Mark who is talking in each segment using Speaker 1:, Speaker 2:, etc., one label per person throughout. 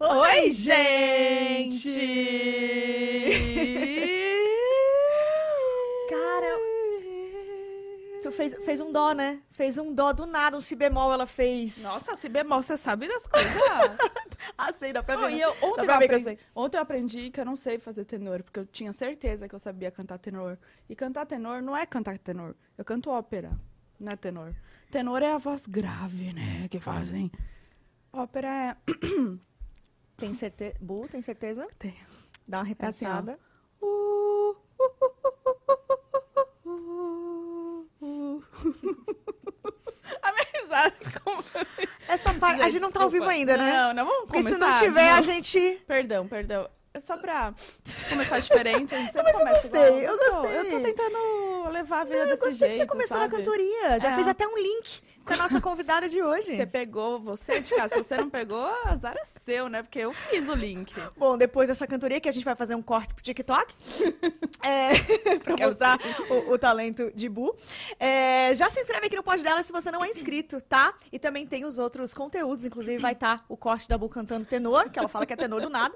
Speaker 1: Oi, gente! Cara, tu fez, fez um dó, né? Fez um dó do nada, um si bemol ela fez.
Speaker 2: Nossa, se bemol, você sabe das coisas?
Speaker 1: Ah, sei, dá pra ver.
Speaker 2: Não,
Speaker 1: né?
Speaker 2: e eu,
Speaker 1: Dá
Speaker 2: ontem, eu
Speaker 1: pra ver que eu
Speaker 2: aprendi,
Speaker 1: sei.
Speaker 2: ontem eu aprendi que eu não sei fazer tenor, porque eu tinha certeza que eu sabia cantar tenor. E cantar tenor não é cantar tenor. Eu canto ópera, não é tenor. Tenor é a voz grave, né? Que fazem. Ópera é.
Speaker 1: Tem certeza? Bu, tem certeza?
Speaker 2: Tenho.
Speaker 1: Dá uma
Speaker 2: É assim, ó.
Speaker 1: repensada.
Speaker 2: A minha risada como...
Speaker 1: Essa parte, a gente não tá ao vivo
Speaker 2: Desculpa.
Speaker 1: ainda, né?
Speaker 2: Não, não, vamos
Speaker 1: Porque
Speaker 2: começar.
Speaker 1: se não
Speaker 2: de
Speaker 1: tiver,
Speaker 2: novo.
Speaker 1: a gente...
Speaker 2: Perdão, perdão. É só pra começar diferente. A gente sempre
Speaker 1: Mas eu
Speaker 2: começa igual.
Speaker 1: gostei, eu
Speaker 2: Gostou?
Speaker 1: gostei.
Speaker 2: Eu tô tentando levar a vida
Speaker 1: Eu
Speaker 2: desse
Speaker 1: gostei que
Speaker 2: jeito,
Speaker 1: você começou
Speaker 2: sabe?
Speaker 1: na cantoria. Já
Speaker 2: É.
Speaker 1: fez até um link com a nossa convidada de hoje.
Speaker 2: Você pegou, você de casa. Se você não pegou, azar é seu, né? Porque eu fiz o link.
Speaker 1: Bom, depois dessa cantoria que a gente vai fazer um corte pro TikTok. é, pra mostrar o, o talento de Bu. É, já se inscreve aqui no Pod dela se você não é inscrito, tá? E também tem os outros conteúdos, inclusive vai estar o corte da Bu cantando tenor, que ela fala que é tenor do nada.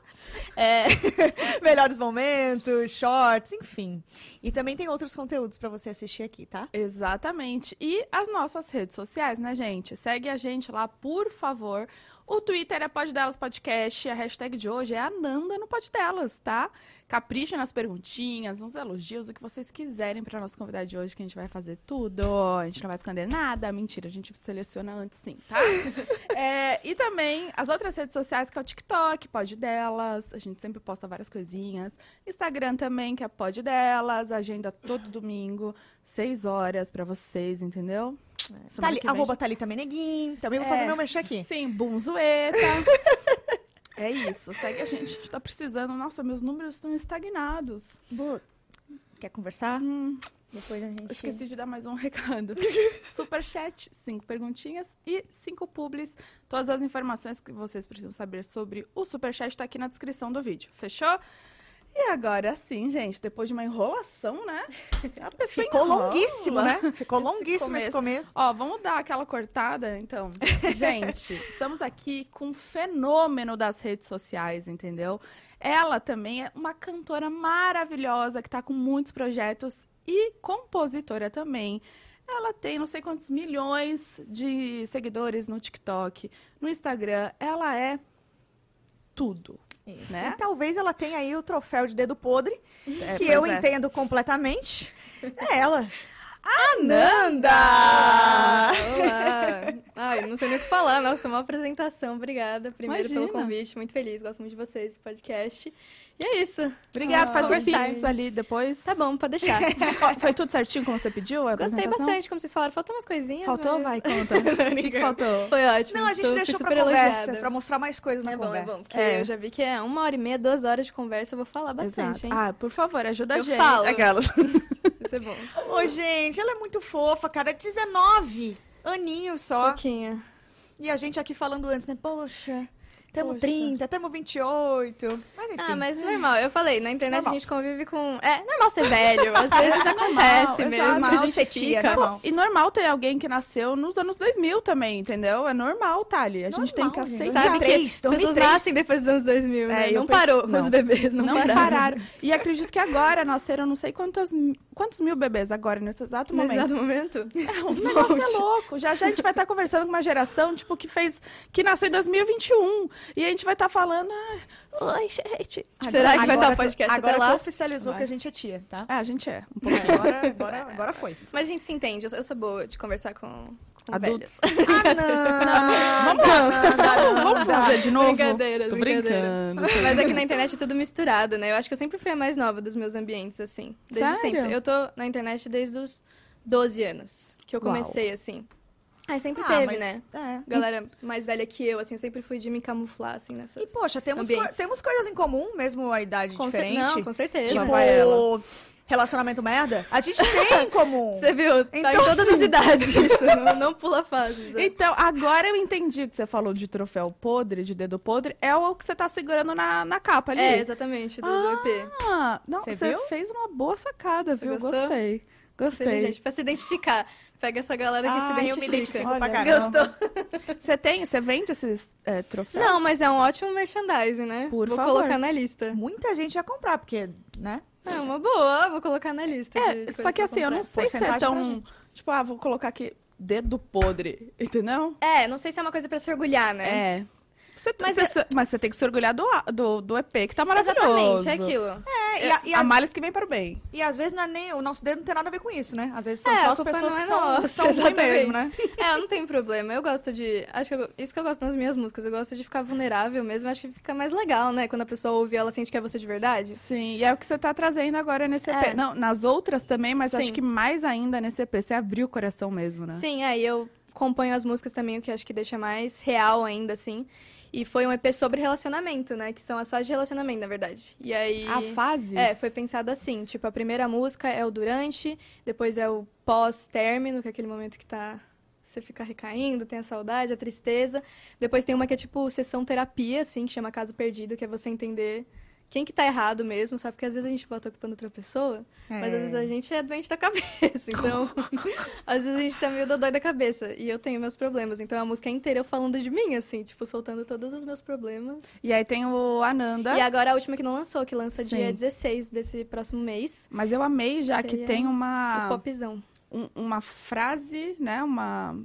Speaker 1: É, melhores momentos, shorts, enfim. E também tem outros conteúdos pra você assistir aqui, tá?
Speaker 2: Exatamente. E as nossas redes sociais, né, gente? Segue a gente lá, por favor. O Twitter é Pod Delas Podcast. A hashtag de hoje é Ananda no Pod Delas, tá? Capricha nas perguntinhas, nos elogios, o que vocês quiserem pra nossa convidada de hoje, que a gente vai fazer tudo. A gente não vai esconder nada. Mentira, a gente seleciona antes sim, tá? É, e também as outras redes sociais, que é o TikTok, Pod Delas. A gente sempre posta várias coisinhas. Instagram também, que é Pod Delas. Agenda todo domingo, 6 horas pra vocês, entendeu? Semana
Speaker 1: Tali,
Speaker 2: que vem-
Speaker 1: arroba Thalita Meneguin. Também vou
Speaker 2: É,
Speaker 1: fazer meu mexer aqui.
Speaker 2: Sim, Bunzoeta. é isso, segue a gente. A gente tá precisando. Nossa, meus números estão estagnados.
Speaker 1: Bu, quer conversar?
Speaker 2: Hum,
Speaker 1: Depois a gente...
Speaker 2: eu esqueci de dar mais um recado. Superchat, cinco perguntinhas e cinco publis. Todas as informações que vocês precisam saber sobre o Superchat tá aqui na descrição do vídeo. Fechou? E agora sim, gente, depois de uma enrolação, né? A pessoa
Speaker 1: Ficou
Speaker 2: enrola.
Speaker 1: longuíssimo, né? Ficou longuíssimo esse
Speaker 2: começo.
Speaker 1: começo.
Speaker 2: Ó, vamos dar aquela cortada, então. Gente, estamos aqui com um fenômeno das redes sociais, entendeu? Ela também é uma cantora maravilhosa que tá com muitos projetos e compositora também. Ela tem não sei quantos milhões de seguidores no TikTok, no Instagram. Ela é tudo.
Speaker 1: Isso.
Speaker 2: né?
Speaker 1: E talvez ela tenha aí o troféu de dedo podre,
Speaker 2: É,
Speaker 1: que
Speaker 2: pois
Speaker 1: eu
Speaker 2: é.
Speaker 1: entendo completamente. É ela.
Speaker 3: Ah,
Speaker 1: Ananda!
Speaker 3: Olá! Ai, não sei nem o que falar. Nossa, uma apresentação. Obrigada, primeiro, pelo
Speaker 2: Imagina.
Speaker 3: convite. Muito feliz, gosto muito de vocês, do podcast. E é isso.
Speaker 2: Obrigada,
Speaker 3: Ah,
Speaker 2: faz um
Speaker 3: conversar.
Speaker 2: pix ali depois.
Speaker 3: Tá bom, pode deixar.
Speaker 2: Foi- Foi tudo certinho como você pediu? a
Speaker 3: Gostei
Speaker 2: apresentação?
Speaker 3: bastante, como vocês falaram. Faltou umas coisinhas.
Speaker 2: Faltou?
Speaker 3: mas-
Speaker 2: Vai, conta. O que que faltou?
Speaker 3: Foi ótimo.
Speaker 1: Não, a gente
Speaker 3: tô- fui
Speaker 1: deixou pra
Speaker 3: super
Speaker 1: conversa,
Speaker 3: elogiada.
Speaker 1: pra mostrar mais coisas na
Speaker 3: É bom, é
Speaker 1: conversa.
Speaker 3: bom. Porque
Speaker 2: É.
Speaker 3: eu já vi que é uma hora e meia, duas horas de conversa. Eu vou falar
Speaker 2: Exato.
Speaker 3: bastante, hein?
Speaker 2: Ah, por favor, ajuda a
Speaker 3: Eu
Speaker 2: gente.
Speaker 3: falo.
Speaker 2: Aquelas.
Speaker 1: Ah.
Speaker 3: Isso é bom.
Speaker 1: Ô, gente, ela é muito fofa, cara. 19 aninhos só.
Speaker 3: Pouquinho.
Speaker 1: E a gente aqui falando antes, né? Poxa, tamo
Speaker 3: Poxa.
Speaker 1: 30, tamo 28. Mas enfim.
Speaker 3: Ah, mas normal. Eu falei, na internet
Speaker 1: Normal.
Speaker 3: a gente convive com... É, normal ser velho. Às vezes acontece
Speaker 2: normal,
Speaker 3: mesmo.
Speaker 2: exato.
Speaker 3: a gente
Speaker 1: Ser tia,
Speaker 3: fica.
Speaker 1: normal.
Speaker 2: E é normal ter alguém que nasceu nos anos 2000 também, entendeu? É normal, Thali. A gente tem
Speaker 1: Normal,
Speaker 2: que
Speaker 1: gente.
Speaker 2: aceitar.
Speaker 3: Sabe que
Speaker 1: 2003,
Speaker 3: as pessoas
Speaker 1: 2003.
Speaker 3: nascem depois dos anos 2000, né?
Speaker 2: É, eu
Speaker 3: não
Speaker 2: penso-
Speaker 3: parou
Speaker 2: não.
Speaker 3: os bebês, não,
Speaker 2: Não
Speaker 3: pararam.
Speaker 2: pararam. E acredito que agora nasceram não sei quantas, quantos mil bebês agora, nesse exato
Speaker 3: No
Speaker 2: momento.
Speaker 3: exato momento.
Speaker 2: O negócio é louco. Já já a gente vai estar conversando com uma geração, tipo, que fez. que nasceu em 2021. E a gente vai estar falando. Ah, Oi, gente.
Speaker 3: Será que vai
Speaker 1: Agora
Speaker 3: estar o podcast
Speaker 1: agora
Speaker 3: até
Speaker 1: tu
Speaker 3: lá?
Speaker 1: oficializou
Speaker 2: Vai.
Speaker 1: que a gente é tia, tá?
Speaker 2: É, a gente é. Um pouco.
Speaker 1: Agora, agora, agora foi.
Speaker 3: Mas a gente se entende, eu, eu sou boa de conversar com, com
Speaker 2: Adultos.
Speaker 3: velhos.
Speaker 1: Ah, Ananda! Ananda,
Speaker 2: Vamos fazer de novo?
Speaker 3: Brincadeira,
Speaker 2: Tô
Speaker 3: brincadeira.
Speaker 2: brincando.
Speaker 3: Mas aqui na internet é tudo misturado, né? Eu acho que eu sempre fui a mais nova dos meus ambientes, assim. Desde
Speaker 2: Sério?
Speaker 3: sempre. Eu tô na internet desde os 12 anos, que eu
Speaker 2: Uau.
Speaker 3: comecei, assim. Aí sempre
Speaker 1: Ah,
Speaker 3: teve,
Speaker 1: mas-
Speaker 3: né?
Speaker 1: é.
Speaker 3: Galera mais velha que eu, assim, eu sempre fui de me camuflar, assim, nessas...
Speaker 1: E, poxa, temos, co-
Speaker 3: Ambientes.
Speaker 1: temos coisas em comum, mesmo a idade
Speaker 3: Com cer-
Speaker 1: diferente.
Speaker 3: Não, com certeza.
Speaker 1: tipo,
Speaker 2: vai ela.
Speaker 1: relacionamento merda. A gente tem em comum.
Speaker 3: Você viu? Tá
Speaker 1: Então,
Speaker 3: em todas as
Speaker 1: assim-
Speaker 3: idades isso, não, não pula fases. é.
Speaker 2: Então, agora eu entendi o que você falou de troféu podre, de dedo podre, é o que você tá segurando na, na capa ali.
Speaker 3: É, exatamente, do, do EP.
Speaker 2: Ah, não, você,
Speaker 1: Você viu?
Speaker 2: fez uma boa sacada,
Speaker 3: Você
Speaker 2: viu?
Speaker 3: gostou?
Speaker 2: Gostei. Gostei.
Speaker 3: Inteligente, pra se identificar. Pega essa galera que
Speaker 1: Ah,
Speaker 3: se identifica.
Speaker 1: eu me identifico
Speaker 2: Olha,
Speaker 1: pra caramba.
Speaker 2: Você tem, você vende esses é, troféus?
Speaker 3: Não, mas é um ótimo merchandising, né?
Speaker 2: Por
Speaker 3: vou
Speaker 2: favor.
Speaker 3: colocar na lista.
Speaker 1: Muita gente ia comprar, porque, né?
Speaker 3: É uma boa, vou colocar na lista. de-
Speaker 2: É,
Speaker 3: de
Speaker 2: só
Speaker 3: coisas
Speaker 2: que assim, eu
Speaker 3: comprar.
Speaker 2: não sei se é
Speaker 1: Porcentagem pra
Speaker 2: tão. Tipo, ah, vou colocar aqui dedo podre, entendeu?
Speaker 3: É, não sei se é uma coisa pra se orgulhar, né?
Speaker 2: É. Você tem-
Speaker 3: Mas
Speaker 2: você se- mas, é você, tem que se orgulhar do, a- do, do EP que tá maravilhoso.
Speaker 3: Exatamente, é aquilo.
Speaker 1: É, e, a- e
Speaker 2: a
Speaker 1: às-
Speaker 2: males que vem para o bem.
Speaker 1: e às vezes não é nem, o nosso dedo não tem nada a ver com isso, né? Às vezes são
Speaker 3: É,
Speaker 1: só
Speaker 3: a
Speaker 1: as
Speaker 3: culpa
Speaker 1: pessoas
Speaker 3: não
Speaker 1: que
Speaker 3: é
Speaker 1: são,
Speaker 3: nossa,
Speaker 1: são ruins mesmo, né?
Speaker 3: exatamente. É, eu não tenho problema. Eu gosto de. Acho que eu- isso que eu gosto nas minhas músicas. Eu gosto de ficar vulnerável mesmo. Acho que fica mais legal, né? Quando a pessoa ouve ela sente que é você de verdade.
Speaker 2: Sim, e é o que você tá trazendo agora nesse EP.
Speaker 3: É.
Speaker 2: Não, nas outras também, mas acho
Speaker 3: Sim.
Speaker 2: que mais ainda nesse EP. Você abriu o coração mesmo, né?
Speaker 3: Sim, é, e eu componho as músicas também, o que acho que deixa mais real ainda, assim. E foi um EP sobre relacionamento, né? Que são as fases de relacionamento, na verdade. E aí.
Speaker 2: A fase?
Speaker 3: É, foi pensado assim, tipo, a primeira música é o durante, depois é o pós-término, que é aquele momento que tá você fica recaindo, tem a saudade, a tristeza. Depois tem uma que é tipo sessão terapia, assim, que chama Caso Perdido, que é você entender quem que tá errado mesmo, sabe? Porque às vezes a gente bota a culpa na outra pessoa, mas às vezes a gente é doente da cabeça, então às vezes a gente tá meio dodói da cabeça. E eu tenho meus problemas, então a música é inteira eu falando de mim, assim, tipo, soltando todos os meus problemas. Tá?
Speaker 2: E aí tem o Ananda.
Speaker 3: E agora a última que não lançou, que lança
Speaker 2: Sim.
Speaker 3: dia 16 desse próximo mês.
Speaker 2: Mas eu amei já que
Speaker 3: Seria
Speaker 2: tem
Speaker 3: O
Speaker 2: uma,
Speaker 3: popzão.
Speaker 2: um- uma frase, né? Uma.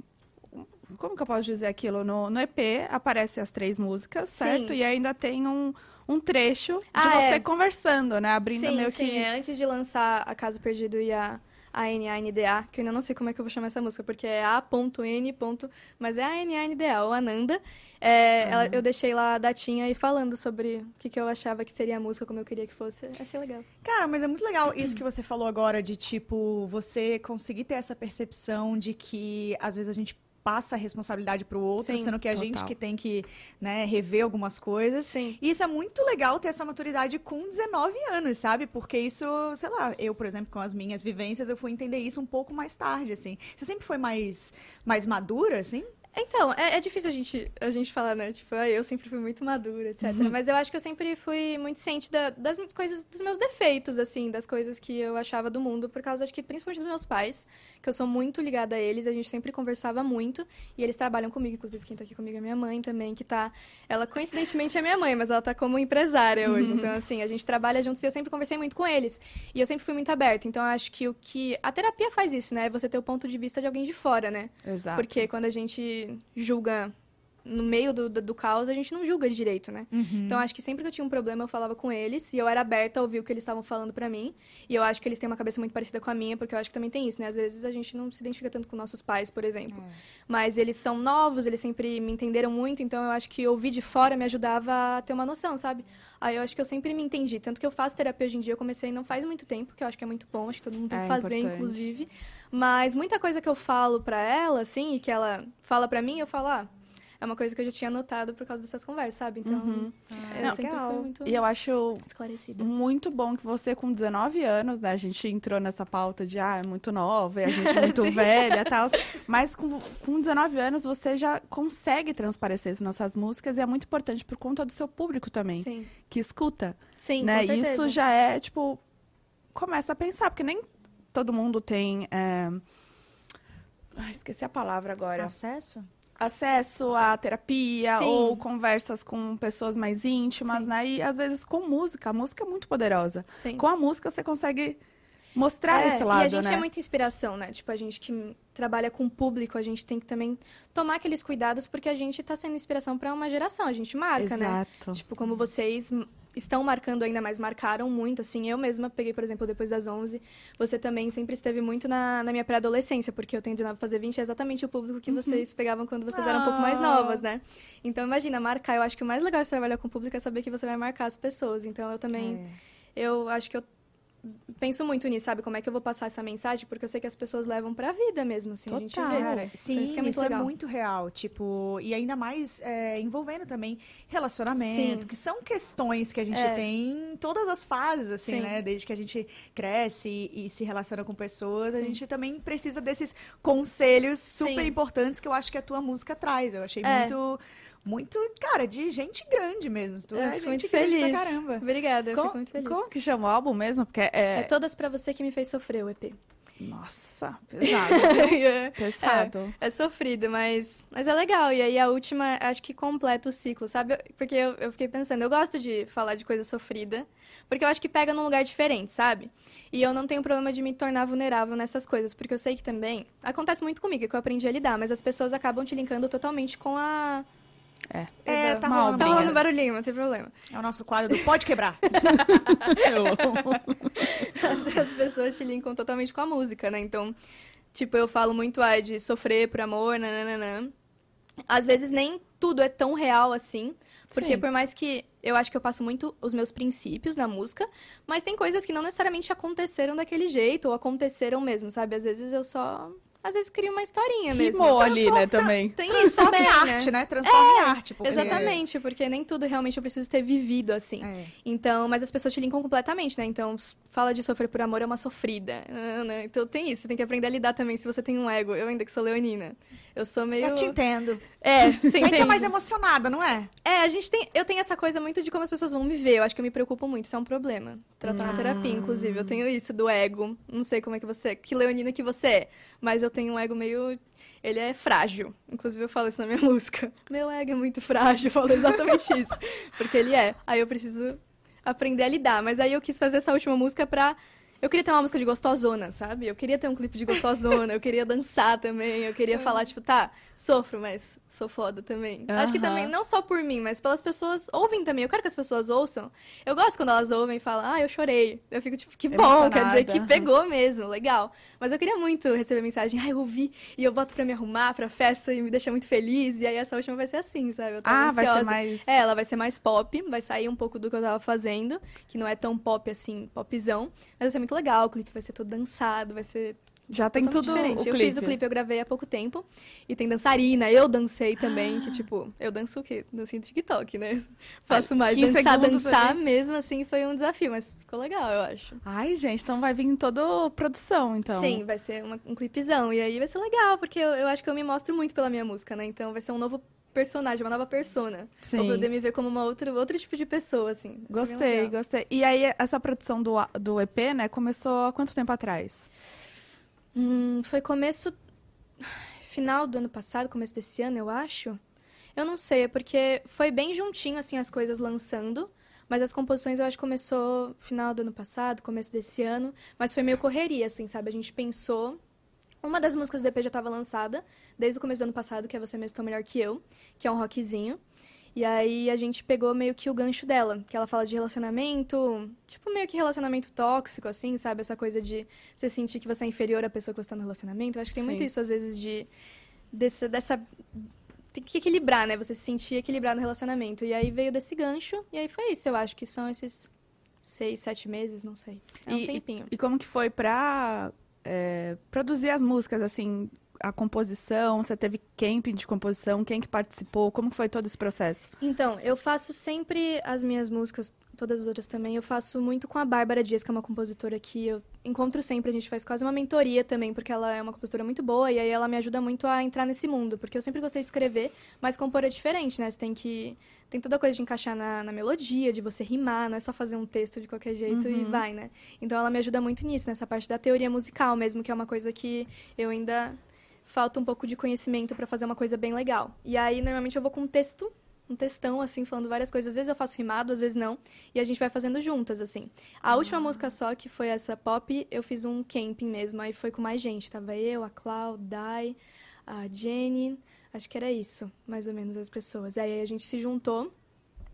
Speaker 2: Como que eu posso dizer aquilo? No, no EP aparecem as três músicas,
Speaker 3: Sim.
Speaker 2: certo? E ainda tem um, um trecho de
Speaker 3: Ah,
Speaker 2: você
Speaker 3: é.
Speaker 2: conversando, né? Abrindo
Speaker 3: sim,
Speaker 2: meio
Speaker 3: sim,
Speaker 2: que.
Speaker 3: é antes de lançar a Caso Perdido e a ANANDA, que eu ainda não sei como é que eu vou chamar essa música, porque é A.N. ponto- Mas é a ANANDA, ou Ananda. É, ela- eu deixei lá a datinha e falando sobre o que, que eu achava que seria a música, como eu queria que fosse. Achei legal.
Speaker 1: Cara, mas é muito legal isso que você falou agora de tipo você conseguir ter essa percepção de que às vezes a gente passa a responsabilidade pro outro,
Speaker 3: Sim,
Speaker 1: sendo que é a
Speaker 2: total.
Speaker 1: gente que tem que, né, rever algumas coisas.
Speaker 3: Sim.
Speaker 1: E isso é muito legal ter essa maturidade com 19 anos, sabe? Porque isso, sei lá, eu, por exemplo, com as minhas vivências, eu fui entender isso um pouco mais tarde, assim. Você sempre foi mais, mais madura, assim?
Speaker 3: Então, é, é difícil a gente, a gente falar, né? Tipo, ah, eu sempre fui muito madura, etc. Mas eu acho que eu sempre fui muito ciente da- das coisas, dos meus defeitos, assim, das coisas que eu achava do mundo, por causa, acho que principalmente dos meus pais, que eu sou muito ligada a eles, a gente sempre conversava muito, e eles trabalham comigo, inclusive quem tá aqui comigo é minha mãe também, que tá. Ela, coincidentemente, é minha mãe, mas ela tá como empresária hoje. Então, assim, a gente trabalha juntos e eu sempre conversei muito com eles. E eu sempre fui muito aberta. Então, eu acho que o que. A terapia faz isso, né? É Você ter o ponto de vista de alguém de fora, né?
Speaker 2: Exato.
Speaker 3: Porque quando a gente julga no meio do, do, do caos, a gente não julga direito, né?
Speaker 2: Uhum.
Speaker 3: Então, acho que sempre que eu tinha um problema, eu falava com eles. E eu era aberta a ouvir o que eles estavam falando pra mim. E eu acho que eles têm uma cabeça muito parecida com a minha, porque eu acho que também tem isso, né? Às vezes a gente não se identifica tanto com nossos pais, por exemplo.
Speaker 2: É.
Speaker 3: Mas eles são novos, eles sempre me entenderam muito. Então, eu acho que ouvir de fora me ajudava a ter uma noção, sabe? Aí eu acho que eu sempre me entendi. Tanto que eu faço terapia hoje em dia. Eu comecei não faz muito tempo, que eu acho que é muito bom. Acho que todo mundo tem que
Speaker 2: É
Speaker 3: fazer,
Speaker 2: importante.
Speaker 3: inclusive. Mas muita coisa que eu falo pra ela, assim, e que ela fala pra mim, eu falo, ah, é uma coisa que eu já tinha anotado por causa dessas conversas, sabe? Então,
Speaker 2: Uhum.
Speaker 3: eu
Speaker 1: Não,
Speaker 3: sempre
Speaker 1: legal.
Speaker 3: fui muito
Speaker 2: E eu acho
Speaker 3: esclarecida.
Speaker 2: muito bom que você, com 19 anos, né? A gente entrou nessa pauta de, ah, é muito nova, e a gente é muito velha e tal. Mas com, com 19 anos, você já consegue transparecer as nossas músicas e é muito importante por conta do seu público também,
Speaker 3: Sim,
Speaker 2: que escuta,
Speaker 3: sim,
Speaker 2: né?
Speaker 3: com certeza.
Speaker 2: Isso já é, tipo, começa a pensar, porque nem todo mundo tem... é, Ai, esqueci a palavra agora
Speaker 1: Acesso?
Speaker 2: acesso à terapia
Speaker 3: Sim.
Speaker 2: ou conversas com pessoas mais íntimas,
Speaker 3: Sim.
Speaker 2: né? E às vezes com música. A música é muito poderosa.
Speaker 3: Sim.
Speaker 2: Com a música você consegue mostrar
Speaker 3: É,
Speaker 2: esse lado,
Speaker 3: E a gente
Speaker 2: né?
Speaker 3: é muita inspiração, né? Tipo, a gente que trabalha com o público, a gente tem que também tomar aqueles cuidados, porque a gente tá sendo inspiração pra uma geração, a gente marca, né?
Speaker 2: Exato.
Speaker 3: Tipo, como vocês m- estão marcando ainda mais, marcaram muito, assim. Eu mesma peguei, por exemplo, depois das 11. Você também sempre esteve muito na, na minha pré-adolescência, porque eu tenho 19 pra fazer 20, é exatamente o público que vocês pegavam quando vocês eram um pouco mais
Speaker 1: Uhum. Ah.
Speaker 3: novas, né? Então, imagina, marcar. Eu acho que o mais legal de trabalhar com o público é saber que você vai marcar as pessoas. Então, eu também.
Speaker 1: É.
Speaker 3: Eu acho que eu penso muito nisso, sabe? Como é que eu vou passar essa mensagem, porque eu sei que as pessoas levam pra vida mesmo, assim. A gente
Speaker 2: Total.
Speaker 3: vê.
Speaker 1: Cara, sim,
Speaker 3: isso
Speaker 1: isso,
Speaker 3: que é
Speaker 1: é,
Speaker 3: muito
Speaker 1: muito
Speaker 3: legal.
Speaker 1: real, tipo, e ainda mais é, envolvendo também relacionamento,
Speaker 3: Sim.
Speaker 1: que são questões que a gente
Speaker 3: É.
Speaker 1: tem em todas as fases, assim,
Speaker 3: Sim.
Speaker 1: né? Desde que a gente cresce e, e se relaciona com pessoas, a
Speaker 3: Sim.
Speaker 1: gente também precisa desses conselhos super
Speaker 3: Sim.
Speaker 1: importantes que eu acho que a tua música traz. Eu achei
Speaker 3: É.
Speaker 1: muito, muito, cara, de gente grande mesmo. Tu
Speaker 3: Eu
Speaker 1: é gente
Speaker 3: fico muito
Speaker 1: grande pra
Speaker 3: feliz.
Speaker 1: caramba.
Speaker 3: Obrigada, eu
Speaker 2: como,
Speaker 3: fico muito feliz.
Speaker 2: como que chama o álbum mesmo? Porque
Speaker 3: É
Speaker 2: é,
Speaker 3: todas pra você que me fez sofrer o EP.
Speaker 2: Nossa, pesado.
Speaker 3: É.
Speaker 2: pesado.
Speaker 3: É sofrido, mas, mas é legal. E aí a última, acho que completa o ciclo, sabe? Eu- Porque eu, eu fiquei pensando, eu gosto de falar de coisa sofrida, porque eu acho que pega num lugar diferente, sabe? E eu não tenho problema de me tornar vulnerável nessas coisas, porque eu sei que também acontece muito comigo, é que eu aprendi a lidar, mas as pessoas acabam te linkando totalmente com a.
Speaker 2: É.
Speaker 1: É, tá
Speaker 2: Mal,
Speaker 1: rolando,
Speaker 2: bem.
Speaker 3: Tá
Speaker 1: briga.
Speaker 3: rolando barulhinho, não tem problema.
Speaker 1: É o nosso quadro do Pode Quebrar.
Speaker 3: É.
Speaker 2: Eu amo.
Speaker 3: as, as pessoas te linkam totalmente com a música, né? Então, tipo, eu falo muito ai, de sofrer por amor, nananana. Às vezes nem tudo é tão real assim, porque
Speaker 2: Sim.
Speaker 3: por mais que eu acho que eu passo muito os meus princípios na música, mas tem coisas que não necessariamente aconteceram daquele jeito ou aconteceram mesmo, sabe? Às vezes eu só às vezes crio uma historinha É mesmo. Então,
Speaker 2: Rimou ali, né, também.
Speaker 3: Tem isso
Speaker 1: Transforma
Speaker 3: também,
Speaker 1: em
Speaker 3: né?
Speaker 1: arte, né? Transforma em arte. porque-
Speaker 3: Exatamente, porque nem tudo realmente eu preciso ter vivido assim.
Speaker 1: É.
Speaker 3: Então, mas as pessoas te linkam completamente, né? Então, s- fala de sofrer por amor é uma sofrida. Ah, né? Então tem isso, você tem que aprender a lidar também se você tem um ego. Eu ainda que sou leonina. Eu sou meio.
Speaker 1: Eu te entendo.
Speaker 3: É, você
Speaker 1: A gente é
Speaker 3: entende?
Speaker 1: mais emocionada, não é?
Speaker 3: É, a gente tem. Eu tenho essa coisa muito de como as pessoas vão me ver. Eu acho que eu me preocupo muito, isso é um problema. Tratar na terapia, inclusive.
Speaker 1: Ah.
Speaker 3: Eu tenho isso do ego. Não sei como é que você. Que leonina que você é. Mas eu tenho um ego meio. Ele é frágil. Inclusive, eu falo isso na minha música. Meu ego é muito frágil. Eu falo exatamente isso. Porque ele é. Aí eu preciso aprender a lidar. Mas aí eu quis fazer essa última música pra. Eu queria ter uma música de gostosona, sabe? Eu queria ter um clipe de gostosona, eu queria dançar também, eu queria falar, tipo, tá, sofro, mas sou foda também. Acho que também,
Speaker 2: Aham.
Speaker 3: não só por mim, mas pelas pessoas ouvem também. Eu quero que as pessoas ouçam. Eu gosto quando elas ouvem e falam, ah, eu chorei. Eu fico, tipo, que bom, quer dizer que
Speaker 2: Emocionada.
Speaker 3: pegou mesmo, legal. Mas eu queria muito receber mensagem, ah, eu ouvi, e eu boto pra me arrumar pra festa e me deixa muito feliz. E aí essa última vai ser assim, sabe? Eu tô
Speaker 2: Ah, vai
Speaker 3: ansiosa.
Speaker 2: ser mais.
Speaker 3: É, ela vai ser mais pop, vai sair um pouco do que eu tava fazendo, que não é tão pop assim, popzão, mas vai ser muito legal, o clipe vai ser todo dançado, vai ser
Speaker 2: Já tem
Speaker 3: totalmente
Speaker 2: tudo
Speaker 3: diferente.
Speaker 2: o
Speaker 3: eu
Speaker 2: clipe.
Speaker 3: fiz o clipe, eu gravei há pouco tempo, e tem dançarina, eu dancei também, que tipo, eu danço o quê? Dancinho do TikTok, né? Faço mais
Speaker 2: 15
Speaker 3: dançar,
Speaker 2: segundos
Speaker 3: dançar mesmo assim, foi um desafio, mas ficou legal, eu acho.
Speaker 2: Ai, gente, então vai vir toda produção, então.
Speaker 3: Sim, vai ser uma- um clipezão, e aí vai ser legal, porque eu, eu acho que eu me mostro muito pela minha música, né? Então vai ser um novo personagem, uma nova persona.
Speaker 2: Sim.
Speaker 3: Pra poder me ver como uma outra, outro tipo de pessoa, assim. Isso é bem
Speaker 2: Gostei,
Speaker 3: legal.
Speaker 2: gostei. E aí, essa produção do, a- do EP, né, começou há quanto tempo atrás?
Speaker 3: Hum, foi começo. Final do ano passado, começo desse ano, eu acho. Eu não sei, é porque foi bem juntinho, assim, as coisas lançando. Mas as composições eu acho que começou final do ano passado, começo desse ano. Mas foi meio correria, assim, sabe? A gente pensou. Uma das músicas do EP já estava lançada desde o começo do ano passado, que é Você Mesmo Tão Melhor Que Eu, que é um rockzinho. E aí a gente pegou meio que o gancho dela, que ela fala de relacionamento, tipo meio que relacionamento tóxico, assim, sabe? Essa coisa de você sentir que você é inferior à pessoa que você tá no relacionamento. Eu acho que tem muito
Speaker 2: Sim.
Speaker 3: isso, às vezes, de. Dessa, dessa. Tem que equilibrar, né? Você se sentir equilibrado no relacionamento. E aí veio desse gancho, e aí foi isso, eu acho que são esses seis, sete meses, não sei. É um
Speaker 2: E-
Speaker 3: tempinho.
Speaker 2: E como que foi pra é, produzir as músicas, assim, a composição? Você teve camping de composição? Quem que participou? Como que foi todo esse processo?
Speaker 3: Então, eu faço sempre as minhas músicas, todas as outras também, eu faço muito com a Bárbara Dias, que é uma compositora que eu encontro sempre, a gente faz quase uma mentoria também, porque ela é uma compositora muito boa e aí ela me ajuda muito a entrar nesse mundo, porque eu sempre gostei de escrever, mas compor é diferente, né? Você tem que. Tem toda a coisa de encaixar na, na melodia, de você rimar, não é só fazer um texto de qualquer jeito e vai, né? Então ela me ajuda muito nisso, nessa parte da teoria musical mesmo, que é uma coisa que eu ainda falta um pouco de conhecimento pra fazer uma coisa bem legal. E aí, normalmente, eu vou com um texto, um textão, assim, falando várias coisas. Às vezes eu faço rimado, às vezes não. E a gente vai fazendo juntas, assim. A última música só, que foi essa pop, eu fiz um camping mesmo. Aí foi com mais gente. Tava eu, a Clau, Dai, a Jenny. Acho que era isso, mais ou menos, as pessoas. Aí a gente se juntou.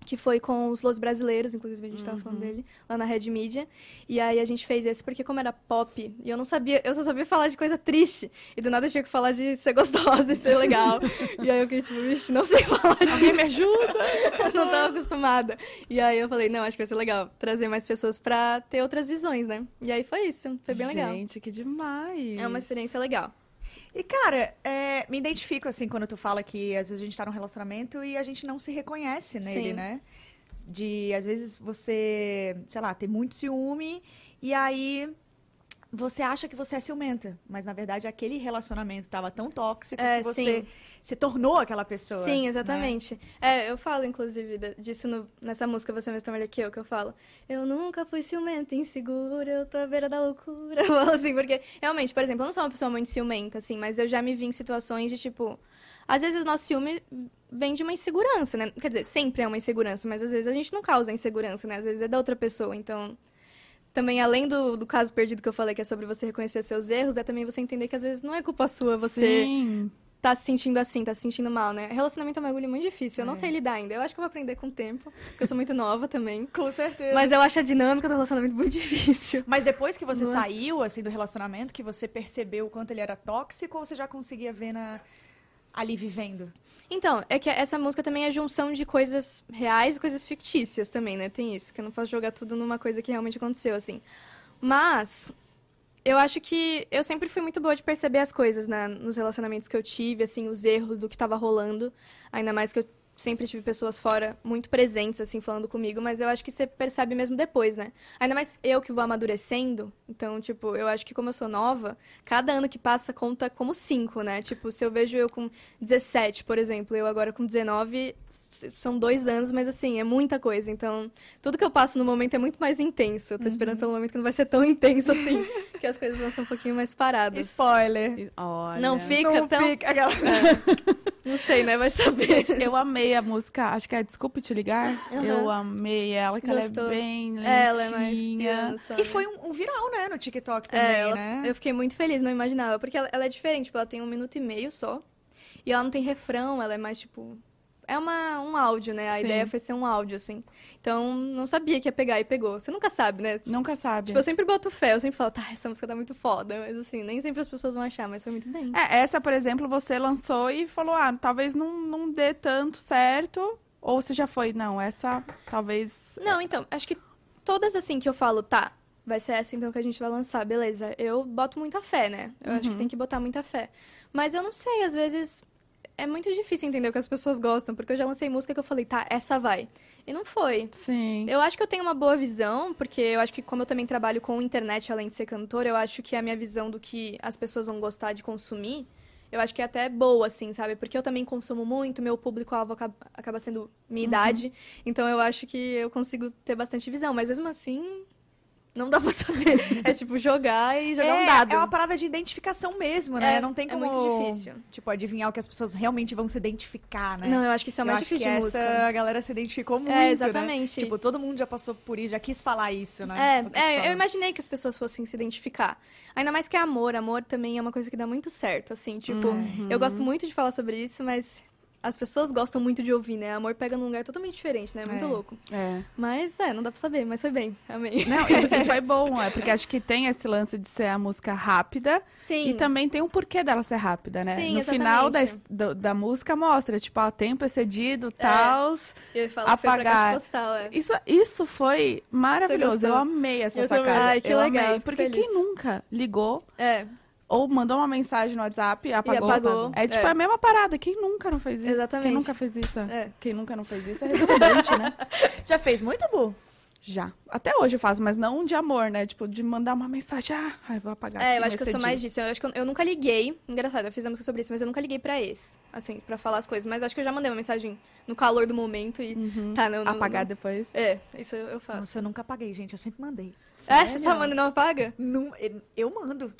Speaker 3: Que foi com os Los Brasileiros, inclusive a gente tava falando dele, lá na Red Media. E aí a gente fez esse porque como era pop, e eu não sabia, eu só sabia falar de coisa triste. E do nada eu tinha que falar de ser gostosa e ser legal. e aí eu fiquei tipo, vixe, não sei falar disso.
Speaker 2: Alguém me ajuda?
Speaker 3: Eu não tava acostumada. E aí eu falei, não, acho que vai ser legal trazer mais pessoas pra ter outras visões, né? E aí foi isso, foi bem legal.
Speaker 2: Gente, que demais.
Speaker 3: É uma experiência legal.
Speaker 1: E, cara, é, me identifico, assim, quando tu fala que às vezes a gente tá num relacionamento e a gente não se reconhece nele,
Speaker 3: Sim.
Speaker 1: né? De, às vezes, você, sei lá, ter muito ciúme e aí você acha que você é ciumenta, mas na verdade aquele relacionamento estava tão tóxico
Speaker 3: É,
Speaker 1: que você se tornou aquela pessoa.
Speaker 3: Sim,
Speaker 1: né?
Speaker 3: exatamente. É, eu falo, inclusive, da- disso no- nessa música Você é Mesmo Melhor Que Eu, que eu falo. Eu nunca fui ciumenta, insegura, eu tô à beira da loucura. Eu falo assim, porque, realmente, por exemplo, eu não sou uma pessoa muito ciumenta, assim, mas eu já me vi em situações de, tipo... Às vezes, nosso ciúme vem de uma insegurança, né? Quer dizer, sempre é uma insegurança, mas às vezes a gente não causa insegurança, né? Às vezes é da outra pessoa, então... Também, além do, do caso perdido que eu falei, que é sobre você reconhecer seus erros, é também você entender que às vezes não é culpa sua você
Speaker 2: Sim.
Speaker 3: tá se sentindo assim, tá se sentindo mal, né? Relacionamento é um bagulho muito difícil, eu não sei lidar ainda. Eu acho que eu vou aprender com o tempo, porque eu sou muito nova também.
Speaker 1: Com certeza. Mas,
Speaker 3: Mas eu acho a dinâmica do relacionamento muito difícil.
Speaker 1: depois que você
Speaker 3: Nossa.
Speaker 1: saiu assim do relacionamento, que você percebeu o quanto ele era tóxico, ou você já conseguia ver na- ali vivendo?
Speaker 3: Então, é que essa música também é junção de coisas reais e coisas fictícias também, né? Tem isso, que eu não posso jogar tudo numa coisa que realmente aconteceu, assim. Mas eu acho que eu sempre fui muito boa de perceber as coisas né? nos relacionamentos que eu tive, assim, os erros do que tava rolando. Ainda mais que eu sempre tive pessoas fora muito presentes, assim, falando comigo, mas eu acho que você percebe mesmo depois, né? Ainda mais eu que vou amadurecendo. Então, tipo, eu acho que como eu sou nova, cada ano que passa conta como cinco, né? Tipo, se eu vejo eu com 17, por exemplo, eu agora com 19, s- são dois anos, mas assim, é muita coisa. Então, tudo que eu passo no momento é muito mais intenso. Eu tô esperando
Speaker 1: Uhum.
Speaker 3: pelo momento que não vai ser tão intenso assim, que as coisas vão ser um pouquinho mais paradas.
Speaker 1: Spoiler.
Speaker 2: E- Olha.
Speaker 3: Não fica
Speaker 1: Não
Speaker 3: tão.
Speaker 1: fica aquela-
Speaker 3: Não sei, né? Vai saber.
Speaker 2: Eu amei a música, acho que é Desculpe Te Ligar.
Speaker 3: Aham.
Speaker 2: Eu amei ela, que
Speaker 3: Gostou.
Speaker 2: ela é bem lentinha.
Speaker 3: Ela é mais piano só,
Speaker 1: E
Speaker 3: né?
Speaker 1: foi um, um viral, né, no TikTok também,
Speaker 3: É, ela-
Speaker 1: né?
Speaker 3: eu fiquei muito feliz, não imaginava. Porque ela, ela é diferente, tipo, ela tem um minuto e meio só. E ela não tem refrão, ela é mais tipo. É uma, um áudio, né? A
Speaker 2: Sim.
Speaker 3: ideia foi ser um áudio, assim. Então, não sabia que ia pegar e pegou. Você nunca sabe, né?
Speaker 2: Nunca sabe.
Speaker 1: É.
Speaker 3: Tipo, eu sempre boto fé, eu sempre falo, tá, essa música tá muito foda. Mas assim, nem sempre as pessoas vão achar, mas foi muito bem.
Speaker 2: É, essa, por exemplo, você lançou e falou, ah, talvez não, não dê tanto certo. Ou você já foi, não, essa talvez...
Speaker 3: Não, então, acho que todas assim que eu falo, tá, vai ser essa então que a gente vai lançar, beleza. Eu boto muita fé, né? Eu acho que tem que botar muita fé. Mas eu não sei, às vezes é muito difícil entender o que as pessoas gostam, porque eu já lancei música que eu falei, tá, essa vai. E não foi.
Speaker 2: Sim.
Speaker 3: Eu acho que eu tenho uma boa visão, porque eu acho que como eu também trabalho com internet, além de ser cantora, eu acho que a minha visão do que as pessoas vão gostar de consumir, eu acho que é até boa, assim, sabe? Porque eu também consumo muito, meu público-alvo acaba, acaba sendo minha
Speaker 1: Uhum.
Speaker 3: idade, então eu acho que eu consigo ter bastante visão, mas mesmo assim, não dá pra saber. é tipo jogar e jogar
Speaker 1: é,
Speaker 3: um dado.
Speaker 1: é uma parada de identificação mesmo, né?
Speaker 3: É,
Speaker 1: Não tem
Speaker 3: é
Speaker 1: como.
Speaker 3: muito difícil.
Speaker 1: Tipo, adivinhar o que as pessoas realmente vão se identificar, né?
Speaker 3: Não, eu acho que isso é
Speaker 1: Eu
Speaker 3: o mais
Speaker 1: acho que
Speaker 3: difícil de
Speaker 1: essa
Speaker 3: música.
Speaker 1: a galera se identificou muito,
Speaker 3: É,
Speaker 1: né?
Speaker 3: exatamente.
Speaker 1: Tipo, todo mundo já passou por isso, já quis falar isso, né?
Speaker 3: É,
Speaker 1: o que tu
Speaker 3: é,
Speaker 1: fala.
Speaker 3: eu imaginei que as pessoas fossem se identificar. Ainda mais que é amor. Amor também é uma coisa que dá muito certo, assim. Tipo,
Speaker 2: Hum.
Speaker 3: eu gosto muito de falar sobre isso, mas as pessoas gostam muito de ouvir, né? Amor pega num lugar totalmente diferente, né? É muito
Speaker 1: É.
Speaker 3: louco.
Speaker 2: É.
Speaker 3: Mas, é, não dá pra saber, mas foi bem. Amei.
Speaker 2: Não, e assim, foi bom, é porque acho que tem esse lance de ser a música rápida
Speaker 3: Sim.
Speaker 2: e também tem o porquê dela ser rápida, né?
Speaker 3: Sim,
Speaker 2: no
Speaker 3: exatamente. É.
Speaker 2: final da, es- do- da música mostra, tipo, ah, tempo excedido, tals.
Speaker 3: Eu ia falar que foi pra
Speaker 2: Apagar.
Speaker 3: caixa postal, é.
Speaker 2: Isso, isso foi maravilhoso.
Speaker 3: Você gostou?
Speaker 2: Eu amei essa
Speaker 1: Eu também.
Speaker 2: sacada.
Speaker 3: Ai, que
Speaker 2: eu
Speaker 3: legal,
Speaker 2: amei.
Speaker 3: fico
Speaker 2: Porque
Speaker 3: feliz.
Speaker 2: quem nunca ligou
Speaker 3: É,
Speaker 2: ou mandou uma mensagem no WhatsApp e apagou?
Speaker 3: apagou.
Speaker 2: É tipo
Speaker 3: É.
Speaker 2: a mesma parada. Quem nunca não fez isso?
Speaker 3: Exatamente.
Speaker 2: Quem nunca fez isso?
Speaker 3: É.
Speaker 2: Quem nunca não fez isso é redundante, né?
Speaker 1: Já fez muito, Bu?
Speaker 2: Já. Até hoje eu faço, mas não de amor, né? Tipo, de mandar uma mensagem. Ah, ai, vou apagar.
Speaker 3: é, eu
Speaker 2: aqui,
Speaker 3: acho que eu sou
Speaker 2: excedi.
Speaker 3: mais disso. Eu acho que eu, eu nunca liguei. Engraçado, eu fiz a música sobre isso, mas eu nunca liguei pra esse. Assim, pra falar as coisas. Mas acho que eu já mandei uma mensagem no calor do momento e.
Speaker 2: Hum,
Speaker 3: Tá, não, não.
Speaker 2: Uhum. Apagar depois.
Speaker 3: não. É, isso eu eu faço.
Speaker 1: Nossa, eu nunca apaguei, gente. Eu sempre mandei.
Speaker 3: É, você só
Speaker 2: Sério?
Speaker 3: manda e não apaga?
Speaker 1: Não, eu mando.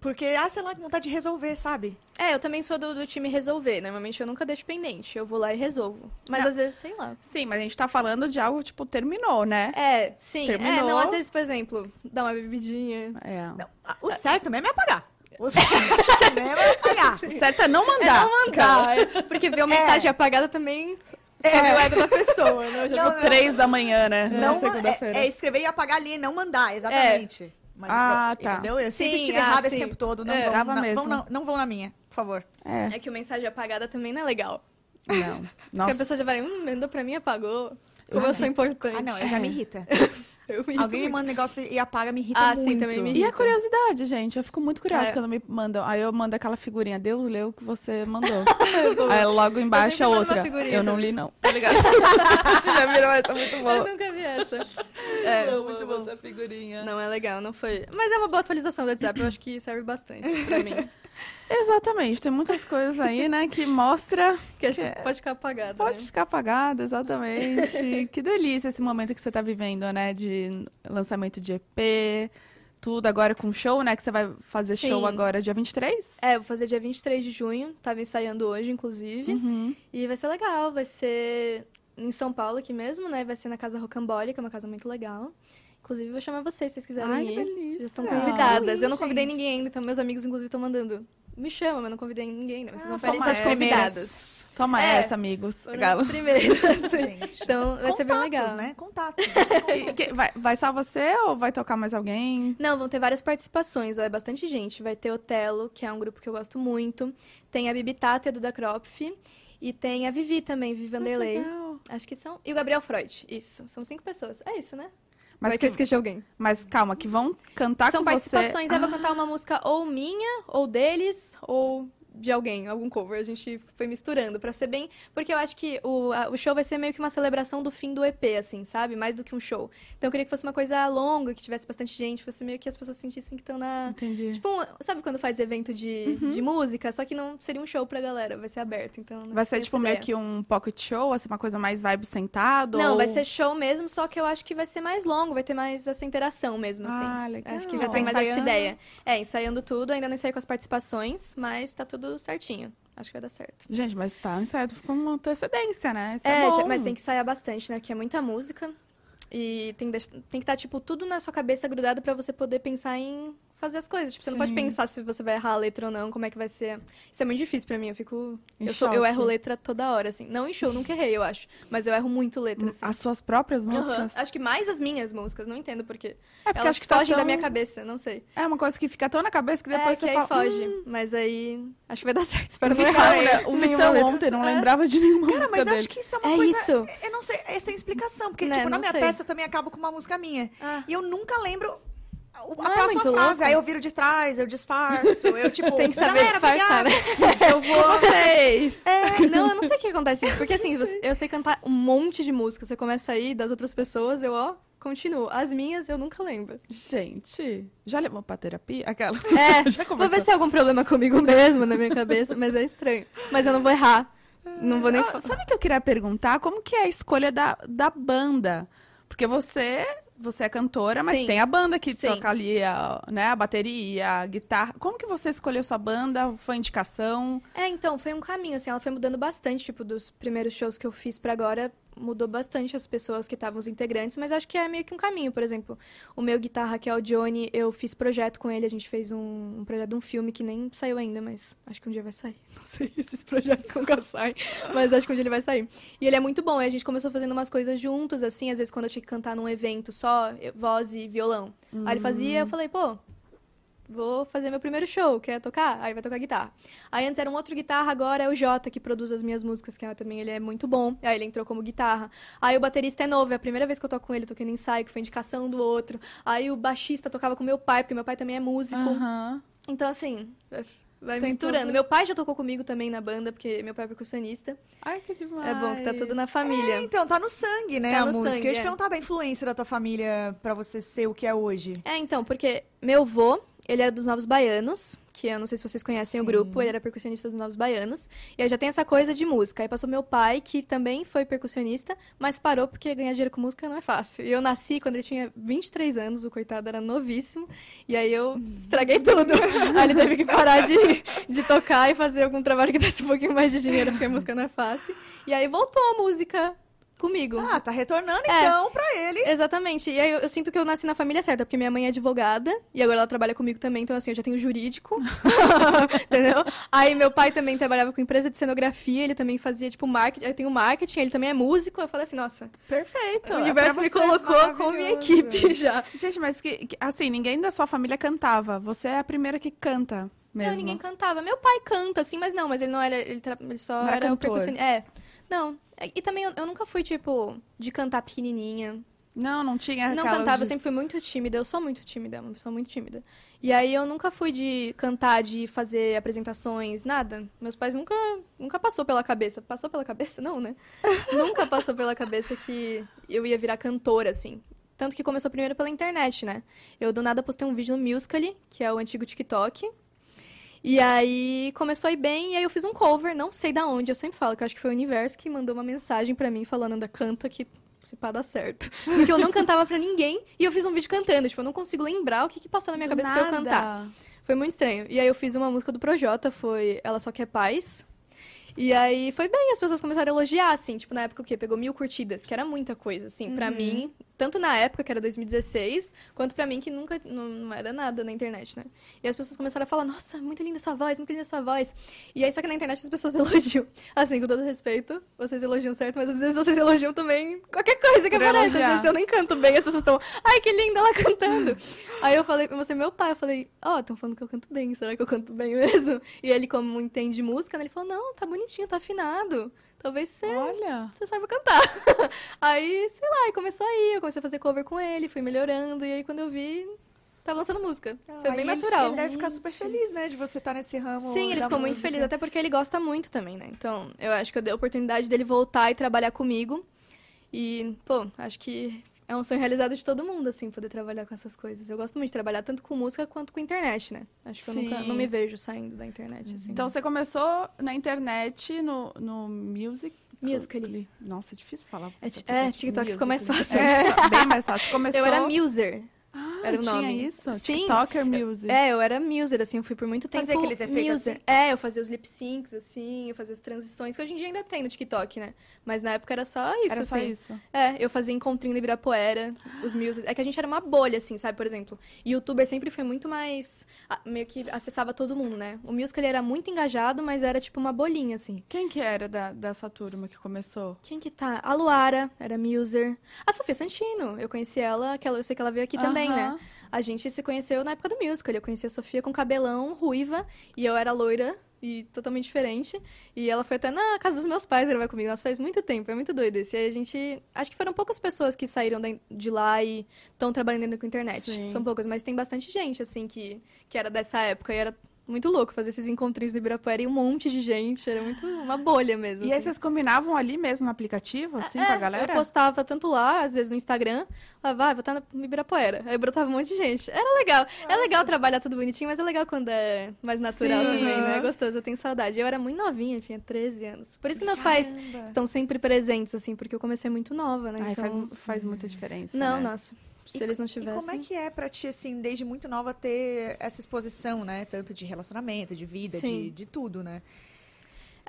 Speaker 1: Porque, ah, sei lá, que vontade de resolver, sabe?
Speaker 3: É, eu também sou do, do time resolver. né? Normalmente eu nunca deixo pendente. Eu vou lá e resolvo. Mas às vezes, sei lá.
Speaker 2: Sim, mas a gente tá falando de algo, tipo, terminou, né?
Speaker 3: É, sim. É,
Speaker 2: Terminou.
Speaker 3: não, às vezes, por exemplo, dá uma bebidinha.
Speaker 2: É.
Speaker 1: Ah, O certo mesmo é apagar. O certo mesmo é apagar.
Speaker 2: O certo é não mandar. Ah.
Speaker 3: Tá, é, porque ver uma mensagem apagada também
Speaker 1: É.
Speaker 3: sobe o ego da pessoa, né? Eu já
Speaker 1: Não,
Speaker 3: vou-
Speaker 1: não.
Speaker 2: tipo, Três da manhã, né?
Speaker 1: Não,
Speaker 2: Na
Speaker 1: man- é,
Speaker 2: segunda-feira.
Speaker 1: é escrever e apagar ali, não mandar, exatamente. Mas,
Speaker 2: Ah, tá.
Speaker 1: Entendeu? Eu sempre
Speaker 3: É. Sim,
Speaker 1: estive
Speaker 3: ah,
Speaker 1: errada esse
Speaker 3: sim.
Speaker 1: tempo todo. Não,
Speaker 3: É.
Speaker 1: vão,
Speaker 2: Tava
Speaker 1: na,
Speaker 2: mesmo.
Speaker 1: Vão na, não vão na minha, por favor.
Speaker 2: É.
Speaker 3: É que mensagem apagada também não é legal.
Speaker 2: Não.
Speaker 3: Porque a
Speaker 2: Nossa.
Speaker 3: pessoa já vai, hum, mandou pra mim e apagou. Como eu sou importante.
Speaker 1: Ah, não, eu já me irrita.
Speaker 3: Eu
Speaker 1: Alguém me
Speaker 3: me irrito muito.
Speaker 1: manda um negócio e apaga, me irrita
Speaker 3: Ah,
Speaker 1: muito.
Speaker 3: sim, também me
Speaker 2: E a
Speaker 3: irrita.
Speaker 2: curiosidade, gente? Eu fico muito curiosa
Speaker 3: É.
Speaker 2: quando me mandam. Aí eu mando aquela figurinha. Deus leu o que você mandou. Aí logo embaixo
Speaker 3: sempre
Speaker 2: é
Speaker 3: mando uma
Speaker 2: outra.
Speaker 3: figurinha
Speaker 2: Eu não
Speaker 3: também.
Speaker 2: li, não. Tá ligado? Vocês já viram essa muito
Speaker 3: Eu
Speaker 2: boa.
Speaker 3: nunca vi essa.
Speaker 2: É,
Speaker 1: Amo, muito
Speaker 2: muito
Speaker 1: bom.
Speaker 2: bom essa figurinha.
Speaker 3: Não é legal, não foi. Mas é uma boa atualização do WhatsApp, eu acho que serve bastante pra mim.
Speaker 2: Exatamente, tem muitas coisas aí, né, que mostra
Speaker 3: Que acho que É. pode ficar apagado.
Speaker 2: Pode
Speaker 3: Né?
Speaker 2: ficar apagado, exatamente. que delícia esse momento que você tá vivendo, né? De lançamento de EP, tudo agora com show, né? Que você vai fazer
Speaker 3: Sim.
Speaker 2: show agora dia 23?
Speaker 3: É, eu vou fazer dia 23 de junho, tava ensaiando hoje, inclusive.
Speaker 2: Uhum.
Speaker 3: E vai ser legal, vai ser em São Paulo aqui mesmo, né? Vai ser na Casa Rocambole, que é uma casa muito legal. Inclusive, eu vou chamar vocês, se vocês quiserem
Speaker 2: Ai, que
Speaker 3: ir.
Speaker 2: delícia.
Speaker 3: Vocês estão
Speaker 2: Ah,
Speaker 3: convidadas.
Speaker 1: vamos ir,
Speaker 3: eu não convidei
Speaker 1: gente.
Speaker 3: ninguém ainda, então meus amigos, inclusive, estão mandando. Me chama, mas não convidei ninguém, né? Vocês
Speaker 1: Ah,
Speaker 3: vão
Speaker 1: foram
Speaker 3: foram
Speaker 1: essas
Speaker 3: as
Speaker 1: primeiras.
Speaker 3: convidadas.
Speaker 2: Toma
Speaker 3: É.
Speaker 2: essa, amigos.
Speaker 3: Foram
Speaker 2: Galo.
Speaker 3: as primeiras.
Speaker 1: Gente.
Speaker 3: Então, vai ser bem
Speaker 1: Contatos,
Speaker 3: legal.
Speaker 1: né? Contatos.
Speaker 2: E que- vai, vai só você ou vai tocar mais alguém?
Speaker 3: Não, vão ter várias participações, vai bastante gente. Vai ter Otelo, que é um grupo que eu gosto muito. Tem a Bibi Tata e a Duda Kropf. E tem a Vivi também, Vivi Vanderlei.
Speaker 2: Legal.
Speaker 3: Acho que são. E o Gabriel Freud. Isso. São cinco pessoas. É isso, né?
Speaker 2: Mas,
Speaker 3: Vai
Speaker 2: que-
Speaker 3: esqueci de alguém.
Speaker 2: mas calma, que vão cantar
Speaker 3: são
Speaker 2: Tá com você. Ah,
Speaker 3: participações. É, vai cantar uma música ou minha, ou deles, ou de alguém, algum cover. A gente foi misturando pra ser bem. Porque eu acho que o, a- o show vai ser meio que uma celebração do fim do EP, assim, sabe? Mais do que um show. Então eu queria que fosse uma coisa longa, que tivesse bastante gente, fosse meio que as pessoas sentissem que estão na.
Speaker 2: Entendi.
Speaker 3: Tipo, um- sabe quando faz evento de,
Speaker 2: Uhum.
Speaker 3: de música? Só que não seria um show pra galera, vai ser aberto, então...
Speaker 2: vai ser tipo meio que um pocket show, assim, uma coisa mais vibe sentado?
Speaker 3: Não,
Speaker 2: ou-
Speaker 3: vai ser show mesmo, só que eu acho que vai ser mais longo, vai ter mais essa interação mesmo, assim.
Speaker 2: Ah, legal.
Speaker 3: Acho que
Speaker 1: Já
Speaker 3: já
Speaker 1: tá
Speaker 3: tem mais essa
Speaker 1: ensaiando?
Speaker 3: ideia. É, ensaiando tudo, ainda não ensaiei com as participações, mas tá tudo certinho. Acho que vai dar certo.
Speaker 2: Gente, mas tá ensaiado com uma antecedência, né? Isso
Speaker 3: é,
Speaker 2: é,
Speaker 3: já-
Speaker 2: bom.
Speaker 3: mas tem que ensaiar bastante, né? Porque é muita música. E tem que, deix- tem que estar, tipo, tudo na sua cabeça grudado pra você poder pensar em fazer as coisas. Tipo, você não pode
Speaker 2: Sim.
Speaker 3: pensar se você vai errar a letra ou não, como é que vai ser. Isso é muito difícil pra mim, eu fico.
Speaker 2: Em
Speaker 3: Eu, sou- eu
Speaker 2: choque.
Speaker 3: erro letra toda hora, assim. Não em show, nunca errei, eu acho. Mas eu erro muito letra, assim.
Speaker 2: Hum, As suas próprias
Speaker 3: Aham.
Speaker 2: músicas?
Speaker 3: Acho que mais as minhas músicas, não entendo por quê.
Speaker 2: É porque
Speaker 3: Elas
Speaker 2: acho que tá
Speaker 3: fogem da
Speaker 2: tão-
Speaker 3: minha cabeça, não sei.
Speaker 2: É uma coisa que fica tão na cabeça que depois
Speaker 3: é,
Speaker 2: você
Speaker 3: que aí
Speaker 2: fala... "Hum,
Speaker 3: foge. É, Mas aí, acho que vai dar certo, espero não errar.
Speaker 2: Vitão, né? O
Speaker 1: Nenhuma
Speaker 2: Vitão
Speaker 1: letra
Speaker 2: ontem não
Speaker 1: sua.
Speaker 2: lembrava de nenhuma
Speaker 1: Cara,
Speaker 2: música
Speaker 1: mas
Speaker 2: dele.
Speaker 1: acho que isso é uma
Speaker 3: É
Speaker 1: coisa.
Speaker 3: isso.
Speaker 1: Eu não sei, essa é a explicação. Porque,
Speaker 3: Né,
Speaker 1: tipo, na
Speaker 3: não
Speaker 1: minha
Speaker 3: sei.
Speaker 1: peça eu também acabo com uma música minha.
Speaker 3: Ah.
Speaker 1: E eu nunca lembro a, a
Speaker 3: é
Speaker 1: próxima
Speaker 3: muito
Speaker 1: frase.
Speaker 3: louco?
Speaker 1: Aí eu viro de trás, eu disfarço. Eu, tipo,
Speaker 3: Tem que saber
Speaker 1: "Galera,
Speaker 3: disfarçar, né?
Speaker 2: eu vou... Vocês!
Speaker 3: É, não, eu não sei o que acontece isso. Porque assim, você- eu sei cantar um monte de música. Você começa aí das outras pessoas, eu ó, continuo. As minhas eu nunca lembro.
Speaker 2: Gente, já levou pra terapia? Aquela...
Speaker 3: É,
Speaker 2: já
Speaker 3: vou ver
Speaker 2: conversou.
Speaker 3: se é algum problema comigo mesmo na minha cabeça, mas é estranho. Mas eu não vou errar. Não vou nem
Speaker 2: Ah,
Speaker 3: falar.
Speaker 2: Sabe o que eu queria perguntar? Como que é a escolha da, da banda? Porque você... Você é cantora, mas
Speaker 3: Sim.
Speaker 2: tem a banda que
Speaker 3: Sim.
Speaker 2: toca ali a, né, a bateria, a guitarra. Como que você escolheu sua banda? Foi indicação?
Speaker 3: É, então, foi um caminho, assim, ela foi mudando bastante, tipo, dos primeiros shows que eu fiz pra agora, mudou bastante as pessoas que estavam os integrantes, mas acho que é meio que um caminho, por exemplo, o meu guitarra, que é o Johnny, eu fiz projeto com ele, a gente fez um, um projeto de um filme que nem saiu ainda, mas acho que um dia vai sair. Não sei, esses projetos nunca saem, mas acho que um dia ele vai sair. E ele é muito bom, e a gente começou fazendo umas coisas juntos, assim, às vezes quando eu tinha que cantar num evento só, eu- voz e violão. Aí ele fazia, eu falei, pô, vou fazer meu primeiro show, quer tocar? Aí vai tocar guitarra. Aí antes era um outro guitarra, agora é o Jota que produz as minhas músicas, que é- também ele é muito bom. Aí ele entrou como guitarra. Aí o baterista é novo, é a primeira vez que eu toco com ele, eu toquei no ensaio, que foi indicação do outro. Aí o baixista tocava com meu pai, porque meu pai também é músico.
Speaker 2: Ah. Aham.
Speaker 3: Então assim, vai- vai
Speaker 2: Tem
Speaker 3: misturando.
Speaker 2: todo-
Speaker 3: Meu pai já tocou comigo também na banda, porque meu pai é percussionista.
Speaker 2: Ai, que demais.
Speaker 3: É bom que tá tudo na
Speaker 1: É,
Speaker 3: família.
Speaker 1: Então, tá no sangue, né?
Speaker 3: Tá
Speaker 1: a
Speaker 3: no
Speaker 1: música.
Speaker 3: sangue,
Speaker 1: eu ia te
Speaker 3: é.
Speaker 1: perguntar da influência da tua família pra você ser o que é hoje.
Speaker 3: É, então, porque meu vô, ele é dos Novos Baianos, que eu não sei se vocês conhecem
Speaker 1: Sim.
Speaker 3: o grupo, ele era percussionista dos Novos Baianos, e aí já tem essa coisa de música. Aí passou meu pai, que também foi percussionista, mas parou porque ganhar dinheiro com música não é fácil. E eu nasci quando ele tinha 23 anos, o coitado era novíssimo, e aí eu estraguei tudo. aí ele teve que parar de, de tocar e fazer algum trabalho que desse um pouquinho mais de dinheiro, porque música não é fácil. E aí voltou a música comigo.
Speaker 1: Ah, tá retornando
Speaker 3: É.
Speaker 1: então pra ele.
Speaker 3: Exatamente. E aí eu, eu sinto que eu nasci na família certa, porque minha mãe é advogada e agora ela trabalha comigo também, então assim, eu já tenho jurídico. entendeu? Aí meu pai também trabalhava com empresa de cenografia, ele também fazia tipo marketing, eu tenho marketing, ele também é músico. Eu falei assim, nossa,
Speaker 2: Perfeito.
Speaker 3: o
Speaker 2: É
Speaker 3: universo
Speaker 2: pra
Speaker 3: me
Speaker 2: você,
Speaker 3: colocou com minha
Speaker 1: maravilhoso.
Speaker 3: equipe já.
Speaker 2: Gente, mas que, que- assim, ninguém da sua família cantava. Você é a primeira que canta mesmo.
Speaker 3: Não, ninguém cantava. Meu pai canta, assim, mas não, mas ele não era. Ele, tra- ele só
Speaker 2: Não era
Speaker 3: era, o
Speaker 2: cantor.
Speaker 3: percussionista. É. Não. E também eu, eu nunca fui, tipo, de cantar pequenininha.
Speaker 2: Não, não tinha
Speaker 3: Não
Speaker 2: aquela
Speaker 3: cantava,
Speaker 2: de-
Speaker 3: eu sempre fui muito tímida. Eu sou muito tímida, uma pessoa muito tímida. E aí eu nunca fui de cantar, de fazer apresentações, nada. Meus pais nunca, nunca passou pela cabeça. Passou pela cabeça? Não, né? nunca passou pela cabeça que eu ia virar cantora, assim. Tanto que começou primeiro pela internet, né? Eu do nada postei um vídeo no Musical.ly, que é o antigo TikTok. E aí começou a ir bem, e aí eu fiz um cover, não sei da onde, eu sempre falo que eu acho que foi o universo que mandou uma mensagem pra mim falando, anda, canta que se pá dá certo. Porque eu não cantava pra ninguém, e eu fiz um vídeo cantando, tipo, eu não consigo lembrar o que, que passou na minha
Speaker 2: Do
Speaker 3: cabeça pra eu
Speaker 2: nada.
Speaker 3: cantar. Foi muito estranho. E aí eu fiz uma música do Projota, foi Ela Só Quer Paz. E aí foi bem, as pessoas começaram a elogiar, assim, tipo, na época o quê? Pegou mil curtidas, que era muita coisa, assim,
Speaker 2: Uhum.
Speaker 3: pra mim, tanto na época, que era 2016, quanto pra mim, que nunca, não, não era nada na internet, né? E as pessoas começaram a falar, nossa, muito linda sua voz, muito linda sua voz. E aí, só que na internet as pessoas elogiam. Assim, com todo respeito, vocês elogiam certo, mas às vezes vocês elogiam também qualquer coisa que
Speaker 2: Pra
Speaker 3: aparece.
Speaker 2: elogiar.
Speaker 3: Às vezes eu nem canto bem, as pessoas estão, ai, que linda ela cantando. Aí eu falei, você meu pai, eu falei, ó, estão falando que eu canto bem, será que eu canto bem mesmo? E ele, como entende música, né, ele falou, não, tá bonitinho, tá afinado. Talvez você,
Speaker 2: Olha.
Speaker 3: você saiba cantar. aí, sei lá, aí começou aí, eu comecei a fazer cover com ele, fui melhorando, e aí quando eu vi, tava lançando música. Foi bem
Speaker 1: Aí ele-
Speaker 3: natural.
Speaker 1: Ele deve ficar super feliz, né? De você estar nesse ramo.
Speaker 3: Sim, ele
Speaker 1: da
Speaker 3: ficou muito
Speaker 1: música.
Speaker 3: feliz, até porque ele gosta muito também, né? Então, eu acho que eu dei a oportunidade dele voltar e trabalhar comigo. E, pô, acho que é um sonho realizado de todo mundo, assim, poder trabalhar com essas coisas. Eu gosto muito de trabalhar tanto com música quanto com internet, né? Acho que eu nunca,
Speaker 2: Sim.
Speaker 3: não me vejo saindo da internet, assim.
Speaker 2: Então você começou na internet, no, no music.
Speaker 3: Musical.ly.
Speaker 2: Nossa, é difícil falar.
Speaker 3: É, ti- é, TikTok ficou mais
Speaker 2: Musical.ly.
Speaker 3: fácil.
Speaker 2: É, bem mais fácil. Começou.
Speaker 3: Eu era muser.
Speaker 2: Ah,
Speaker 3: era o
Speaker 2: tinha
Speaker 3: nome.
Speaker 2: isso?
Speaker 3: Sim.
Speaker 2: Tiktoker Music.
Speaker 3: É, eu era muser, assim, eu fui por muito tempo.
Speaker 1: Fazia aqueles efeitos
Speaker 3: muser.
Speaker 1: assim?
Speaker 3: É, eu fazia os lip syncs, assim, eu fazia as transições, que hoje em dia ainda tem no TikTok, né? Mas na época era só isso,
Speaker 2: era só
Speaker 3: assim.
Speaker 2: isso.
Speaker 3: É, eu fazia encontrinho no Ibirapuera, os music. É que a gente era uma bolha, assim, sabe? Por exemplo, youtuber sempre foi muito mais. a- meio que acessava todo mundo, né? O music ele era muito engajado, mas era tipo uma bolinha, assim.
Speaker 2: Quem que era da, da sua turma que começou?
Speaker 3: Quem que tá? A Luara era muser. A Sofia Santino, eu conheci ela, que ela, eu sei que ela veio aqui também, né?
Speaker 2: Aham.
Speaker 3: A gente se conheceu na época do musical. Eu conheci a Sofia com cabelão, ruiva, e eu era loira e totalmente diferente. E ela foi até na casa dos meus pais gravar comigo. Nossa, faz muito tempo, é muito doido isso. E aí a gente. Acho que foram poucas pessoas que saíram da- de lá e estão trabalhando ainda com internet.
Speaker 2: Sim.
Speaker 3: São poucas, mas tem bastante gente, assim, que, que era dessa época e era. Muito louco fazer esses encontrinhos do Ibirapuera e um monte de gente. Era muito uma bolha mesmo.
Speaker 2: E aí
Speaker 3: assim.
Speaker 2: vocês combinavam ali mesmo no aplicativo, assim, com a galera?
Speaker 3: Eu postava tanto lá, às vezes no Instagram, lá vai, vou estar no Ibirapuera. Aí brotava um monte de gente. Era legal. É legal trabalhar tudo bonitinho, mas é legal quando é mais natural
Speaker 2: Sim.
Speaker 3: também, né? É Gostoso, eu tenho saudade. Eu era muito novinha, tinha 13 anos. Por isso que meus pais
Speaker 1: Caramba.
Speaker 3: estão sempre presentes, assim, porque eu comecei muito nova, né?
Speaker 2: Ai,
Speaker 3: então...
Speaker 2: faz, faz muita diferença.
Speaker 3: Não,
Speaker 2: né?
Speaker 3: nossa. Se
Speaker 1: E
Speaker 3: eles não
Speaker 1: E como é
Speaker 3: tivessem...
Speaker 1: que é pra ti, assim, desde muito nova, ter essa exposição, né? Tanto de relacionamento, de vida, de,
Speaker 3: Sim.
Speaker 1: de tudo, né?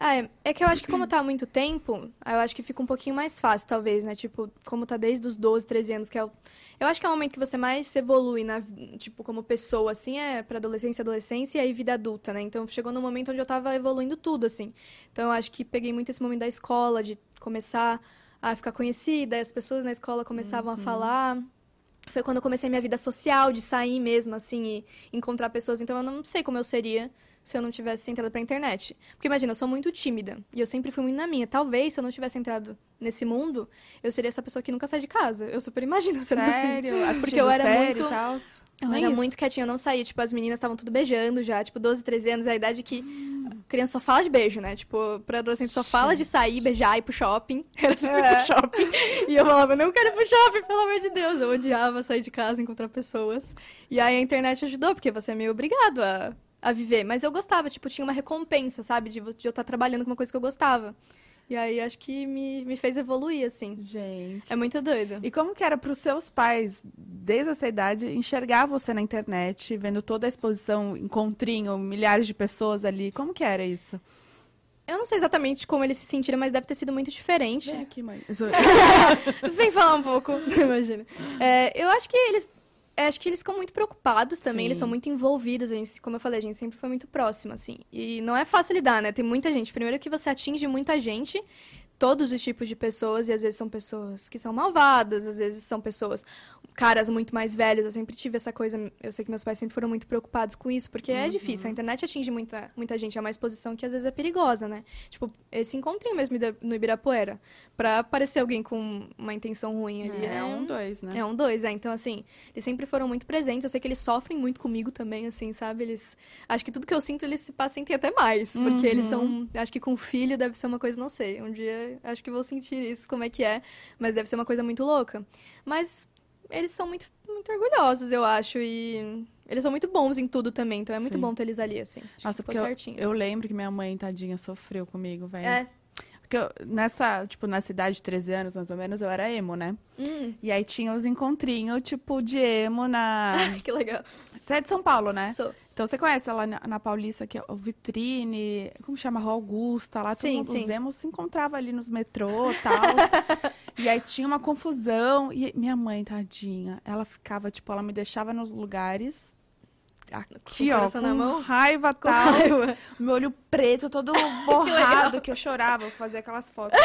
Speaker 3: Ah, é, é que eu acho que como tá há muito tempo, aí eu acho que fica um pouquinho mais fácil, talvez, né? Tipo, como tá desde os 12, 13 anos, que é o... Eu acho que é o momento que você mais evolui, na, vi- tipo, como pessoa, assim, é pra adolescência, adolescência e aí vida adulta, né? Então, chegou num momento onde eu tava evoluindo tudo, assim. Então, eu acho que peguei muito esse momento da escola, de começar a ficar conhecida, e as pessoas na escola começavam a falar... Foi quando eu comecei minha vida social, de sair mesmo, assim, e encontrar pessoas. Então, eu não sei como eu seria se eu não tivesse entrado pra internet. Porque, imagina, eu sou muito tímida. E eu sempre fui muito na minha. Talvez, se eu não tivesse entrado nesse mundo, eu seria essa pessoa que nunca sai de casa. Eu super imagino sendo
Speaker 2: É,
Speaker 3: assim.
Speaker 2: Sério?
Speaker 3: Porque eu era
Speaker 2: série
Speaker 3: muito-
Speaker 2: E tal.
Speaker 3: Eu
Speaker 2: Nem
Speaker 3: era
Speaker 2: isso.
Speaker 3: muito quietinha, eu não saía. Tipo, as meninas estavam tudo beijando já. Tipo, 12, 13 anos é a idade que criança só fala de beijo, né? Tipo, pra adolescente só fala de sair, beijar, ir pro shopping. Era super pro shopping. E eu falava, não quero ir pro shopping, pelo amor de Deus. Eu odiava sair de casa, encontrar pessoas. E aí a internet ajudou, porque você é meio obrigado a, a viver. Mas eu gostava, tipo, tinha uma recompensa, sabe? De, vo- de eu estar trabalhando com uma coisa que eu gostava. E aí acho que me, me fez evoluir, assim.
Speaker 2: Gente.
Speaker 3: É muito doido.
Speaker 2: E como que era para os seus pais, desde essa idade, enxergar você na internet, vendo toda a exposição, encontrinho, milhares de pessoas ali? Como que era isso?
Speaker 3: Eu não sei exatamente como eles se sentiram, mas deve ter sido muito diferente.
Speaker 2: aqui, mãe.
Speaker 3: Vem falar um pouco, imagina. É, eu acho que eles. é, Acho que eles ficam muito preocupados também,
Speaker 2: Sim.
Speaker 3: eles são muito envolvidos. A gente, como eu falei, a gente sempre foi muito próxima, assim. E não é fácil lidar, né? Tem muita gente. Primeiro que você atinge muita gente, todos os tipos de pessoas, e às vezes são pessoas que são malvadas, às vezes são pessoas, caras muito mais velhos. Eu sempre tive essa coisa. Eu sei que meus pais sempre foram muito preocupados com isso, porque é difícil.
Speaker 2: Uhum.
Speaker 3: A internet atinge muita, muita gente, é uma exposição que às vezes é perigosa, né? Tipo, esse encontrinho mesmo no Ibirapuera. Pra aparecer alguém com uma intenção ruim ali.
Speaker 2: É um dois, né?
Speaker 3: É um dois, é. Então, assim, eles sempre foram muito presentes. Eu sei que eles sofrem muito comigo também, assim, sabe? Eles. Acho que tudo que eu sinto, eles se passam sentem até mais. Porque eles são. Acho que com filho deve ser uma coisa, não sei. Um dia acho que vou sentir isso, como é que é. Mas deve ser uma coisa muito louca. Mas. eles são muito, muito orgulhosos, eu acho. E eles são muito bons em tudo também. Então é muito
Speaker 2: Sim.
Speaker 3: bom ter eles ali, assim. Acho
Speaker 2: Nossa,
Speaker 3: que ficou
Speaker 2: porque eu-
Speaker 3: certinho.
Speaker 2: Eu lembro que minha mãe, tadinha, sofreu comigo, velho.
Speaker 3: É.
Speaker 2: Porque eu- nessa, tipo, nessa idade de 13 anos, mais ou menos, eu era emo, né?
Speaker 3: Hum,
Speaker 2: E aí tinha os encontrinhos, tipo, de emo na...
Speaker 3: que legal.
Speaker 2: Você é de São Paulo, né?
Speaker 3: Sou.
Speaker 2: Então você conhece lá na, na Paulista, que é o Vitrine, como chama? Rua Augusta, lá todo
Speaker 3: Sim,
Speaker 2: mundo, os
Speaker 3: sim.
Speaker 2: emos se encontrava ali nos metrô e tal. e aí tinha uma confusão. E minha mãe, tadinha, ela ficava, tipo, ela me deixava nos lugares... Aqui,
Speaker 3: Com
Speaker 2: ó,
Speaker 3: o coração
Speaker 2: com
Speaker 3: na mão?
Speaker 2: raiva
Speaker 3: Com
Speaker 2: tal.
Speaker 3: raiva.
Speaker 2: Meu olho preto, todo borrado, que, eu chorava, eu fazia aquelas fotos.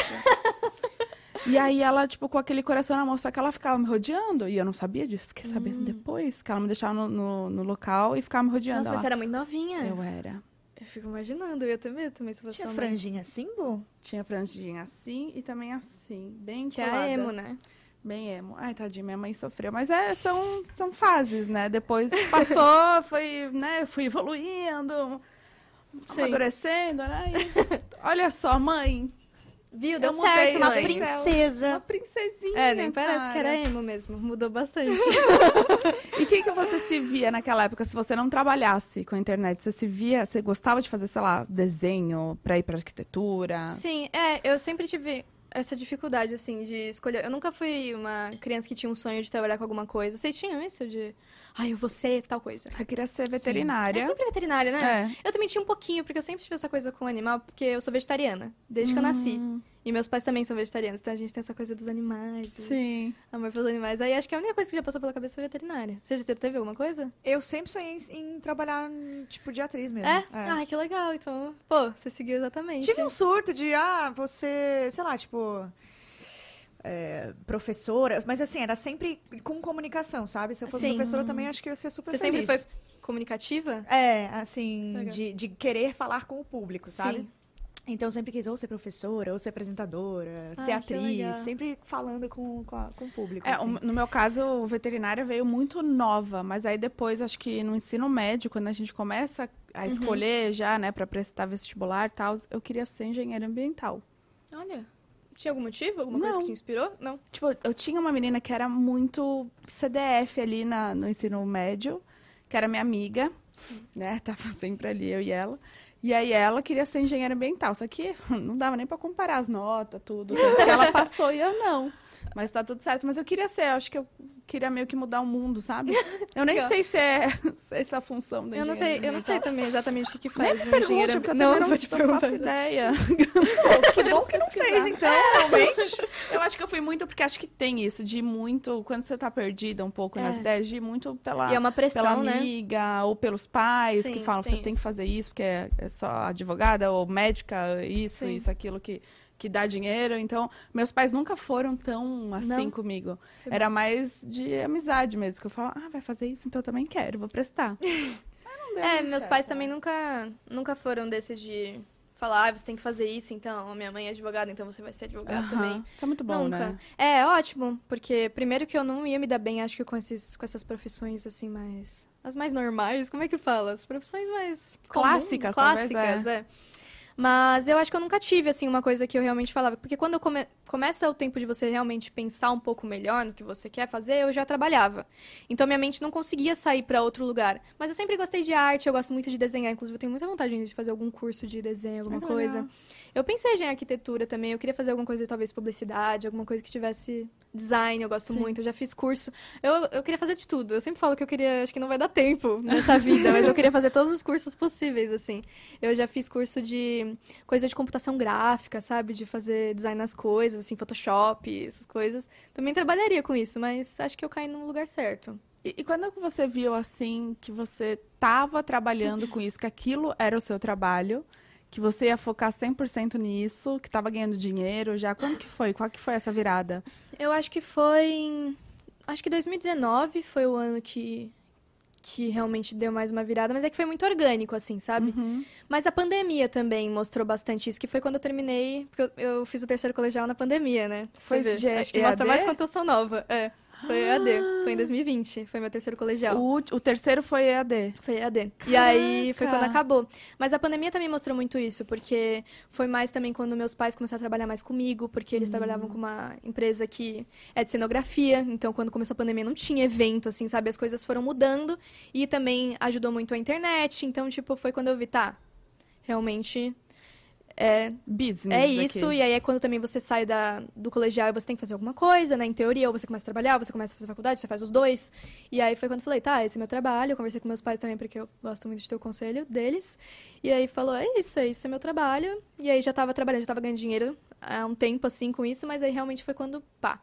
Speaker 2: assim. e aí ela, tipo, com aquele coração na mão, só que ela ficava me rodeando. E eu não sabia disso, fiquei sabendo
Speaker 3: Hum.
Speaker 2: depois, que ela me deixava no, no, no local e ficava me rodeando.
Speaker 3: Nossa, mas você
Speaker 2: ela.
Speaker 3: era muito novinha. Eu,
Speaker 2: Eu era.
Speaker 3: fico imaginando, eu ia ter medo também se fosse
Speaker 1: Tinha
Speaker 3: uma mãe.
Speaker 1: franjinha assim, Bu?
Speaker 2: Tinha franjinha assim e também assim, bem
Speaker 3: Que é a
Speaker 2: colada.
Speaker 3: emo, né?
Speaker 2: Bem emo. Ai, tadinha, minha mãe sofreu. Mas é, são, são fases, né? Depois passou, foi, né? Fui evoluindo,
Speaker 3: Sim.
Speaker 2: amadurecendo, né? E olha só, mãe,
Speaker 3: Viu? Deu
Speaker 2: Eu mudei,
Speaker 3: certo,
Speaker 2: eu
Speaker 1: Uma
Speaker 3: mãe.
Speaker 2: prin- uma
Speaker 1: princesa.
Speaker 2: princesinha.
Speaker 3: É, nem parece que era
Speaker 2: cara.
Speaker 3: emo mesmo. Mudou bastante.
Speaker 2: E quem que você se via naquela época se você não trabalhasse com a internet? Você se via, você gostava de fazer, sei lá, desenho pra ir pra arquitetura?
Speaker 3: Sim, é, eu sempre tive essa dificuldade, assim, de escolher. Eu nunca fui uma criança que tinha um sonho de trabalhar com alguma coisa. Vocês tinham isso de, ai, eu vou ser tal coisa.
Speaker 2: Eu queria ser
Speaker 3: É
Speaker 2: veterinária.
Speaker 3: sempre veterinária, né?
Speaker 2: É.
Speaker 3: Eu também tinha um pouquinho, porque eu sempre tive essa coisa com animal, porque eu sou vegetariana, desde
Speaker 2: Hum,
Speaker 3: que eu nasci. E meus pais também são vegetarianos, então a gente tem essa coisa dos animais, e
Speaker 2: Sim.
Speaker 3: amor pelos animais. Aí acho que a única coisa que já passou pela cabeça foi veterinária. Você já teve alguma coisa?
Speaker 1: Eu sempre sonhei em, em trabalhar, tipo, de atriz mesmo.
Speaker 3: É? Ai, que legal. Então, pô, você seguiu exatamente.
Speaker 1: Tive um surto de, ah, você, sei lá, tipo. é, professora, mas assim, era sempre com comunicação, sabe? Se eu fosse
Speaker 3: Sim.
Speaker 1: professora eu também, acho que eu ia ser super
Speaker 3: Você sempre
Speaker 1: feliz.
Speaker 3: foi comunicativa?
Speaker 1: É, assim,
Speaker 3: Legal.
Speaker 1: de, de querer falar com o público, sabe?
Speaker 3: Sim.
Speaker 1: Então sempre quis ou ser professora, ou ser apresentadora,
Speaker 3: Ai,
Speaker 1: ser
Speaker 3: Ah, que
Speaker 1: atriz,
Speaker 3: legal.
Speaker 1: sempre falando com, com, a- com o público.
Speaker 2: É, o-
Speaker 1: assim.
Speaker 2: no meu caso, veterinária veio muito nova, mas aí depois, acho que no ensino médio, quando a gente começa
Speaker 1: Uhum.
Speaker 2: a escolher já, né, pra prestar vestibular e tal, eu queria ser engenheira ambiental.
Speaker 3: Olha, tinha algum motivo? Alguma coisa
Speaker 2: Não.
Speaker 3: que te inspirou? Não.
Speaker 2: Tipo, eu tinha uma menina que era muito CDF ali na- no ensino médio, que era minha amiga, né? Tava sempre ali, eu e ela. E aí ela queria ser engenheira ambiental, só que não dava nem pra comparar as notas, tudo, tudo que ela passou e eu não. Mas tá tudo certo. Mas eu queria ser, eu acho que eu queria meio que mudar o mundo, sabe? Eu nem
Speaker 3: Legal.
Speaker 2: sei se é, se é essa a função da
Speaker 3: Eu não sei, eu não sei também exatamente o que, que faz. um
Speaker 2: Pergunte,
Speaker 3: engenheiro
Speaker 2: porque eu
Speaker 3: ambi- não,
Speaker 2: também não,
Speaker 3: vou te
Speaker 2: não
Speaker 3: perguntar.
Speaker 2: faço ideia. É.
Speaker 1: que bom que não fez, então, realmente.
Speaker 2: Eu acho que eu fui muito, porque acho que tem isso, de ir muito, quando você tá perdida um pouco
Speaker 3: É.
Speaker 2: nas ideias, de ir muito pela,
Speaker 3: E é uma
Speaker 2: pela
Speaker 3: pressão, né?
Speaker 2: amiga, ou pelos pais que
Speaker 3: Sim,
Speaker 2: falam,
Speaker 3: tem
Speaker 2: você tem que
Speaker 3: isso.
Speaker 2: fazer isso, porque é, é só advogada ou médica, isso,
Speaker 3: Sim.
Speaker 2: isso, aquilo que, que dá dinheiro. Então, meus pais nunca foram tão assim
Speaker 3: Não.
Speaker 2: comigo. Era mais de amizade mesmo, que eu falo, ah, vai fazer isso, então eu também quero, vou prestar.
Speaker 3: É, meus pais também nunca, nunca foram desses de falar, ah, você tem que fazer isso, então, a minha mãe é advogada, então você vai ser advogado
Speaker 2: Aham.
Speaker 3: também.
Speaker 2: Isso é muito bom,
Speaker 3: nunca.
Speaker 2: né?
Speaker 3: É, ótimo, porque primeiro que eu não ia me dar bem, acho que com, esses, com essas profissões assim mais. As mais normais, como é que fala? As profissões mais comuns,
Speaker 2: Clássicas, talvez,
Speaker 3: clássicas, é. Mas eu acho que eu nunca tive, assim, uma coisa que eu realmente falava. Porque quando eu come- começa o tempo de você realmente pensar um pouco melhor no que você quer fazer, eu já trabalhava. Então minha mente não conseguia sair pra outro lugar. Mas eu sempre gostei de arte, eu gosto muito de desenhar. Inclusive, eu tenho muita vontade ainda de fazer algum curso de desenho, alguma
Speaker 2: Ah, que
Speaker 3: coisa.
Speaker 2: legal.
Speaker 3: Eu pensei já em arquitetura também, eu queria fazer alguma coisa, talvez publicidade, alguma coisa que tivesse design, eu gosto
Speaker 2: Sim.
Speaker 3: muito, eu já fiz curso. Eu, eu queria fazer de tudo. Eu sempre falo que eu queria, acho que não vai dar tempo nessa vida, mas eu queria fazer todos os cursos possíveis, assim. Eu já fiz curso de coisa de computação gráfica, sabe? De fazer design nas coisas, assim, Photoshop, essas coisas. Também trabalharia com isso, mas acho que eu caí no lugar certo.
Speaker 2: E, e quando você viu assim que você estava trabalhando com isso, que aquilo era o seu trabalho, que você ia focar 100% nisso, que estava ganhando dinheiro já, quando que foi? Qual que foi essa virada?
Speaker 3: Eu acho que foi em. Acho que 2019 foi o ano que. Que realmente deu mais uma virada, mas é que foi muito orgânico, assim, sabe? Mas a pandemia também mostrou bastante isso, que foi quando eu terminei, porque eu, eu fiz o terceiro colegial na pandemia, né? Você
Speaker 2: Foi
Speaker 3: vê.
Speaker 2: de
Speaker 3: Acho que mostra
Speaker 2: EAD?
Speaker 3: mais quanto eu sou nova. É. Foi EAD. Foi em 2020. Foi meu terceiro colegial.
Speaker 2: O, ulti- o terceiro foi EAD.
Speaker 3: Foi EAD. E aí foi
Speaker 2: Caraca!
Speaker 3: quando acabou. Mas a pandemia também mostrou muito isso, porque foi mais também quando meus pais começaram a trabalhar mais comigo, porque eles trabalhavam com uma empresa que é de cenografia. Então, quando começou a pandemia, não tinha evento, assim, sabe? As coisas foram mudando. E também ajudou muito a internet. Então, tipo, foi quando eu vi, tá, realmente
Speaker 2: Business.
Speaker 3: é
Speaker 2: daqui.
Speaker 3: isso, e aí é quando também você sai da, do colegial e você tem que fazer alguma coisa, né? Em teoria, ou você começa a trabalhar, ou você começa a fazer faculdade, você faz os dois. E aí foi quando eu falei, tá, esse é meu trabalho. Eu conversei com meus pais também, porque eu gosto muito de ter o conselho deles. E aí falou, é isso, é isso é meu trabalho. E aí já tava trabalhando, já tava ganhando dinheiro há um tempo, assim, com isso, mas aí realmente foi quando, pá,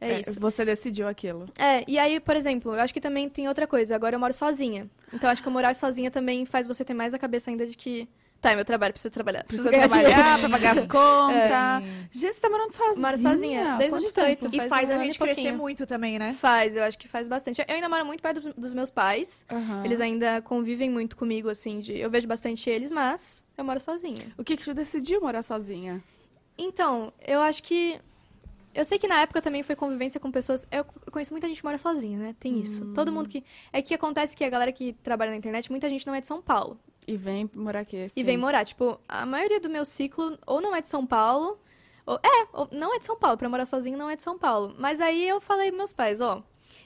Speaker 3: é,
Speaker 2: É,
Speaker 3: isso.
Speaker 2: Você decidiu aquilo.
Speaker 3: É, e aí, por exemplo, eu acho que também tem outra coisa. Agora eu moro sozinha. Então acho que eu morar sozinha também faz você ter mais a cabeça ainda de que, tá, é meu trabalho, preciso trabalhar, preciso
Speaker 2: Precisa
Speaker 3: ganhar dinheiro.
Speaker 2: trabalhar pra pagar as
Speaker 1: É.
Speaker 2: contas. Gente, você tá morando sozinha.
Speaker 3: Moro sozinha, desde os
Speaker 2: Quanto
Speaker 3: 18.
Speaker 2: tempo?
Speaker 1: E
Speaker 3: faz
Speaker 1: faz
Speaker 3: um
Speaker 1: a
Speaker 3: ano
Speaker 1: gente
Speaker 3: e
Speaker 1: crescer
Speaker 3: pouquinho.
Speaker 1: muito também, né?
Speaker 3: Faz, eu acho que faz bastante. Eu ainda moro muito perto dos- dos meus pais.
Speaker 2: Aham.
Speaker 3: Eles ainda convivem muito comigo, assim, de... Eu vejo bastante eles, mas eu moro sozinha.
Speaker 2: O que que tu decidiu morar sozinha?
Speaker 3: Então, eu acho que... Eu sei que na época também foi convivência com pessoas... Eu conheço muita gente que mora sozinha, né? Tem isso. Todo mundo que... É que acontece que a galera que trabalha na internet, muita gente não é de São Paulo.
Speaker 2: E vem morar aqui.
Speaker 3: E
Speaker 2: assim.
Speaker 3: vem morar. Tipo, a maioria do meu ciclo ou não é de São Paulo... Ou... É, ou não é de São Paulo. Pra morar sozinho não é de São Paulo. Mas aí eu falei pros meus pais, ó...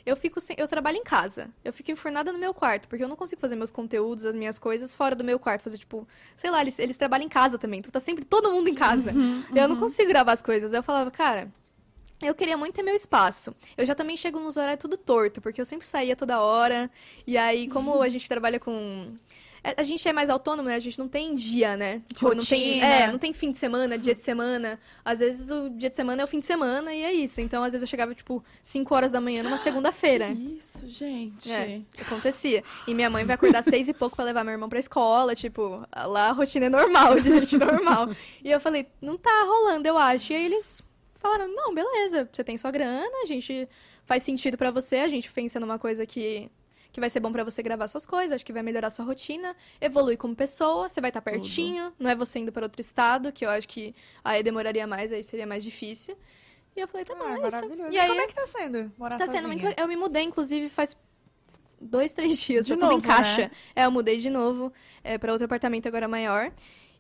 Speaker 3: Eu fico sem- eu trabalho em casa. Eu fico enfurnada no meu quarto, porque eu não consigo fazer meus conteúdos, as minhas coisas fora do meu quarto, fazer tipo, sei lá, eles, eles trabalham em casa também. Então tá sempre todo mundo em casa. Eu não consigo gravar as coisas. Aí Eu falava, cara, eu queria muito ter meu espaço. Eu já também chego nos horários tudo torto, porque eu sempre saía toda hora. E aí, como a gente trabalha com a a gente é mais autônomo, né? A gente não tem dia, né? Tipo, não tem,
Speaker 1: Rotina.
Speaker 3: é, não tem fim de semana, dia de semana. Às vezes o dia de semana é o fim de semana e é isso. Então, às vezes eu chegava tipo 5 horas da manhã numa segunda-feira.
Speaker 2: Isso, gente.
Speaker 3: É, acontecia. E minha mãe vai acordar seis e pouco pra levar meu irmão pra escola, tipo, lá a rotina é normal, de gente normal. E eu falei, não tá rolando, eu acho. E aí eles falaram, não, beleza, você tem sua grana, a gente faz sentido pra você, a gente pensa numa coisa que que vai ser bom pra você gravar suas coisas, acho que vai melhorar sua rotina, evolui como pessoa, você vai estar pertinho, não é você indo pra outro estado, que eu acho que aí demoraria mais, aí seria mais difícil. E eu falei, tá bom,
Speaker 1: Ah,
Speaker 3: é isso.
Speaker 1: maravilhoso.
Speaker 3: E
Speaker 1: E,
Speaker 3: aí
Speaker 1: como é que tá sendo morar
Speaker 3: Tá
Speaker 1: sozinha?
Speaker 3: sendo muito legal. Eu me mudei, inclusive, faz dois, três dias.
Speaker 2: De
Speaker 3: tá tudo em
Speaker 2: novo,
Speaker 3: caixa.
Speaker 2: né?
Speaker 3: É, eu mudei de novo é, pra outro apartamento agora maior.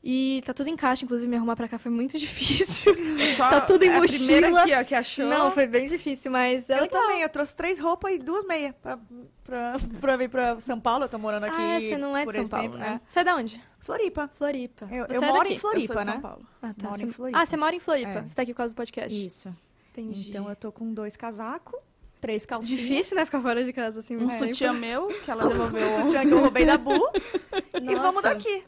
Speaker 3: E tá tudo em caixa. Inclusive, me arrumar pra cá foi muito difícil.
Speaker 2: Só é
Speaker 3: Tá tudo em
Speaker 2: a primeira
Speaker 3: mochila.
Speaker 2: Aqui, ó, que achou.
Speaker 3: Não, foi bem difícil, mas é
Speaker 1: Eu
Speaker 3: legal.
Speaker 1: também, eu trouxe três roupas e duas meias pra, pra, pra vir pra São Paulo. Eu tô morando aqui.
Speaker 3: ah, é, você não é de
Speaker 1: por
Speaker 3: São
Speaker 1: esse
Speaker 3: Paulo,
Speaker 1: tempo,
Speaker 3: né? Você é de onde?
Speaker 1: é. Floripa.
Speaker 3: Floripa.
Speaker 1: Eu-
Speaker 3: você
Speaker 1: eu
Speaker 3: é
Speaker 1: moro
Speaker 3: daqui?
Speaker 1: em Floripa,
Speaker 2: eu sou de
Speaker 1: né?
Speaker 2: São Paulo.
Speaker 3: Ah, tá.
Speaker 1: Moro
Speaker 3: você...
Speaker 1: em Floripa.
Speaker 3: Ah, você mora em Floripa.
Speaker 1: É.
Speaker 3: Você tá aqui por causa do podcast.
Speaker 1: Isso.
Speaker 3: Entendi.
Speaker 1: Então eu tô com dois casacos, três calcinhas.
Speaker 3: Difícil, né? Ficar fora de casa assim.
Speaker 2: Um
Speaker 3: muito tempo.
Speaker 2: sutiã meu, que ela devolveu
Speaker 1: O
Speaker 2: ontem.
Speaker 1: sutiã que eu roubei da Bu. E
Speaker 3: Nossa.
Speaker 1: vamos daqui.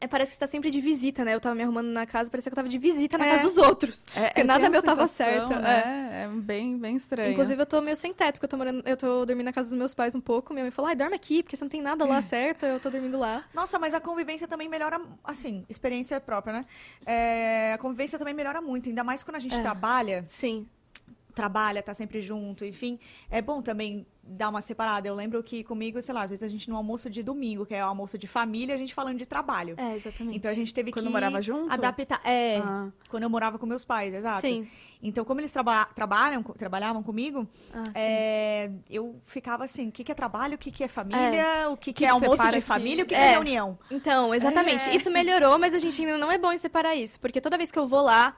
Speaker 3: É, parece que você tá sempre de visita, né? Eu tava me arrumando na casa, parecia que eu tava de visita na
Speaker 1: É.
Speaker 3: casa dos outros.
Speaker 2: É,
Speaker 3: Porque nada
Speaker 2: tem
Speaker 3: meu
Speaker 2: uma
Speaker 3: tava
Speaker 2: sensação,
Speaker 3: certo,
Speaker 2: Né? É bem, bem estranho.
Speaker 3: Inclusive, eu tô meio sem teto, porque eu tô morando. Eu tô dormindo na casa dos meus pais um pouco. Minha mãe falou, ai, dorme aqui, porque você não tem nada lá certo, eu tô dormindo lá.
Speaker 1: Nossa, mas a convivência também melhora, assim, experiência própria, né? É, a convivência também melhora muito, ainda mais quando a
Speaker 3: É.
Speaker 1: gente trabalha,
Speaker 3: Sim.
Speaker 1: trabalha, tá sempre junto, enfim. É bom também dar uma separada. Eu lembro que comigo, sei lá, às vezes a gente no almoço de domingo, que é o almoço de família, a gente falando de trabalho.
Speaker 3: É, exatamente.
Speaker 1: Então a gente teve
Speaker 2: Quando
Speaker 1: que
Speaker 2: morava junto?
Speaker 1: adaptar. É,
Speaker 2: Ah.
Speaker 1: quando eu morava com meus pais, exato.
Speaker 3: Sim.
Speaker 1: Então, como eles traba trabalham, co- trabalhavam comigo,
Speaker 3: Ah, sim.
Speaker 1: é, eu ficava assim, o que, que é trabalho, o que, que é família, o que, que,
Speaker 2: que
Speaker 1: é almoço
Speaker 2: separa
Speaker 1: de
Speaker 2: aqui?
Speaker 1: família, o que, que
Speaker 3: É.
Speaker 1: é reunião.
Speaker 3: Então, exatamente. Isso melhorou, mas a gente ainda não é bom em separar isso. Porque toda vez que eu vou lá,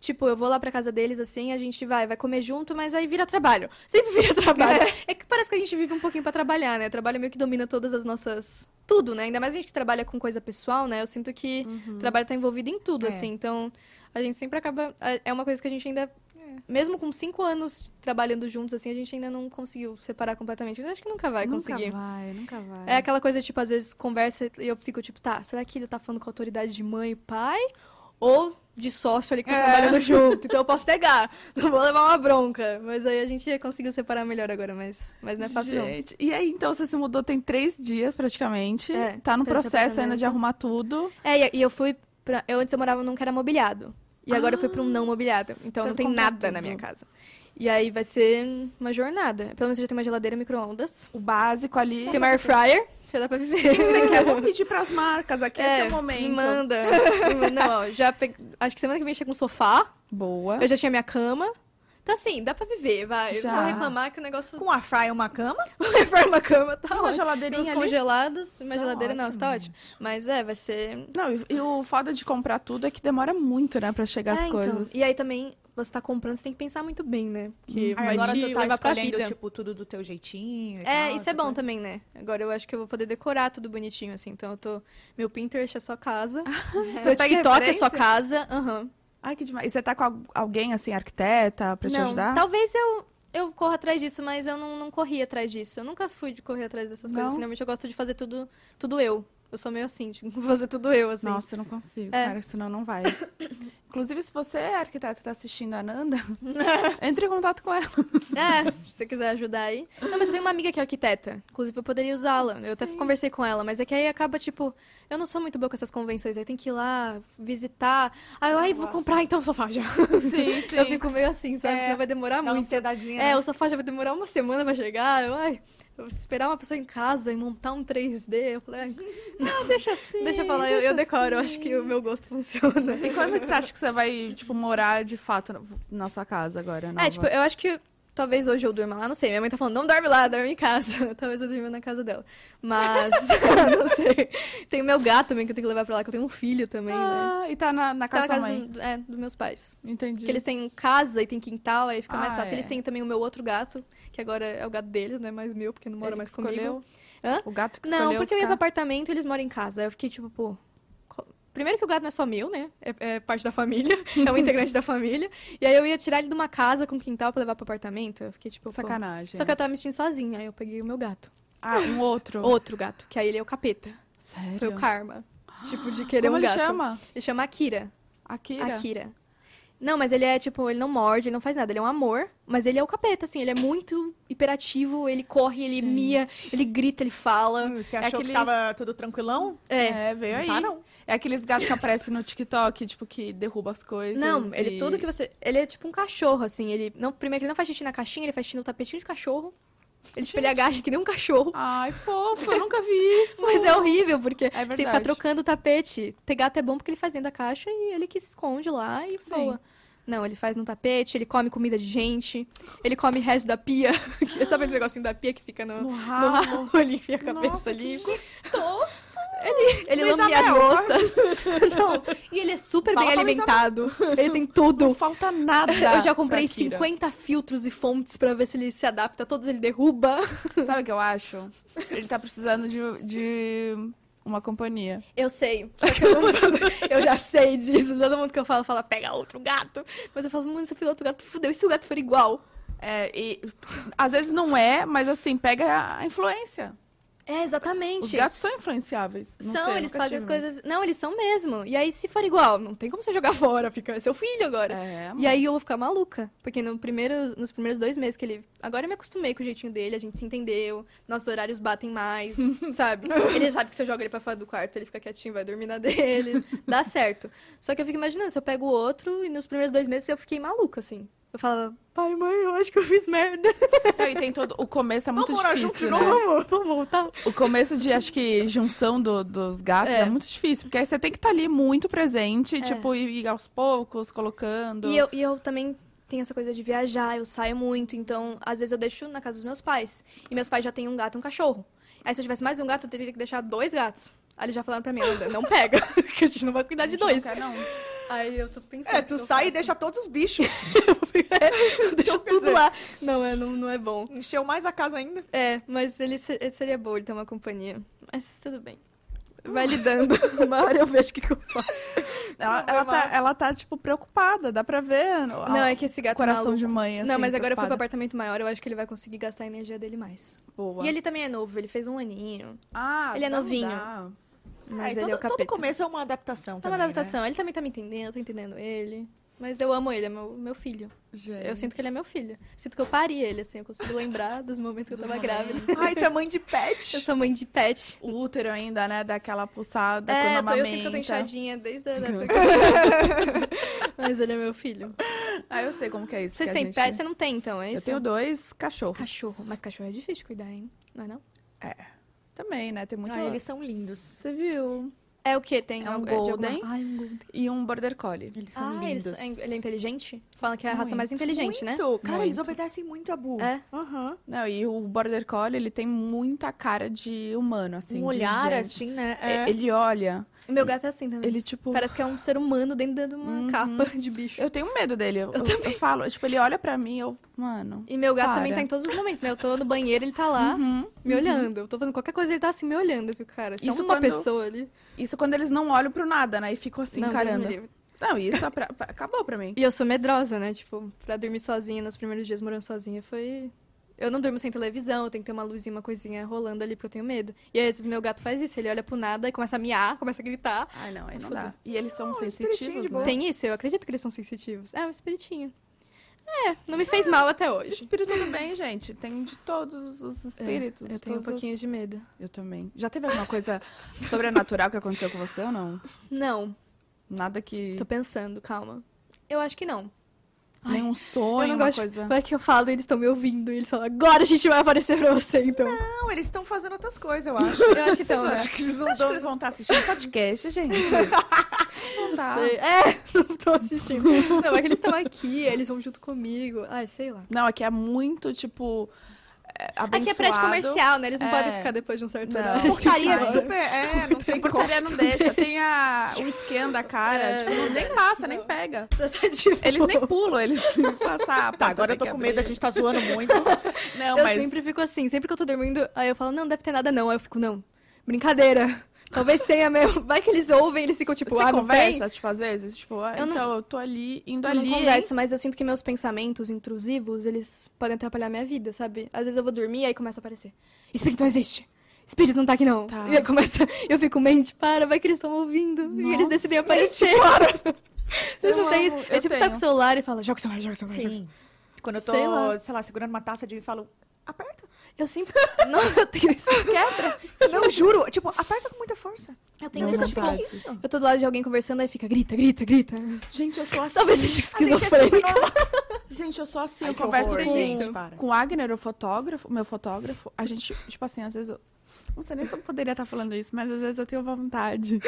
Speaker 3: tipo, eu vou lá pra casa deles, assim, a gente vai, vai comer junto, mas aí vira trabalho. Sempre vira trabalho. É, que parece que a gente vive um pouquinho pra trabalhar, né? Trabalho meio que domina todas as nossas. Tudo, né? Ainda mais a gente que trabalha com coisa pessoal, né? Eu sinto que o trabalho tá envolvido em tudo,
Speaker 1: É.
Speaker 3: assim. Então, a gente sempre acaba. é- É uma coisa que a gente ainda. Mesmo com cinco anos trabalhando juntos, assim, a gente ainda não conseguiu separar completamente. Eu acho que nunca vai
Speaker 2: nunca
Speaker 3: conseguir.
Speaker 2: vai, nunca vai.
Speaker 3: É aquela coisa, tipo, às vezes conversa e eu fico, tipo, tá, será que ele tá falando com a autoridade de mãe e pai? Ou de sócio ali que tá
Speaker 1: É.
Speaker 3: trabalhando junto? Então eu posso pegar, não vou levar uma bronca. Mas aí a gente conseguiu separar melhor agora, mas, mas não é fácil não.
Speaker 2: Gente, né, e aí, então, você se mudou tem três dias, praticamente.
Speaker 3: É,
Speaker 2: tá no
Speaker 3: pra esse
Speaker 2: processo ainda de
Speaker 3: apartamento.
Speaker 2: arrumar tudo.
Speaker 3: É, e- e eu fui pra... Eu antes eu morava num que era mobiliado. E agora eu fui pra um não mobiliado. Então
Speaker 2: teve
Speaker 3: não
Speaker 2: que
Speaker 3: tem
Speaker 2: comprar
Speaker 3: nada na
Speaker 2: Tá tudo.
Speaker 3: minha casa. E aí vai ser uma jornada. Pelo menos eu já tenho uma geladeira, micro-ondas.
Speaker 2: O básico ali.
Speaker 3: Tem uma air fryer, já dá pra viver.
Speaker 2: Você quer, vou pedir pras marcas, aqui é,
Speaker 3: É,
Speaker 2: esse é o momento.
Speaker 3: Me manda. Me manda. Não, ó, já pe- acho que semana que vem chega um sofá.
Speaker 2: Boa.
Speaker 3: Eu já tinha minha cama. Então, assim, dá pra viver, vai.
Speaker 2: Ah. Já.
Speaker 3: Não vou reclamar que o negócio
Speaker 1: Com a fry e uma cama?
Speaker 3: vai uma cama, tá
Speaker 2: Uma
Speaker 3: ótimo.
Speaker 2: geladeirinha
Speaker 3: Os
Speaker 2: ali.
Speaker 3: congelados, uma
Speaker 2: Tá
Speaker 3: geladeira não,
Speaker 2: ótimo,
Speaker 3: tá ótimo. Mas é, vai ser...
Speaker 2: Não, e, e o foda de comprar tudo é que demora muito, né, pra chegar
Speaker 3: É,
Speaker 2: as
Speaker 3: então.
Speaker 2: coisas.
Speaker 3: E aí também, você tá comprando, você tem que pensar muito bem, né? Porque vai
Speaker 1: agora tu
Speaker 3: te
Speaker 1: tá
Speaker 3: levar pra
Speaker 1: escolhendo,
Speaker 3: vida.
Speaker 1: tipo, tudo do teu jeitinho e
Speaker 3: É,
Speaker 1: tal,
Speaker 3: isso é
Speaker 1: essa
Speaker 3: bom
Speaker 1: coisa.
Speaker 3: também, né? Agora eu acho que eu vou poder decorar tudo bonitinho, assim. Então eu tô. Meu Pinterest é só casa.
Speaker 2: que
Speaker 3: Meu TikTok é
Speaker 2: referência.
Speaker 3: só casa. Aham.
Speaker 2: Ai, que demais. E você tá com al- alguém, assim, arquiteta, pra te
Speaker 3: Não, tá
Speaker 2: ajudar?
Speaker 3: Talvez eu, eu corra atrás disso, mas eu não, não corri atrás disso. Eu nunca fui de correr atrás dessas
Speaker 2: Não?
Speaker 3: coisas. Assim, normalmente eu gosto de fazer tudo, tudo eu. Eu sou meio assim, de fazer tudo eu, assim.
Speaker 2: Nossa, eu não consigo,
Speaker 3: É.
Speaker 2: cara, senão não vai. Inclusive, se você é arquiteto e tá assistindo a Nanda, entre em contato com ela.
Speaker 3: É, se você quiser ajudar aí. Não, mas eu tenho uma amiga que é arquiteta. Inclusive, eu poderia usá-la. Eu até conversei com ela, mas é que aí acaba, tipo, eu não sou muito boa com essas convenções. Aí tem que ir lá, visitar. Aí eu, ai, vou comprar então o sofá já.
Speaker 2: Sim, um
Speaker 3: Eu fico meio assim, sabe?
Speaker 1: É,
Speaker 3: Senão vai demorar
Speaker 1: Dá uma
Speaker 3: muito.
Speaker 1: ansiedadezinha,
Speaker 3: É,
Speaker 1: né?
Speaker 3: o sofá já vai demorar uma semana pra chegar. Eu, ai, eu vou esperar uma pessoa em casa e montar um 3D. Eu falei, ai,
Speaker 2: Deixa assim.
Speaker 3: deixa assim. pra lá, eu, eu decoro. Eu acho que o meu gosto funciona.
Speaker 2: E quando que você acha que você vai, tipo, morar de fato na- na sua casa agora?
Speaker 3: É,
Speaker 2: nova?
Speaker 3: tipo, eu acho que talvez hoje eu durma lá, não sei. Minha mãe tá falando, não dorme lá, dorme em casa. talvez eu durma na casa dela. Mas, não sei. Tem o meu gato também que eu tenho que levar pra lá, que eu tenho um filho também, né?
Speaker 2: Ah, e tá na, na
Speaker 3: Tá
Speaker 2: casa
Speaker 3: na
Speaker 2: da
Speaker 3: casa
Speaker 2: mãe.
Speaker 3: do- é, dos meus pais.
Speaker 2: Entendi.
Speaker 3: Porque eles têm casa e tem quintal, aí fica mais
Speaker 2: Ah,
Speaker 3: fácil.
Speaker 2: é.
Speaker 3: Eles têm também o meu outro gato, que agora é o gato deles, não é mais meu, porque não mora
Speaker 2: Ele
Speaker 3: mais
Speaker 2: que escolheu?
Speaker 3: comigo. Hã?
Speaker 2: O gato que escolheu
Speaker 3: Não, porque eu ia
Speaker 2: ficar-
Speaker 3: pro apartamento e eles moram em casa. Aí eu fiquei tipo, pô. co- Primeiro que o gato não é só meu, né? É, é parte da família, é um integrante da família. E aí eu ia tirar ele de uma casa com quintal pra levar pro apartamento. Eu fiquei tipo, pô.
Speaker 2: Sacanagem.
Speaker 3: Só que eu tava me sentindo sozinha. Aí eu peguei o meu gato.
Speaker 2: Ah, um outro.
Speaker 3: Outro gato, que aí ele é o capeta.
Speaker 2: Sério?
Speaker 3: Foi o karma. Tipo, de querer
Speaker 2: Como
Speaker 3: um
Speaker 2: ele
Speaker 3: gato.
Speaker 2: chama?
Speaker 3: Ele chama Akira.
Speaker 2: Akira.
Speaker 3: Akira. Não, mas ele é tipo, ele não morde, ele não faz nada, ele é um amor, mas ele é o capeta, assim, ele é muito hiperativo, ele corre, ele
Speaker 2: Gente.
Speaker 3: mia, ele grita, ele fala.
Speaker 1: Hum, Você achou
Speaker 2: aquele-
Speaker 1: que tava tudo tranquilão?
Speaker 3: É.
Speaker 2: É, veio aí.
Speaker 1: Não tá, não.
Speaker 2: É aqueles gatos que aparecem no TikTok, tipo, que derruba as coisas.
Speaker 3: Não, ele
Speaker 2: e-
Speaker 3: tudo que você. Ele é tipo um cachorro, assim. Ele. Não, primeiro que ele não faz xixi na caixinha, ele faz xixi no tapetinho de cachorro. Ele, tipo, ele agacha que nem um cachorro.
Speaker 2: Ai, fofo, eu nunca vi isso.
Speaker 3: Mas é horrível, porque você tem que ficar
Speaker 2: verdade.
Speaker 3: trocando o tapete. Ter gato é bom porque ele faz dentro da caixa e ele que se esconde lá e
Speaker 2: Sim.
Speaker 3: boa. Não, ele faz no tapete, ele come comida de gente, ele come resto da pia. que- Sabe aquele negocinho da pia que fica no,
Speaker 2: No
Speaker 3: no
Speaker 2: ralo.
Speaker 3: ralo? Ele enfia a cabeça
Speaker 2: Nossa,
Speaker 3: ali.
Speaker 2: que gostoso.
Speaker 3: Ele
Speaker 1: Luísa
Speaker 3: lambe as
Speaker 1: Mel,
Speaker 3: louças. Não. E ele é super
Speaker 1: Fala
Speaker 3: bem
Speaker 1: pra Luísa
Speaker 3: alimentado. Ele tem tudo.
Speaker 2: Não falta nada.
Speaker 3: Eu já comprei
Speaker 2: pra Akira.
Speaker 3: 50 filtros e fontes pra ver se ele se adapta. Todos ele derruba.
Speaker 2: Sabe o que eu acho? Ele tá precisando de, de uma companhia.
Speaker 3: Eu sei. só que eu, não- eu já sei disso. Todo mundo que eu falo, fala, pega outro gato. Mas eu falo, mano, se eu pegar outro gato, fudeu. E se o gato for igual?
Speaker 2: É, e às vezes não é, mas assim, pega a influência.
Speaker 3: É, exatamente.
Speaker 2: Os gatos são influenciáveis. Não
Speaker 3: são,
Speaker 2: sei, eu
Speaker 3: eles
Speaker 2: nunca
Speaker 3: fazem as
Speaker 2: tive, um.
Speaker 3: coisas. Não, eles são mesmo. E aí, se for igual, não tem como você jogar fora, fica seu filho
Speaker 2: mas-
Speaker 3: agora.
Speaker 2: É,
Speaker 3: E aí eu vou ficar maluca. Porque no primeiro, nos primeiros dois meses que ele. Agora eu me acostumei com o jeitinho dele, a gente se entendeu, nossos horários batem mais, sabe? Ele sabe que se eu jogo ele pra fora do quarto, ele fica quietinho, vai dormir na dele. Dá certo. Só que eu fico imaginando, se eu pego o outro, e nos primeiros dois meses eu fiquei maluca, assim. Eu falava, pai, mãe, eu acho que eu fiz merda.
Speaker 2: Então, e tem todo. O começo é muito
Speaker 1: Vamos morar junto de
Speaker 2: difícil. né?
Speaker 1: novo?
Speaker 3: Vamos, vamos voltar.
Speaker 2: O começo de, acho que, junção do- dos gatos é.
Speaker 3: É.
Speaker 2: muito difícil. Porque aí você tem que estar ali muito presente,
Speaker 3: É.
Speaker 2: tipo, e e aos poucos, colocando.
Speaker 3: E eu, e eu também tenho essa coisa de viajar, eu saio muito, então às vezes eu deixo na casa dos meus pais. E meus pais já têm um gato e um cachorro. Aí se eu tivesse mais um gato, eu teria que deixar dois gatos. Aí eles já falaram pra mim, "Amanda, não pega, que a gente não vai cuidar de
Speaker 2: A gente
Speaker 3: dois.
Speaker 2: não quer, não.
Speaker 3: Aí eu tô pensando.
Speaker 1: É, tu sai e deixa todos os bichos.
Speaker 3: deixa
Speaker 1: quer
Speaker 3: tudo
Speaker 1: dizer-
Speaker 3: lá. Não, é, não, não é bom.
Speaker 1: Encheu mais a casa ainda.
Speaker 3: É, mas ele, se- ele seria bom, ele ter uma companhia. Mas tudo bem. Vai lidando. Uma hora eu vejo o que, que eu faço.
Speaker 2: Ela,
Speaker 1: Não,
Speaker 2: ela
Speaker 1: é
Speaker 2: tá,
Speaker 1: massa.
Speaker 2: ela tá, tipo, preocupada. Dá pra ver. Não,
Speaker 3: Não, é que esse gato é
Speaker 2: coração
Speaker 3: maluco.
Speaker 2: de mãe, assim.
Speaker 3: não, mas agora eu fui pro
Speaker 2: preocupada.
Speaker 3: apartamento maior, eu acho que ele vai conseguir gastar a energia dele mais.
Speaker 2: Boa.
Speaker 3: E ele também é novo, ele fez um aninho.
Speaker 2: Ah,
Speaker 3: ele é
Speaker 2: dá,
Speaker 3: novinho.
Speaker 2: dá.
Speaker 3: Mas
Speaker 1: Ah, e
Speaker 3: ele
Speaker 1: todo,
Speaker 3: é o
Speaker 1: todo
Speaker 3: capeta.
Speaker 1: começo é uma adaptação
Speaker 3: É
Speaker 1: também,
Speaker 3: uma
Speaker 1: né?
Speaker 3: adaptação. Ele também tá me entendendo, eu tô entendendo ele. Mas eu amo ele, é meu, meu filho.
Speaker 2: Gente.
Speaker 3: Eu sinto que ele é meu filho. Sinto que eu pari ele, assim. Eu consigo lembrar dos momentos que eu
Speaker 2: Dos
Speaker 3: tava
Speaker 2: momentos.
Speaker 3: grávida.
Speaker 1: Ai, tu é mãe de
Speaker 3: Eu
Speaker 1: pet.
Speaker 3: sou mãe de pet.
Speaker 2: O útero ainda, né? Daquela pulsada
Speaker 3: é, eu,
Speaker 2: quando
Speaker 3: tô,
Speaker 2: amamenta.
Speaker 3: eu sinto que eu tô inchadinha desde a da época que eu tinha. Mas ele é meu filho.
Speaker 2: Ah, eu sei como que é isso. que
Speaker 3: Vocês
Speaker 2: a
Speaker 3: têm
Speaker 2: gente-
Speaker 3: pet? Você não tem, então, é isso?
Speaker 2: Eu tenho dois cachorros.
Speaker 3: Cachorro. Mas cachorro é difícil de cuidar, hein? Não é não?
Speaker 2: Também, né? Tem muito...
Speaker 1: Ah, eles são lindos.
Speaker 2: Você viu?
Speaker 3: É o que tem?
Speaker 2: É um
Speaker 3: Algo- de alguma-
Speaker 2: golden.
Speaker 3: Ai, um golden.
Speaker 2: E um border collie.
Speaker 1: Eles são
Speaker 3: Ah, eles-
Speaker 1: lindos.
Speaker 3: ele é inteligente? Falam que é a raça mais inteligente, né?
Speaker 1: Muito. Cara, eles
Speaker 2: Muito.
Speaker 1: obedecem muito a Bu.
Speaker 3: É.
Speaker 1: Aham.
Speaker 2: Não, e o border collie, ele tem muita cara de humano, assim,
Speaker 1: um
Speaker 2: de
Speaker 1: olhar
Speaker 2: gente.
Speaker 1: assim, né?
Speaker 2: E- Ele olha,
Speaker 3: O meu gato é assim também.
Speaker 2: ele tipo...
Speaker 3: Parece que é um ser humano dentro de uma
Speaker 2: Uhum.
Speaker 3: capa de bicho.
Speaker 2: Eu tenho medo dele. Eu, eu falo, tipo, ele olha pra mim, eu... Mano...
Speaker 3: E meu gato
Speaker 2: Para.
Speaker 3: também tá em todos os momentos, né? Eu tô no banheiro, ele tá lá,
Speaker 2: Uhum.
Speaker 3: me olhando. Eu tô fazendo qualquer coisa, ele tá assim, me olhando. Eu fico, cara, se é
Speaker 2: Isso
Speaker 3: uma
Speaker 2: quando-
Speaker 3: pessoa ali...
Speaker 2: Isso quando eles não olham pro nada, né? E ficam assim,
Speaker 3: Não, Deus me
Speaker 2: encarando.
Speaker 3: livre.
Speaker 2: Não, isso é pra- pra- acabou pra mim.
Speaker 3: E eu sou medrosa, né? Tipo, pra dormir sozinha, nos primeiros dias morando sozinha, foi... Eu não durmo sem televisão, eu tenho que ter uma luzinha, uma coisinha rolando ali, porque eu tenho medo. E aí, às vezes, meu gato faz isso. Ele olha pro nada e começa a miar, começa a gritar.
Speaker 2: Ai, não, aí não
Speaker 3: Fudeu.
Speaker 2: dá. E eles são
Speaker 1: Não, é um espiritinho
Speaker 2: sensitivos,
Speaker 1: de
Speaker 2: né?
Speaker 1: boa.
Speaker 3: Tem isso? Eu acredito que eles são sensitivos. É, um espiritinho. É, não me fez mal até hoje.
Speaker 2: Espírito do bem, gente. Tem de todos os espíritos.
Speaker 3: eu tenho um
Speaker 2: todas as-
Speaker 3: pouquinho de medo.
Speaker 2: Eu também. Já teve alguma coisa sobrenatural que aconteceu com você ou não?
Speaker 3: Não,
Speaker 2: Nada que...
Speaker 3: tô pensando, calma. Eu acho que não.
Speaker 2: nem um sonho,
Speaker 3: eu não
Speaker 2: uma
Speaker 3: gosto.
Speaker 2: coisa...
Speaker 3: Vai que eu falo e eles estão me ouvindo. E eles falam, agora a gente vai aparecer pra você, então.
Speaker 1: Não, eles estão fazendo outras coisas, eu acho.
Speaker 3: Eu acho que estão, né?
Speaker 1: acho que eles não
Speaker 2: um- Acho que
Speaker 1: dão...
Speaker 2: eles
Speaker 3: tá
Speaker 2: vão estar assistindo podcast, gente.
Speaker 3: Não
Speaker 2: tá.
Speaker 3: sei. É, não tô assistindo. Não, é que eles estão aqui, eles vão junto comigo. Ai, sei lá.
Speaker 2: Não, aqui é muito, tipo, é,
Speaker 3: Aqui é prédio
Speaker 2: abençoado.
Speaker 3: comercial, né? Eles não
Speaker 2: É.
Speaker 3: podem ficar depois de um certo
Speaker 2: Não.
Speaker 3: horário. Tá.
Speaker 1: Porcaria
Speaker 3: Eles
Speaker 2: Sim,
Speaker 3: têm
Speaker 1: super... É, não tem como.
Speaker 2: Porcaria não deixa. Tem a, o scan da cara.
Speaker 3: É.
Speaker 2: Tipo, nem passa, nem pega.
Speaker 3: que parar. Tá de
Speaker 2: Eles nem pulam, eles têm que passar. a porta
Speaker 1: Tá, agora eu
Speaker 2: tem
Speaker 1: tô
Speaker 2: que
Speaker 1: com medo, a
Speaker 2: abrir.
Speaker 1: gente tá zoando muito.
Speaker 2: Não,
Speaker 3: eu
Speaker 2: mas...
Speaker 3: sempre fico assim, sempre que eu tô dormindo, aí eu falo, não, deve ter nada não. Aí eu fico, não, brincadeira. Talvez tenha mesmo. Vai que eles ouvem, eles ficam tipo,
Speaker 2: Você
Speaker 3: ah, não
Speaker 2: conversa,
Speaker 3: tem?
Speaker 2: tipo, às vezes? Tipo, ah,
Speaker 3: Eu não-
Speaker 2: então, eu tô ali, indo
Speaker 3: Eu
Speaker 2: ali,
Speaker 3: não
Speaker 2: hein?
Speaker 3: converso, mas eu sinto que meus pensamentos intrusivos, eles podem atrapalhar minha vida, sabe? Às vezes eu vou dormir e aí começa a aparecer. Espírito não existe. Espírito não tá aqui não.
Speaker 2: Tá.
Speaker 3: E aí começa, eu fico, mente, para, vai que eles estão ouvindo. E eles
Speaker 2: Nossa,
Speaker 3: decidem aparecer. Para.
Speaker 2: Eu
Speaker 3: Vocês não têm isso?
Speaker 2: amo,
Speaker 3: É
Speaker 2: eu
Speaker 3: tipo, tá com
Speaker 2: tenho.
Speaker 3: o celular e fala, joga o celular, joga o celular, joga o
Speaker 1: Sim. Quando eu tô,
Speaker 3: Sei
Speaker 1: sei
Speaker 3: lá.
Speaker 1: lá, segurando uma taça de... Falo, aperta.
Speaker 3: Eu sempre. Não, eu tenho isso. Quebra.
Speaker 1: Não, juro. Tipo, aperta com muita força.
Speaker 3: Eu
Speaker 2: tenho
Speaker 1: Fica
Speaker 2: isso,
Speaker 1: assim,
Speaker 2: verdade.
Speaker 1: que isso?
Speaker 3: Eu tô do lado de alguém conversando, aí fica grita, grita, grita.
Speaker 2: Gente, eu sou assim.
Speaker 3: Talvez seja
Speaker 2: A gente é super
Speaker 3: esquizofrênica.
Speaker 2: normal. Gente, eu sou assim,
Speaker 1: Ai,
Speaker 2: eu
Speaker 1: que
Speaker 2: converso
Speaker 1: horror,
Speaker 2: com,
Speaker 1: gente, para.
Speaker 2: com o Agner, o fotógrafo, meu fotógrafo. A gente, tipo assim, às vezes eu. Não sei nem se eu poderia estar falando isso, mas às vezes eu tenho vontade.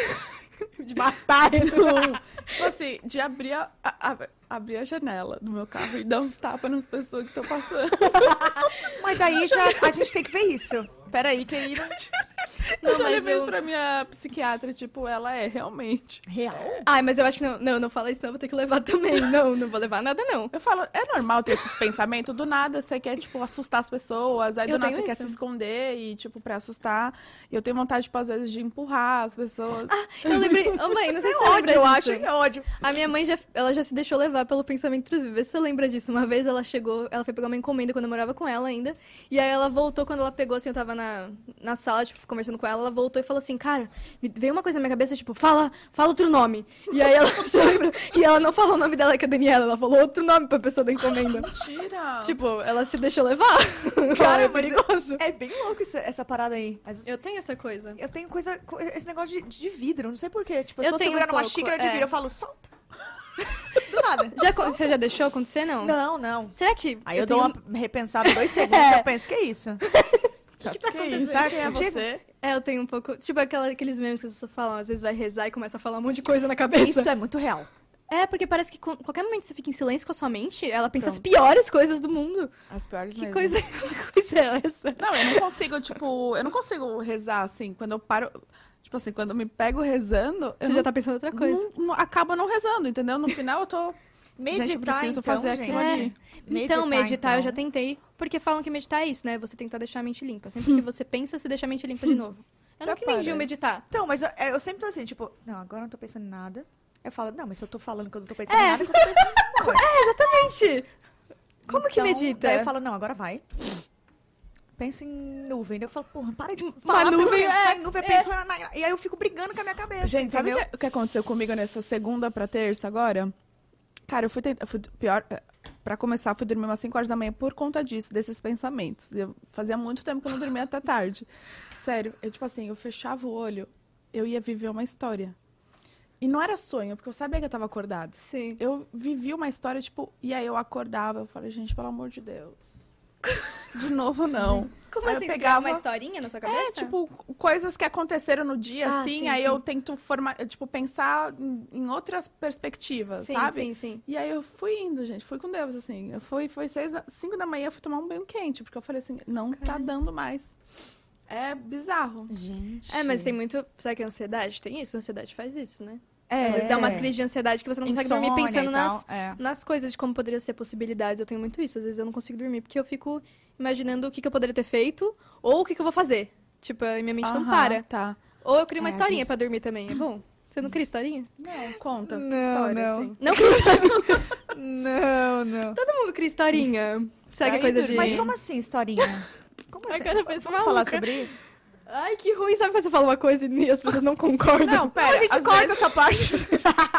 Speaker 1: De matar ele.
Speaker 2: tipo assim, de abrir a, a- a- abrir a janela do meu carro e dar uns tapas nas pessoas que estão passando.
Speaker 1: Mas daí já a gente tem que ver isso. Peraí, que aí... não-
Speaker 3: Não,
Speaker 2: eu já
Speaker 3: mas
Speaker 2: levei
Speaker 3: eu-
Speaker 2: isso pra minha psiquiatra, tipo, ela é realmente.
Speaker 1: Real?
Speaker 3: Ai, mas eu acho que não. Não, não fala isso, não. eu Vou ter que levar também. Não, não vou levar nada, não.
Speaker 2: Eu falo, é normal ter esses pensamentos do nada, você quer, tipo, assustar as pessoas, aí
Speaker 3: Eu
Speaker 2: do nada
Speaker 3: tenho
Speaker 2: você quer
Speaker 3: isso.
Speaker 2: se esconder e, tipo, pra assustar. E eu tenho vontade, tipo, às vezes de empurrar as pessoas.
Speaker 3: Eu lembrei. Ô, mãe, não sei se
Speaker 1: É
Speaker 3: você lembra
Speaker 1: ódio, eu
Speaker 3: disso.
Speaker 1: acho. É ódio.
Speaker 3: A minha mãe já, ela já se deixou levar pelo pensamento intrusivo. Vê se você lembra disso. Uma vez ela chegou, ela foi pegar uma encomenda quando eu morava com ela ainda. E aí ela voltou, quando ela pegou, assim, eu tava na, na sala, tipo, conversando com ela, ela voltou e falou assim, cara, me veio uma coisa na minha cabeça, tipo, fala, fala outro nome. E aí ela, você lembra? E ela não falou o nome dela, que é Daniela, ela falou outro nome pra pessoa da encomenda.
Speaker 2: Mentira!
Speaker 3: tipo, ela se deixou levar.
Speaker 1: Cara,
Speaker 3: é
Speaker 1: mas eu-
Speaker 3: perigoso.
Speaker 1: É bem louco isso- essa parada aí. Mas
Speaker 3: Eu tenho essa coisa.
Speaker 1: Eu tenho coisa. co- Esse negócio de, de vidro, não sei porquê. Tipo, eu,
Speaker 3: Eu
Speaker 1: tô
Speaker 3: tenho um
Speaker 1: segurando uma
Speaker 3: pouco,
Speaker 1: xícara de
Speaker 3: é.
Speaker 1: vidro, eu falo, solta. Do nada.
Speaker 3: Já, acon- você já deixou acontecer, não?
Speaker 1: Não, não.
Speaker 3: Será que...
Speaker 1: Aí eu, dou
Speaker 3: tenho- um-
Speaker 1: uma repensada dois segundos
Speaker 3: É.
Speaker 1: eu penso, que é isso?
Speaker 2: o que tá
Speaker 1: Que
Speaker 2: acontecendo?
Speaker 1: isso? Sabe
Speaker 2: Quem é
Speaker 1: contigo?
Speaker 2: você?
Speaker 3: É, eu tenho um pouco. Tipo aquela- aqueles memes que as pessoas falam, às vezes vai rezar e começa a falar um monte de coisa na cabeça.
Speaker 1: Isso é muito real.
Speaker 3: É, porque parece que com- qualquer momento que você fica em silêncio com a sua mente, ela pensa as
Speaker 2: Pronto.
Speaker 3: piores coisas do mundo.
Speaker 2: As piores
Speaker 3: Que
Speaker 2: mesmo.
Speaker 3: coisa, que coisa é essa?
Speaker 2: Não, eu não consigo, tipo, eu não consigo rezar assim. Quando eu paro. Tipo assim, quando eu me pego rezando, eu
Speaker 3: Você
Speaker 2: não,
Speaker 3: já tá pensando em outra coisa.
Speaker 2: não- não- acabo não rezando, entendeu? No final eu tô.
Speaker 1: Meditar,
Speaker 2: gente, preciso
Speaker 1: então,
Speaker 2: fazer
Speaker 1: gente.
Speaker 2: aquilo
Speaker 3: É.
Speaker 2: ali.
Speaker 3: então, meditar eu já
Speaker 1: então.
Speaker 3: tentei. Porque falam que meditar é isso, né? Você tentar deixar a mente limpa. Sempre que você pensa, você deixa a mente limpa de novo. Eu
Speaker 2: Até
Speaker 3: nunca entendi o
Speaker 2: parece.
Speaker 3: meditar.
Speaker 1: Então, mas eu, é, eu sempre tô assim, tipo, não, agora eu não tô pensando em nada. Eu falo, não, mas se eu tô falando que eu não tô pensando
Speaker 3: É.
Speaker 1: em nada, eu tô pensando em nada.
Speaker 3: Gente, como que
Speaker 1: Então,
Speaker 3: medita?
Speaker 1: Daí eu falo, não, agora vai. Pensa em nuvem. Daí eu falo, porra, para de
Speaker 3: Uma
Speaker 1: falar pra eu
Speaker 3: nuvem,
Speaker 1: pensar
Speaker 3: é,
Speaker 1: em nuvem, eu
Speaker 3: é.
Speaker 1: penso na- na- E aí eu fico brigando com a minha cabeça,
Speaker 2: Gente, sabe
Speaker 1: entendeu?
Speaker 2: o que- o que aconteceu comigo nessa segunda pra terça agora? Cara, eu fui tentar. eu fui- pior, eh, pra começar, eu fui dormir umas 5 horas da manhã por conta disso, desses pensamentos. Eu fazia muito tempo que eu não dormia até tarde. Sério, eu, tipo assim, eu fechava o olho, eu ia viver uma história. E não era sonho, porque eu sabia que eu tava acordada.
Speaker 3: Sim.
Speaker 2: Eu vivi uma história, tipo, e aí eu acordava, eu falei, gente, pelo amor de Deus. De novo, não.
Speaker 3: Como
Speaker 2: Eu
Speaker 3: assim? Você
Speaker 2: pegava-
Speaker 3: pegava uma historinha na sua cabeça?
Speaker 2: É, tipo, coisas que aconteceram no dia,
Speaker 3: Ah,
Speaker 2: assim,
Speaker 3: sim,
Speaker 2: aí
Speaker 3: sim.
Speaker 2: eu tento formar, tipo, pensar em, em outras perspectivas,
Speaker 3: sim,
Speaker 2: sabe?
Speaker 3: sim, sim.
Speaker 2: E aí eu fui indo, gente, fui com Deus, assim. Eu fui, foi seis, da, cinco da manhã, eu fui tomar um banho quente, porque eu falei assim, não tá dando mais. É bizarro.
Speaker 1: Gente.
Speaker 3: É, mas tem muito. Será que a ansiedade tem isso? A ansiedade faz isso, né?
Speaker 1: É,
Speaker 3: Às vezes dá umas crises de ansiedade que você não consegue dormir
Speaker 1: Insônia e
Speaker 3: pensando
Speaker 1: tal,
Speaker 3: nas,
Speaker 1: é.
Speaker 3: nas coisas, de como poderia ser possibilidades. Eu tenho muito isso. Às vezes eu não consigo dormir porque eu fico imaginando o que, que eu poderia ter feito ou o que, que eu vou fazer. Tipo, a minha mente não
Speaker 2: Aham,
Speaker 3: para.
Speaker 2: Tá.
Speaker 3: Ou eu crio uma
Speaker 1: É, às
Speaker 3: historinha
Speaker 1: vezes-
Speaker 3: pra dormir também. É bom. Você não cria historinha?
Speaker 2: Não, conta
Speaker 1: Não,
Speaker 2: história,
Speaker 1: não.
Speaker 2: assim.
Speaker 3: Não cria historinha.
Speaker 1: Não, não.
Speaker 3: Todo mundo cria historinha. Sabe
Speaker 2: Aí,
Speaker 3: a coisa de.
Speaker 1: Mas como assim, historinha? Como assim?
Speaker 3: Agora eu penso
Speaker 1: Vamos falar
Speaker 3: Tá maluca.
Speaker 1: sobre isso?
Speaker 3: Ai, que ruim, sabe quando você fala uma coisa e as pessoas não concordam?
Speaker 2: Não, pera,
Speaker 1: a gente
Speaker 2: às,
Speaker 1: corta
Speaker 2: vezes,
Speaker 1: essa parte.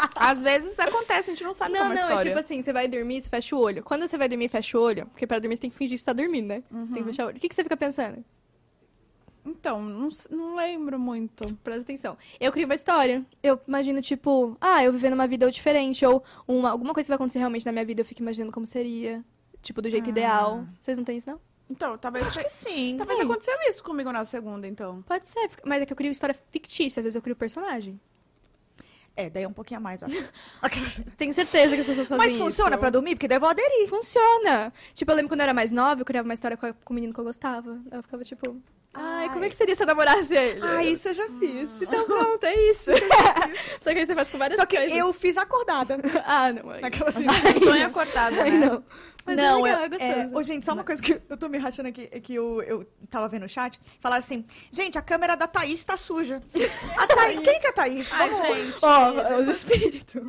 Speaker 2: às vezes acontece, a gente não sabe
Speaker 3: Não,
Speaker 2: como é a
Speaker 3: não, é
Speaker 2: história.
Speaker 3: tipo assim, você vai dormir, você fecha o olho. Quando você vai dormir, fecha o olho, porque pra dormir você tem que fingir que você tá dormindo, né? Você
Speaker 1: Uhum.
Speaker 3: tem que fechar o olho. O que, que você fica pensando?
Speaker 1: assim-
Speaker 2: Então, não, s- não lembro muito.
Speaker 3: Presta atenção. Eu crio uma história. Eu imagino, tipo, ah, eu vivendo uma vida diferente, ou uma, alguma coisa que vai acontecer realmente na minha vida, eu fico imaginando como seria. Tipo, do jeito
Speaker 1: Ah.
Speaker 3: ideal. Vocês não têm isso, não?
Speaker 2: Então, talvez,
Speaker 1: Acho que sim.
Speaker 3: Tá
Speaker 2: talvez
Speaker 1: Ai,
Speaker 2: aconteceu isso comigo na segunda, então.
Speaker 3: Pode ser, fica- mas é que eu crio história fictícia, às vezes eu crio personagem.
Speaker 1: É, daí é um pouquinho a mais, eu acho. Aquelas-
Speaker 3: Tenho certeza que as pessoas fazem
Speaker 1: Mas funciona
Speaker 3: isso.
Speaker 1: pra dormir? Porque daí eu vou aderir.
Speaker 3: Funciona! Tipo, eu lembro quando eu era mais nova, eu criava uma história com, a- com o menino que eu gostava. Eu ficava tipo, ai,
Speaker 1: Ai.
Speaker 3: como é que seria se eu namorasse ele?
Speaker 1: isso eu já fiz.
Speaker 3: Então pronto, é isso. Só que aí você faz com várias
Speaker 1: Só que
Speaker 3: coisas.
Speaker 1: eu fiz acordada.
Speaker 3: Ah, não. Aí...
Speaker 1: Naquela assim.
Speaker 2: Sonho acordado, né?
Speaker 3: Ai, não. Mas
Speaker 1: não,
Speaker 3: é legal, é
Speaker 1: é-
Speaker 3: gostoso.
Speaker 1: Ô, gente, só uma coisa que eu tô me rachando aqui, é que eu, eu tava vendo o chat, falaram assim, gente, a câmera da Thaís tá suja. A Thaís, quem que é a Thaís?
Speaker 2: Ai,
Speaker 1: Vamos-
Speaker 2: gente.
Speaker 3: Ó, os espíritos.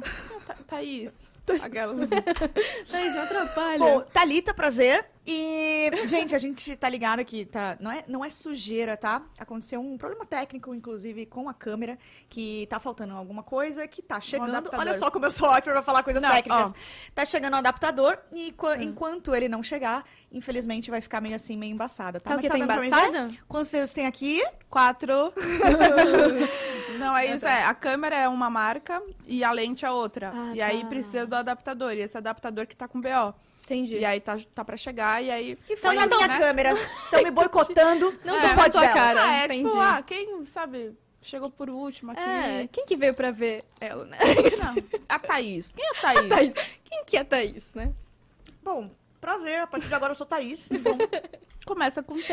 Speaker 2: Tha- Thaís.
Speaker 3: Thaís, não atrapalha.
Speaker 1: Bom, Thalita, prazer. E, gente, a gente tá ligado aqui, tá? Não é, não é sujeira, tá? Aconteceu um problema técnico, inclusive, com a câmera, que tá faltando alguma coisa, que tá chegando.
Speaker 2: adaptador.
Speaker 1: Olha só como eu sou ótima pra falar coisas
Speaker 2: Não,
Speaker 1: técnicas.
Speaker 2: ó.
Speaker 1: Tá chegando o adaptador, e qua-
Speaker 3: Ah.
Speaker 1: enquanto ele não chegar, infelizmente vai ficar meio assim, meio embaçada, tá?
Speaker 3: Tá o
Speaker 1: Mas
Speaker 3: quê? Tá
Speaker 1: dando pra me ver?
Speaker 3: embaçada?
Speaker 1: Quantos dedos tem aqui?
Speaker 2: Quatro. não, é isso. É, a câmera é uma marca e a lente é outra.
Speaker 3: Ah,
Speaker 2: e aí
Speaker 3: tá.
Speaker 2: precisa do adaptador. E esse adaptador que tá com BO.
Speaker 3: Entendi.
Speaker 2: E aí tá, tá pra chegar e aí...
Speaker 1: E foi
Speaker 3: não,
Speaker 1: a minha
Speaker 2: né?
Speaker 1: câmera. Estão me boicotando.
Speaker 3: Não
Speaker 1: Não tô
Speaker 3: tô com a
Speaker 1: pode
Speaker 3: tua
Speaker 1: delas.
Speaker 3: cara.
Speaker 2: Ah, é
Speaker 3: entendi.
Speaker 2: tipo, ah, quem sabe... Chegou por último aqui.
Speaker 3: É, quem que veio pra ver ela, né?
Speaker 2: Não, a Thaís. Quem é a Thaís?
Speaker 3: Thaís. Quem que é Thaís, né?
Speaker 1: Bom, prazer. A partir de agora eu sou Thaís. Bom,
Speaker 2: Começa com T.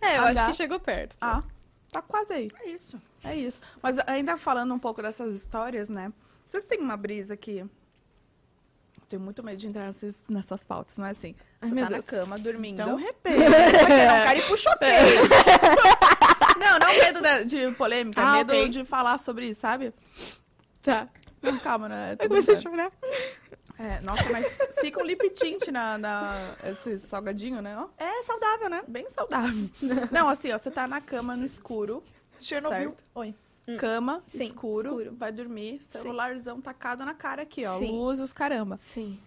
Speaker 3: É, eu
Speaker 2: Ah,
Speaker 3: acho
Speaker 2: dá.
Speaker 3: que chegou perto.
Speaker 2: Ah, tá quase aí.
Speaker 1: é isso.
Speaker 2: É isso. Mas ainda falando um pouco dessas histórias, né? Vocês têm uma brisa que. Eu tenho muito medo de entrar nessas, nessas pautas, mas assim.
Speaker 3: Ai,
Speaker 2: você
Speaker 3: meu
Speaker 2: tá
Speaker 3: Deus.
Speaker 2: na cama dormindo.
Speaker 1: Então, repete. Vai pegar um cara e puxa o pé.
Speaker 2: Não, não medo da- de, polêmica,
Speaker 1: Ah,
Speaker 2: medo
Speaker 1: ok.
Speaker 2: de falar sobre isso, sabe?
Speaker 3: Tá.
Speaker 2: Não, calma, né?
Speaker 3: Eu comecei a chorar.
Speaker 2: É, nossa, mas fica um lip tint na, na- esse salgadinho, né? Ó,
Speaker 1: É saudável, né?
Speaker 2: bem saudável. Não, assim, ó, você tá na cama no escuro,
Speaker 1: Chernobyl.
Speaker 2: Certo.
Speaker 1: Oi.
Speaker 2: cama,
Speaker 3: Hum, Sim,
Speaker 2: escuro,
Speaker 3: escuro.
Speaker 2: vai dormir, celularzão tacado na cara aqui, ó,
Speaker 3: Sim.
Speaker 2: luz, os caramba.
Speaker 3: Sim.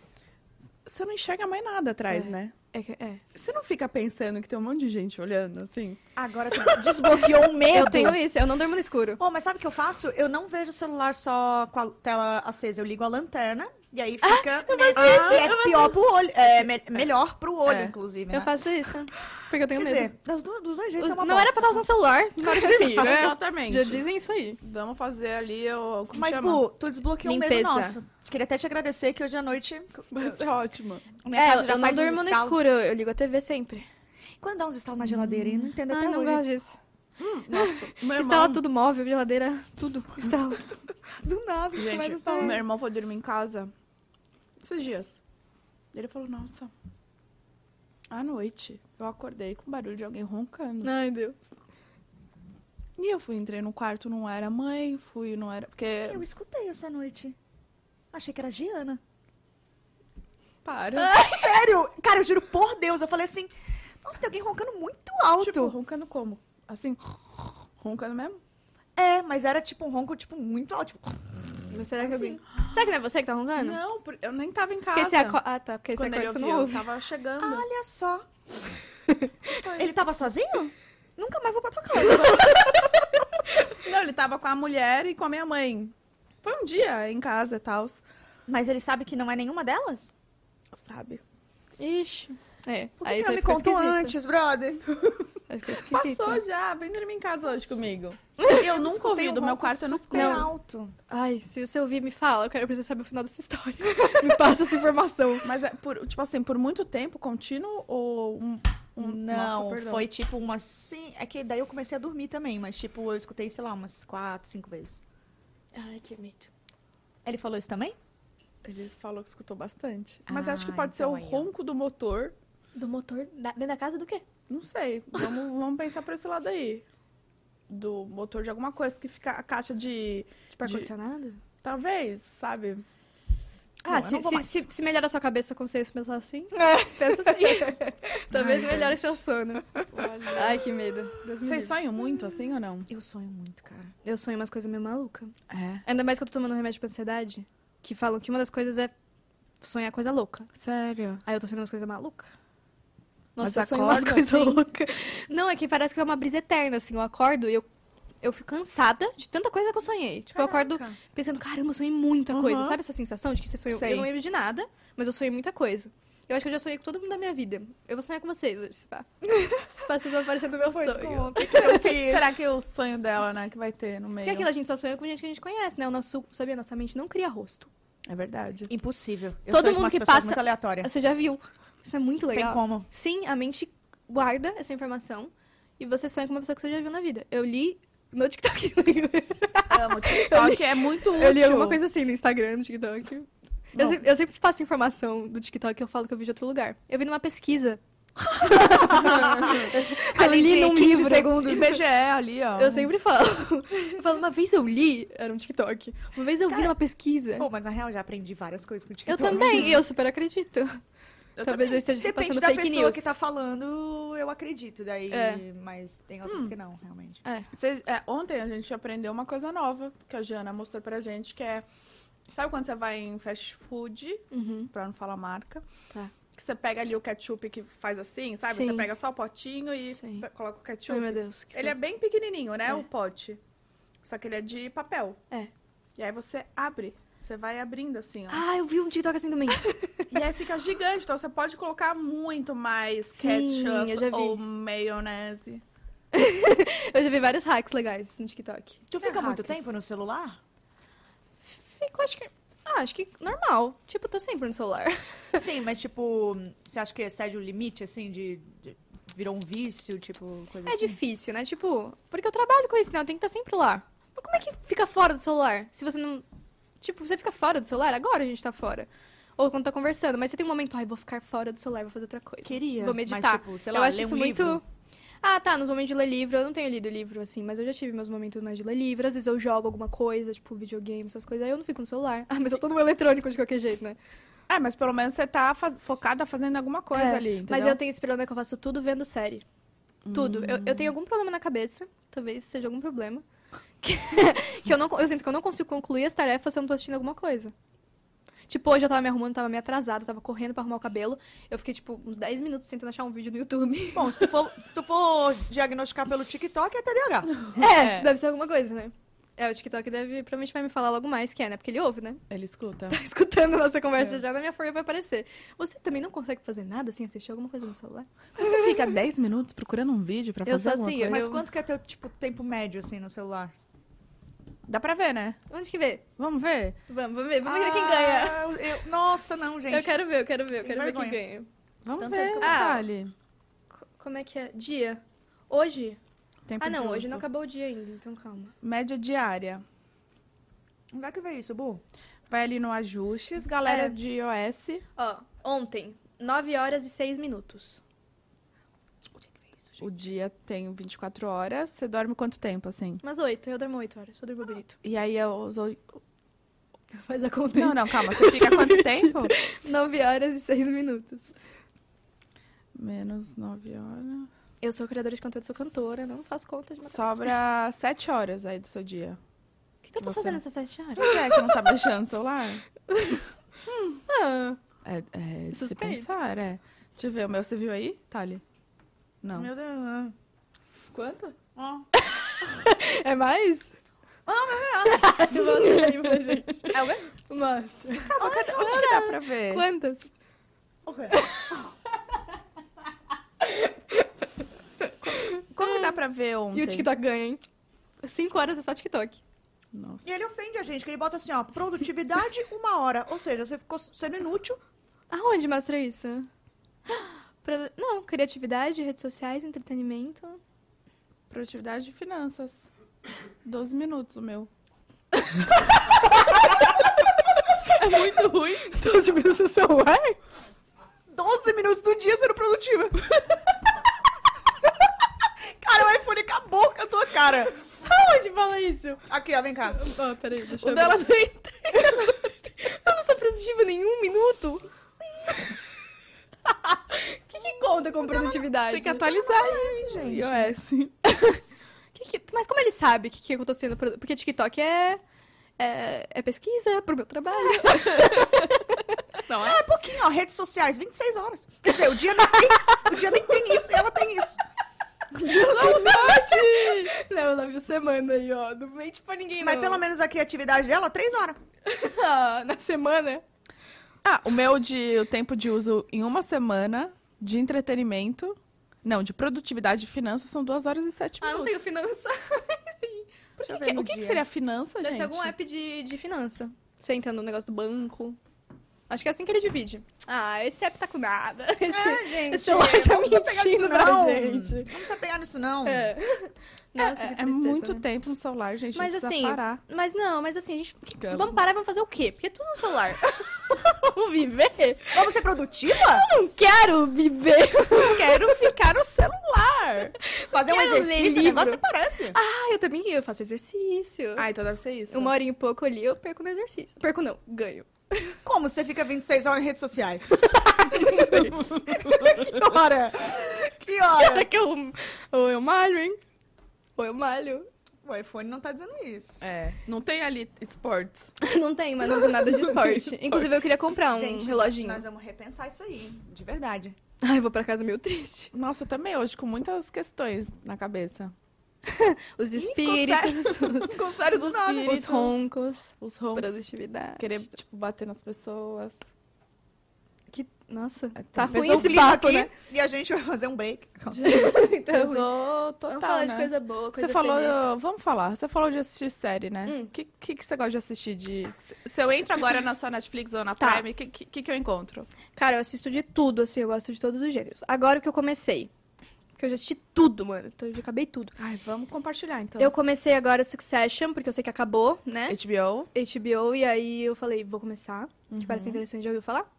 Speaker 2: Você não enxerga mais nada atrás,
Speaker 3: É.
Speaker 2: né?
Speaker 3: É, que- é.
Speaker 2: Você não fica pensando que tem um monte de gente olhando, assim?
Speaker 1: Agora tu desbloqueou o medo.
Speaker 3: Eu tenho isso, eu não durmo no escuro.
Speaker 1: Pô, mas sabe o que eu faço? Eu não vejo o celular só com a tela acesa. Eu ligo a lanterna e aí fica... meio- Ah, é pior pro olho. É me- melhor pro olho,
Speaker 2: É.
Speaker 1: inclusive, né?
Speaker 3: Eu faço isso. Ah. Porque eu tenho
Speaker 1: Quer
Speaker 3: medo.
Speaker 1: dizer, dos dois, dos dois jeitos
Speaker 3: Os-
Speaker 1: é uma
Speaker 3: não era pra estar usando celular na hora de dormir, né?
Speaker 2: Exatamente.
Speaker 3: Já dizem isso aí.
Speaker 2: Vamos fazer ali o... Como
Speaker 1: Mas,
Speaker 2: chama?
Speaker 1: Bu, tu desbloqueou o medo
Speaker 3: Limpeza.
Speaker 1: nosso. Queria até te agradecer que hoje à noite...
Speaker 2: Vai ser ótimo.
Speaker 1: Minha
Speaker 3: É,
Speaker 1: casa
Speaker 3: eu não
Speaker 1: faz um uns
Speaker 3: durmo no
Speaker 1: estalos.
Speaker 3: escuro, eu, eu ligo a TV sempre.
Speaker 1: Quando dá uns estalos na geladeira, eu não entendo
Speaker 3: Ai,
Speaker 1: até
Speaker 3: não
Speaker 1: hoje.
Speaker 3: gosto disso.
Speaker 2: Nossa, meu irmão...
Speaker 3: Instala tudo móvel, geladeira, tudo. Instala.
Speaker 1: Do nada, isso começa a um
Speaker 2: Gente,
Speaker 3: é.
Speaker 1: instalar.
Speaker 2: meu irmão foi dormir em casa esses dias. Ele falou, nossa, à noite eu acordei com barulho de alguém roncando.
Speaker 3: Ai, Deus.
Speaker 2: E eu fui, entrei no quarto, não era mãe, fui, não era... Porque...
Speaker 1: Eu escutei essa noite. Achei que era a Giana. Ah,
Speaker 2: Para.
Speaker 1: Sério? Cara, eu juro por Deus. Eu falei assim, nossa, tem alguém roncando muito alto.
Speaker 2: Tipo, roncando como? Assim, roncando mesmo?
Speaker 1: É, mas era tipo um ronco, tipo, muito alto. Tipo,
Speaker 3: Mas será que
Speaker 1: Assim.
Speaker 3: alguém. Será que não é você que tá rondando?
Speaker 2: Não, por- eu nem tava em casa.
Speaker 1: é
Speaker 3: Porque você aco... Ah, tá. Porque você
Speaker 2: Quando ele
Speaker 3: acorda, você
Speaker 2: ouviu, eu
Speaker 3: não ouve.
Speaker 2: tava chegando.
Speaker 1: olha só. Ele tava sozinho? Nunca mais vou pra tua casa.
Speaker 2: Não, ele tava com a mulher e com a minha mãe. Foi um dia em casa e tal,
Speaker 1: Mas ele sabe que não é nenhuma delas?
Speaker 2: sabe?
Speaker 3: Ixi. É.
Speaker 1: Por que
Speaker 3: aí
Speaker 1: que não
Speaker 3: daí
Speaker 1: me
Speaker 3: ficou
Speaker 1: contou
Speaker 3: esquisito.
Speaker 1: antes, brother?
Speaker 3: Aí Ficou esquisito.
Speaker 1: né?
Speaker 2: Passou já, vem dormir em casa hoje comigo. Eu nunca
Speaker 1: Escutei
Speaker 2: ouvi
Speaker 1: um
Speaker 2: do meu
Speaker 1: ronco
Speaker 2: quarto, eu não
Speaker 1: super
Speaker 2: escutei.
Speaker 1: alto.
Speaker 3: Ai, se você ouvir, me fala. Eu quero eu preciso saber o final dessa história. me passa essa informação.
Speaker 2: Mas, é por, tipo assim, por muito tempo contínuo ou um. um-
Speaker 1: Não,
Speaker 2: Nossa, perdão.
Speaker 1: foi tipo umas. Sim, é que daí eu comecei a dormir também, mas tipo, eu escutei, sei lá, umas quatro, cinco vezes.
Speaker 3: Ai, que medo.
Speaker 1: Ele falou isso também?
Speaker 2: Ele falou que escutou bastante. Mas
Speaker 1: Ah,
Speaker 2: acho que pode
Speaker 1: então
Speaker 2: ser
Speaker 1: aí,
Speaker 2: o
Speaker 1: ó.
Speaker 2: ronco do motor.
Speaker 3: Do motor da- dentro da casa do quê?
Speaker 2: Não sei. Vamos, vamos pensar por esse lado aí. Do motor de alguma coisa que fica a caixa de.
Speaker 3: Tipo ar-condicionado?
Speaker 2: Talvez, sabe?
Speaker 1: Não,
Speaker 3: Ah,
Speaker 1: eu
Speaker 3: se,
Speaker 1: não vou
Speaker 3: se,
Speaker 1: mais.
Speaker 3: se, se melhora a sua cabeça, sua consciência pensar assim,
Speaker 1: É.
Speaker 3: pensa assim. Talvez
Speaker 2: Ai,
Speaker 3: melhore
Speaker 2: gente.
Speaker 3: seu sono. Ai, que medo. Deus me
Speaker 2: Vocês
Speaker 3: livre.
Speaker 2: sonham muito assim ou não?
Speaker 1: Eu sonho muito, cara.
Speaker 3: Eu sonho umas coisas meio malucas.
Speaker 2: É.
Speaker 3: Ainda mais que eu tô tomando um remédio pra ansiedade, que falam que uma das coisas é sonhar coisa louca.
Speaker 2: Sério.
Speaker 3: Aí eu tô sonhando umas coisas malucas.
Speaker 2: Mas
Speaker 3: Nossa, eu sonho umas
Speaker 2: acorda,
Speaker 3: coisas
Speaker 2: assim?
Speaker 3: loucas. Não, é que parece que é uma brisa eterna, assim. Eu acordo e eu, eu fico cansada de tanta coisa que eu sonhei. Tipo, eu acordo pensando, caramba, eu sonhei muita
Speaker 2: Uhum.
Speaker 3: coisa. Sabe essa sensação de que você sonhou?
Speaker 2: Sei.
Speaker 3: Eu não lembro de nada, mas eu sonhei muita coisa. Eu acho que eu já sonhei com todo mundo da minha vida. Eu vou sonhar com vocês hoje, se pá. Se pá, vocês vão aparecer no meu sonho.
Speaker 2: Será que é o sonho dela, né? Que vai ter no meio.
Speaker 3: Porque aquilo a gente só sonha com gente que a gente conhece, né? O nosso, sabia? Nossa mente não cria rosto.
Speaker 2: É verdade.
Speaker 1: Impossível. Eu
Speaker 3: Todo
Speaker 1: sonho
Speaker 3: mundo
Speaker 1: com umas
Speaker 3: que
Speaker 1: pessoas
Speaker 3: passa-
Speaker 1: Muito aleatória.
Speaker 3: Você já viu. Isso é muito
Speaker 1: Tem
Speaker 3: legal.
Speaker 1: como.
Speaker 3: Sim, a mente guarda essa informação e você sonha com uma pessoa que você já viu na vida. Eu li no TikTok.
Speaker 2: Amo. TikTok é muito útil.
Speaker 3: eu li alguma coisa assim no Instagram, no TikTok. Eu,
Speaker 1: Bom.
Speaker 3: sempre, eu sempre passo informação do TikTok e eu falo que eu vi de outro lugar. Eu vi numa pesquisa. eu
Speaker 1: Ali
Speaker 3: li
Speaker 1: tinha
Speaker 3: num
Speaker 1: 15
Speaker 3: livro.
Speaker 1: segundos.
Speaker 2: IBGE ali, ó.
Speaker 3: Eu sempre falo. Eu falo, uma vez eu li, era um TikTok. Uma vez eu vi numa pesquisa.
Speaker 1: Pô, mas na real eu já aprendi várias coisas com o
Speaker 3: eu
Speaker 1: TikTok.
Speaker 3: também, e eu super acredito.
Speaker 2: Eu
Speaker 3: Talvez eu esteja
Speaker 1: Depende
Speaker 3: passando
Speaker 1: da
Speaker 3: fake
Speaker 1: pessoa
Speaker 3: news.
Speaker 1: que tá falando, eu acredito. Daí,
Speaker 3: É.
Speaker 1: mas tem outras que não, realmente.
Speaker 2: Vocês- é, ontem a gente aprendeu uma coisa nova que a Jana mostrou pra gente, que é. Sabe quando você vai em fast food,
Speaker 3: Uhum.
Speaker 2: pra não falar marca?
Speaker 3: Tá.
Speaker 2: Que você pega ali o ketchup que faz assim, sabe? Você
Speaker 3: Sim.
Speaker 2: pega só o potinho e
Speaker 3: Sim.
Speaker 2: pe- coloca o ketchup.
Speaker 3: Ai, meu Deus. que
Speaker 2: ele é
Speaker 3: saco.
Speaker 2: bem pequenininho, né?
Speaker 3: É.
Speaker 2: O pote. Só que ele é de papel.
Speaker 3: É.
Speaker 2: E aí você abre. Você vai abrindo assim, ó.
Speaker 3: Ah, eu vi um TikTok assim também.
Speaker 2: E aí fica gigante. Então você pode colocar muito mais
Speaker 3: Sim,
Speaker 2: ketchup
Speaker 3: eu já vi.
Speaker 2: ou maionese.
Speaker 3: Eu já vi vários hacks legais no TikTok.
Speaker 1: Tu fica muito
Speaker 2: Hackers.
Speaker 1: tempo no celular?
Speaker 3: Fico, acho que. Ah, acho que normal. Tipo, tô sempre no celular.
Speaker 1: Sim, mas tipo, você acha que excede o limite, assim, de. de- virou um vício, tipo, coisa
Speaker 3: É
Speaker 1: assim?
Speaker 3: difícil, né? Tipo, porque eu trabalho com isso, né? Eu tenho que estar sempre lá. Mas como é que fica fora do celular? Se você não. Tipo, você fica fora do celular? Agora a gente tá fora. Ou quando tá conversando, mas você tem um momento, ai, vou ficar fora do celular, vou fazer outra coisa.
Speaker 1: Queria.
Speaker 3: Vou
Speaker 1: Mas,
Speaker 3: meditar.
Speaker 1: tipo, sei lá,
Speaker 3: eu acho
Speaker 1: ler um
Speaker 3: isso muito.
Speaker 1: livro.
Speaker 3: Ah, tá, nos momentos de ler livro, eu não tenho lido livro assim, mas eu já tive meus momentos mais de ler livro. Às vezes eu jogo alguma coisa, tipo videogame, essas coisas, aí eu não fico no celular. Ah, mas eu tô no eletrônico de qualquer jeito, né?
Speaker 2: É, mas pelo menos você tá faz- focada fazendo alguma coisa
Speaker 3: É,
Speaker 2: ali.
Speaker 3: Mas
Speaker 2: entendeu?
Speaker 3: eu tenho esse problema que eu faço tudo vendo série. Tudo. Eu, eu tenho algum problema na cabeça, talvez seja algum problema. Que, que eu, não, eu sinto que eu não consigo concluir as tarefas se eu não tô assistindo alguma coisa. Tipo, hoje eu tava me arrumando, tava meio atrasada, eu tava correndo pra arrumar o cabelo. Eu fiquei, tipo, uns 10 minutos tentando achar um vídeo no YouTube.
Speaker 1: Bom, se tu, for, se tu for diagnosticar pelo TikTok, é TDAH.
Speaker 3: É, deve ser alguma coisa, né? É, o TikTok deve, provavelmente vai me falar logo mais que é, né? Porque ele ouve, né?
Speaker 2: Ele escuta.
Speaker 3: Tá escutando a nossa conversa já, na minha folha vai aparecer. Você também não consegue fazer nada sem assistir alguma coisa no celular?
Speaker 2: Você fica 10 minutos procurando um vídeo pra
Speaker 3: Eu
Speaker 2: fazer
Speaker 3: sou
Speaker 2: alguma
Speaker 3: assim,
Speaker 2: coisa?
Speaker 3: eu-
Speaker 1: Mas quanto que é teu, tipo, tempo médio, assim, no celular?
Speaker 2: Dá pra ver, né?
Speaker 3: Onde que vê?
Speaker 2: Vamos ver?
Speaker 3: Vamos, vamos ver, vamos ver quem ganha.
Speaker 1: Ah, eu- nossa, não, gente.
Speaker 3: Eu quero ver, eu quero ver, eu
Speaker 1: Tem
Speaker 3: quero ver quem
Speaker 1: vergonha.
Speaker 3: ganha.
Speaker 2: Vamos
Speaker 1: Tanto
Speaker 2: ver.
Speaker 1: tempo
Speaker 3: que eu-
Speaker 2: Ah, ali.
Speaker 3: Co- Como é que é? Dia? Hoje?
Speaker 2: Tempo
Speaker 3: ah, não,
Speaker 2: de
Speaker 3: hoje
Speaker 2: uso.
Speaker 3: não acabou o dia ainda, então calma.
Speaker 2: Média diária.
Speaker 1: Onde é que vê isso, Bu?
Speaker 2: Vai ali no ajustes, galera
Speaker 3: É.
Speaker 2: de iOS.
Speaker 3: Ó, ontem, 9 horas e 6 minutos.
Speaker 2: O dia tem 24 horas. Você dorme quanto tempo, assim?
Speaker 3: Mas 8, eu durmo 8 horas, eu durmo bonito.
Speaker 2: E aí é os oi-
Speaker 3: Faz a conta
Speaker 2: Não, não, calma. Você fica quanto tempo?
Speaker 3: 9 horas e 6 minutos.
Speaker 2: Menos 9 horas.
Speaker 3: Eu sou criadora de conteúdo, sou cantora, não faço conta de matemática.
Speaker 2: Sobra 7 horas aí do seu dia.
Speaker 3: O que, que eu tô
Speaker 2: Você.
Speaker 3: fazendo essas 7 horas?
Speaker 2: Por que é que não tá baixando o celular?
Speaker 3: Ah,
Speaker 2: É, é de se
Speaker 3: Suspeito.
Speaker 2: pensar, é. Deixa eu ver, o meu você viu aí, Thali? Não.
Speaker 1: Meu Deus. né?
Speaker 2: Quanto?
Speaker 1: Ó.
Speaker 3: é mais? Ah, mas não. Mostra aí pra gente.
Speaker 1: É o quê?
Speaker 3: Mostra.
Speaker 2: É. Onde que dá pra ver?
Speaker 3: Quantas?
Speaker 1: O quê?
Speaker 2: Como dá pra ver ontem?
Speaker 3: E o TikTok ganha, hein? Cinco horas é só TikTok.
Speaker 2: Nossa.
Speaker 1: E ele ofende a gente, que ele bota assim, ó, produtividade uma hora. Ou seja, você ficou sendo inútil.
Speaker 3: Aonde mostra isso? Pra- Não, criatividade, redes sociais, entretenimento.
Speaker 2: Produtividade de finanças. 12 minutos o meu. é muito ruim.
Speaker 1: 12 minutos do celular? 12 minutos do dia sendo produtiva. cara, o iPhone acabou com a tua cara.
Speaker 3: Aonde fala isso?
Speaker 1: Aqui, ó, vem cá.
Speaker 3: Ó, Ah, peraí, deixa
Speaker 2: O
Speaker 3: eu
Speaker 2: dela
Speaker 3: ver.
Speaker 2: nem
Speaker 3: Eu não sou tá produtiva nenhum minuto. O que, que conta com produtividade?
Speaker 2: tem que atualizar
Speaker 1: iOS,
Speaker 2: isso,
Speaker 1: gente.
Speaker 2: iOS.
Speaker 3: Que que- Mas como ele sabe que, que eu tô sendo produ... Porque TikTok é... É, é pesquisa pro meu trabalho.
Speaker 2: Não é?
Speaker 1: É pouquinho, ó, redes sociais, 26 horas. Quer dizer, o dia não tem, o dia nem tem isso e ela tem isso.
Speaker 3: Léo, ela viu semana aí, ó. Não mente pra ninguém,
Speaker 1: Mas pelo menos a criatividade dela, 3 horas.
Speaker 3: menos... Na semana...
Speaker 2: Ah, o meu de o tempo de uso em uma semana de entretenimento. Não, de produtividade e finanças são 2 horas e 7
Speaker 3: Ah,
Speaker 2: minutos.
Speaker 3: não tenho finança.
Speaker 2: Por que
Speaker 1: eu ver
Speaker 2: que-
Speaker 1: no
Speaker 2: o que, que
Speaker 1: dia.
Speaker 2: seria finança,
Speaker 3: Deve
Speaker 2: gente?
Speaker 3: ser algum app de, de finança. Você entra no negócio do banco. Acho que é assim que ele divide. Ah, esse app tá com nada. Esse,
Speaker 1: É, gente.
Speaker 3: esse celular tá
Speaker 1: vamos pegar
Speaker 3: mentindo
Speaker 1: nisso,
Speaker 3: pra
Speaker 1: não.
Speaker 3: gente.
Speaker 1: Não precisa pegar nisso, não.
Speaker 3: É. Nossa,
Speaker 2: é,
Speaker 3: que
Speaker 2: é
Speaker 3: tristeza,
Speaker 2: muito
Speaker 3: né?
Speaker 2: tempo no celular, gente.
Speaker 3: Mas
Speaker 2: precisa
Speaker 3: assim,
Speaker 2: parar.
Speaker 3: mas não, mas assim, a gente.
Speaker 2: Ficando.
Speaker 3: Vamos parar e vamos fazer o quê? Porque é tudo no celular. vamos viver?
Speaker 1: Vamos ser produtiva?
Speaker 3: Não quero viver.
Speaker 2: Quero ficar no celular.
Speaker 1: Fazer um
Speaker 3: Quero ler
Speaker 1: exercício, o
Speaker 3: livro.
Speaker 1: negócio até parece.
Speaker 3: Ah, eu também eu faço exercício.
Speaker 2: Ah, então deve ser isso.
Speaker 3: Uma hora e pouco ali eu perco no exercício. Perco não, ganho.
Speaker 1: Como você fica 26 horas em redes sociais? que hora? Que hora?
Speaker 3: Será que eu. Ou eu malho, hein? Ou eu malho.
Speaker 1: O iPhone não tá dizendo isso.
Speaker 2: É. Não tem ali esportes.
Speaker 3: Não tem, mas não uso nada de esporte. Inclusive, eu queria comprar um reloginho.
Speaker 1: nós vamos repensar isso aí, de verdade.
Speaker 3: Ai, eu vou pra casa meio triste.
Speaker 2: Nossa, eu também hoje com muitas questões na cabeça.
Speaker 3: Os
Speaker 2: ficou
Speaker 3: espíritos,
Speaker 1: Ficou sério do
Speaker 2: Os
Speaker 1: nada.
Speaker 2: espíritos.
Speaker 3: os roncos,
Speaker 2: Os rombos.
Speaker 3: produtividade.
Speaker 2: Querer, tipo, bater nas pessoas.
Speaker 3: Que... Nossa,
Speaker 2: É,
Speaker 3: tá
Speaker 2: tem-
Speaker 3: ruim
Speaker 1: Pesou o
Speaker 3: esse
Speaker 1: clima
Speaker 3: papo,
Speaker 1: aqui
Speaker 3: né?
Speaker 1: e a gente vai fazer um break.
Speaker 2: É
Speaker 3: Então,
Speaker 2: Pesou
Speaker 3: vamos
Speaker 2: total,
Speaker 3: falar
Speaker 2: né?
Speaker 3: de coisa boa, coisa
Speaker 2: você falou,
Speaker 3: feliz.
Speaker 2: vamos falar, você falou de assistir série, né? O
Speaker 3: Hum.
Speaker 2: que, que, que você gosta de assistir? De... se- Se eu entro agora na sua Netflix ou na
Speaker 3: Tá.
Speaker 2: Prime, o que, que, que que eu encontro?
Speaker 3: Cara, eu assisto de tudo, assim, eu gosto de todos os gêneros. Agora que eu comecei, que eu já assisti tudo, mano, então eu já acabei tudo.
Speaker 2: Ai, vamos compartilhar, então.
Speaker 3: Eu comecei agora Succession, porque eu sei que acabou, né?
Speaker 2: HBO.
Speaker 3: HBO, e aí eu falei, vou começar, que
Speaker 2: Uhum.
Speaker 3: parece interessante, já ouviu falar?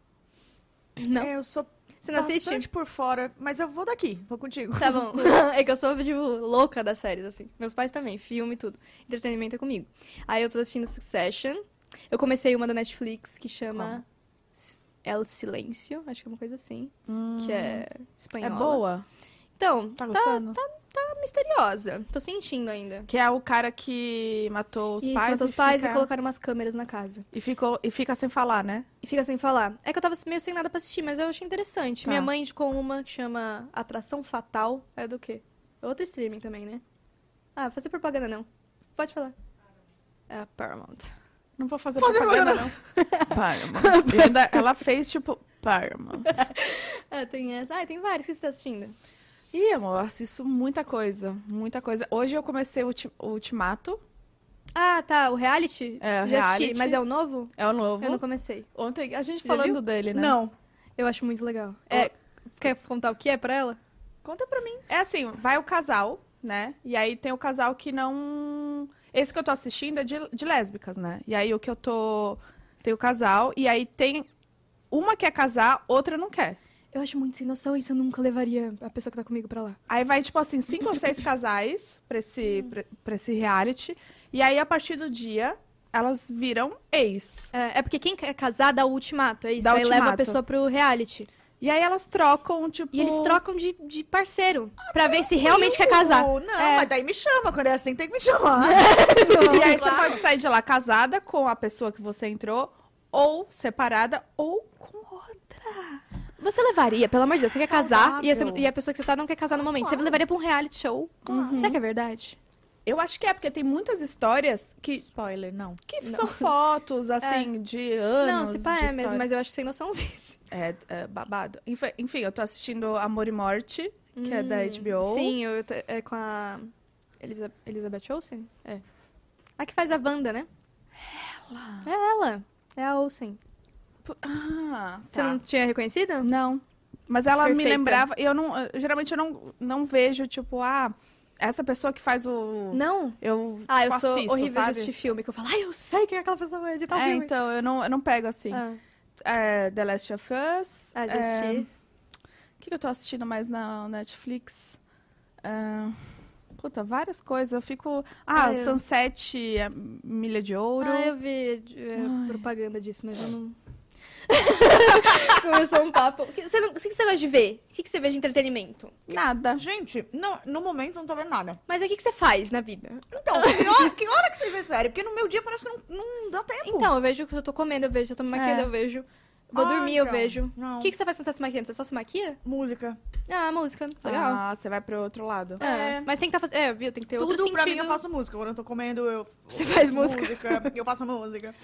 Speaker 3: Não.
Speaker 1: É, eu sou
Speaker 3: Você não
Speaker 1: bastante
Speaker 3: assiste?
Speaker 1: por fora, mas eu vou daqui, vou contigo.
Speaker 3: Tá bom. é que eu sou, tipo, louca das séries, assim. Meus pais também, filme e tudo. Entretenimento é comigo. Aí eu tô assistindo Succession. Eu comecei uma da Netflix que chama S- El Silêncio, acho que é uma coisa assim, que é
Speaker 2: É
Speaker 3: espanhola.
Speaker 2: boa?
Speaker 3: Então,
Speaker 2: Tá
Speaker 3: tá,
Speaker 2: gostando?
Speaker 3: misteriosa. Tô sentindo ainda.
Speaker 2: Que é o cara que matou os
Speaker 3: Isso,
Speaker 2: pais,
Speaker 3: matou os
Speaker 2: e,
Speaker 3: pais
Speaker 2: fica...
Speaker 3: e colocaram umas câmeras na casa.
Speaker 2: e ficou E fica sem falar, né?
Speaker 3: E fica sem falar. É que eu tava meio sem nada pra assistir, mas eu achei interessante.
Speaker 2: Tá.
Speaker 3: Minha mãe indicou uma que chama Atração Fatal. É do quê? É outro streaming também, né? Ah, fazer propaganda não. Pode falar. É a Paramount.
Speaker 2: Não vou fazer
Speaker 1: Fazer um
Speaker 2: propaganda, não. Paramount. E ainda ela fez, tipo, Paramount.
Speaker 3: Ah, tem essa. Ah, tem várias que você tá assistindo.
Speaker 2: Ih, amor, eu assisto muita coisa, muita coisa. Hoje eu comecei o, Ulti- o Ultimato,
Speaker 3: Ah, tá. O reality?
Speaker 2: É, o
Speaker 3: Já assisti,
Speaker 2: reality.
Speaker 3: mas é o novo?
Speaker 2: é o novo.
Speaker 3: Eu não comecei.
Speaker 2: Ontem a gente
Speaker 3: Já
Speaker 2: falando
Speaker 3: viu?
Speaker 2: dele, né?
Speaker 1: Não.
Speaker 3: Eu acho muito legal. É, Quer contar o que é pra ela?
Speaker 2: Conta pra mim. É assim, vai o casal, né? E aí tem o casal que não... Esse que eu tô assistindo é de, de lésbicas, né? E aí o que eu tô... Tem o casal, e aí tem... Uma quer casar, outra não quer.
Speaker 3: Eu acho muito sem noção isso. Eu nunca levaria a pessoa que tá comigo pra lá.
Speaker 2: Aí vai, tipo assim, cinco ou seis casais pra esse, pra, pra esse reality. E aí, a partir do dia, elas viram ex.
Speaker 3: É, é porque quem quer casar dá o ultimato, é isso?
Speaker 2: Dá
Speaker 3: Aí leva a
Speaker 2: ultimato.
Speaker 3: pessoa pro reality.
Speaker 2: E aí elas trocam, tipo.
Speaker 3: E eles trocam de, de parceiro pra ver se realmente quer casar.
Speaker 1: Não,
Speaker 2: É.
Speaker 1: mas daí me chama. Quando é assim, tem que me chamar.
Speaker 2: E aí
Speaker 1: Claro.
Speaker 2: você pode sair de lá casada com a pessoa que você entrou, ou separada, ou com outra.
Speaker 3: Você levaria, pelo amor de Deus, você quer casar e,
Speaker 1: Saudável.
Speaker 3: essa- e a pessoa que você tá não quer casar no momento. Você
Speaker 1: Claro.
Speaker 3: levaria pra um reality show? Será que é verdade?
Speaker 2: Eu acho que é, porque tem muitas histórias que,
Speaker 1: Spoiler, não.
Speaker 2: que são fotos, assim, de anos.
Speaker 3: É. não, se pá
Speaker 2: de
Speaker 3: é mesmo,
Speaker 2: história.
Speaker 3: mas eu acho sem noçãozinho.
Speaker 2: É, é babado. Enfim, enfim, eu tô assistindo Amor e Morte, que é da HBO.
Speaker 3: Hum, Sim, eu t- é com a Elisa- Elizabeth Olsen? É. A que faz a Wanda, né?
Speaker 2: Ela.
Speaker 3: É ela. É a Olsen.
Speaker 2: Ah,
Speaker 3: Você
Speaker 2: tá.
Speaker 3: não tinha reconhecido?
Speaker 2: Não. Mas ela me
Speaker 3: Perfeita.
Speaker 2: lembrava. Eu não. eu- geralmente eu não, não vejo, tipo, ah, essa pessoa que faz o.
Speaker 3: Não?
Speaker 2: Eu.
Speaker 3: Ah, eu
Speaker 2: tipo,
Speaker 3: sou
Speaker 2: assisto,
Speaker 3: horrível de
Speaker 2: sabe?
Speaker 3: assistir filme, que eu falo, ai, eu sei quem é aquela pessoa é de tal
Speaker 2: É,
Speaker 3: filme.
Speaker 2: então, eu não, eu não pego assim.
Speaker 3: Ah,
Speaker 2: É, The Last of Us.
Speaker 3: ah, já
Speaker 2: é,
Speaker 3: assisti.
Speaker 2: O que, que eu tô assistindo mais na Netflix? Ah, puta, várias coisas. Eu fico. Ah,
Speaker 3: Ah, eu-
Speaker 2: Sunset, é, Milha de Ouro.
Speaker 3: Ah, eu vi é, propaganda disso, mas eu não... Começou um papo. O que você, não- o que você gosta de ver? O que que você vê de entretenimento?
Speaker 2: Nada.
Speaker 1: Gente, não, no momento eu não tô vendo nada.
Speaker 3: Mas o que que você faz na vida?
Speaker 1: Então, que hora, que hora que você vê série? Porque no meu dia parece que não, não dá tempo.
Speaker 3: Então, eu vejo o que eu tô comendo, eu vejo, eu tô me maquiando,
Speaker 2: É.
Speaker 3: eu vejo. Vou
Speaker 1: Ah,
Speaker 3: dormir, eu
Speaker 1: então.
Speaker 3: vejo.
Speaker 1: Não.
Speaker 3: O que, que você faz quando você tá se maquiando? Você só se maquia?
Speaker 1: Música.
Speaker 3: Ah, música. Legal.
Speaker 2: Ah, você vai pro outro lado.
Speaker 1: é.
Speaker 3: É. Mas tem que estar tá fazendo. É, viu? Tem que ter outro
Speaker 1: Tudo
Speaker 3: sentido.
Speaker 1: pra mim eu faço música. Quando eu tô comendo, eu.
Speaker 3: Você faz
Speaker 1: eu
Speaker 3: música?
Speaker 1: Eu faço música.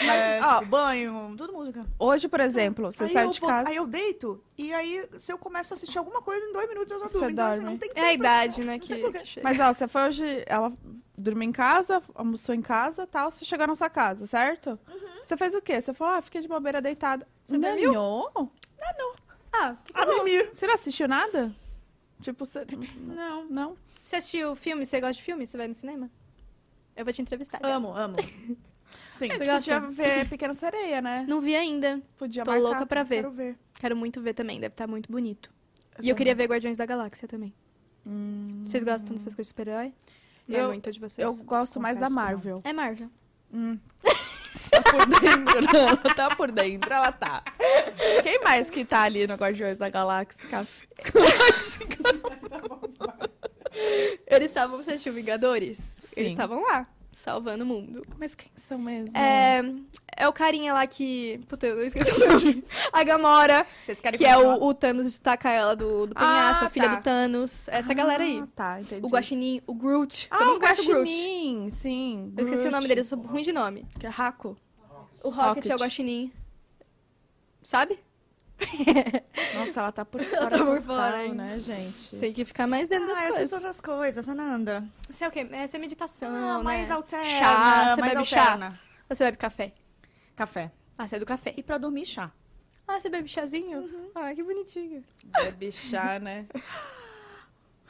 Speaker 1: É,
Speaker 2: ó.
Speaker 1: tipo, banho, tudo música.
Speaker 2: Hoje, por exemplo, você
Speaker 1: aí,
Speaker 2: sai
Speaker 1: eu
Speaker 2: de
Speaker 1: vou-
Speaker 2: casa.
Speaker 1: aí eu deito, e aí se eu começo a assistir alguma coisa, em dois minutos eu já
Speaker 2: Você
Speaker 1: durmo. Então, assim,
Speaker 2: dorme.
Speaker 1: não tem tempo.
Speaker 3: É a idade, né?
Speaker 1: sei
Speaker 3: Que,
Speaker 1: por quê.
Speaker 3: que chega.
Speaker 2: Mas ó, você foi hoje. Ela dormiu em casa, almoçou em casa tal. Você chegou na sua casa, certo?
Speaker 3: Uhum.
Speaker 2: Você fez o quê? Você falou, ah, fiquei de bobeira deitada.
Speaker 3: Você
Speaker 2: dormiu?
Speaker 3: Ah,
Speaker 1: A mimir.
Speaker 2: Você não assistiu nada? Tipo, você.
Speaker 1: Não.
Speaker 2: Não?
Speaker 3: você assistiu filme? Você gosta de filme? Você vai no cinema? Eu vou te entrevistar.
Speaker 1: Amo, amo. Sim.
Speaker 2: Você
Speaker 3: gosta?
Speaker 2: podia ver Pequena Sereia, né?
Speaker 3: Não vi ainda.
Speaker 2: Podia
Speaker 3: Tô
Speaker 2: marcar.
Speaker 3: louca pra ver.
Speaker 1: Quero ver.
Speaker 3: Quero muito ver também. Deve estar muito bonito. e eu Hum. queria ver Guardiões da Galáxia também. Vocês gostam dessas coisas de super-herói? Não é
Speaker 2: Eu-
Speaker 3: muito de vocês.
Speaker 2: Eu gosto mais da
Speaker 1: Confesso que não.
Speaker 2: Marvel.
Speaker 3: É Marvel.
Speaker 2: Tá por dentro, não. Ela Tá por dentro, ela tá. Quem mais que tá ali no Guardiões da Galáxia?
Speaker 3: Eles estavam. Você assistiu Vingadores? Eles
Speaker 2: Sim.
Speaker 3: estavam lá, salvando o mundo.
Speaker 2: Mas quem são mesmo?
Speaker 3: É, é o carinha lá que. Puta, eu esqueci o nome. A Gamora,
Speaker 1: Vocês querem
Speaker 3: que é
Speaker 1: continuar?
Speaker 3: o, o Thanos tacar ela do, do penhasco,
Speaker 2: Ah,
Speaker 3: a filha
Speaker 2: tá.
Speaker 3: do Thanos. Essa galera aí.
Speaker 2: Ah, Tá, entendi.
Speaker 3: O Guaxinim, o Groot.
Speaker 2: Ah,
Speaker 3: Todo
Speaker 2: o
Speaker 3: mundo conhece o Groot.
Speaker 2: Guaxinim, sim.
Speaker 3: Eu esqueci o nome dele, eu sou ruim de nome.
Speaker 2: Que é Raco.
Speaker 3: O Rocket,
Speaker 2: Rocket.
Speaker 3: é o Guaxinim. Sabe?
Speaker 2: Nossa, ela tá por fora
Speaker 3: tá por
Speaker 2: total,
Speaker 3: fora, hein?
Speaker 2: né, gente?
Speaker 3: Tem que ficar mais dentro das
Speaker 1: Ah, essas
Speaker 3: coisas.
Speaker 1: outras coisas, Ananda.
Speaker 3: Isso é o quê? Essa é meditação,
Speaker 1: Ah, mais
Speaker 3: né?
Speaker 1: alterna.
Speaker 3: Chá, você
Speaker 1: mais
Speaker 3: bebe
Speaker 1: alterna.
Speaker 3: Você bebe café.
Speaker 1: Café.
Speaker 3: Ah, você é do café.
Speaker 1: E pra dormir, chá.
Speaker 3: Ah, você bebe chazinho? Ah, que bonitinho.
Speaker 2: É bichar, né?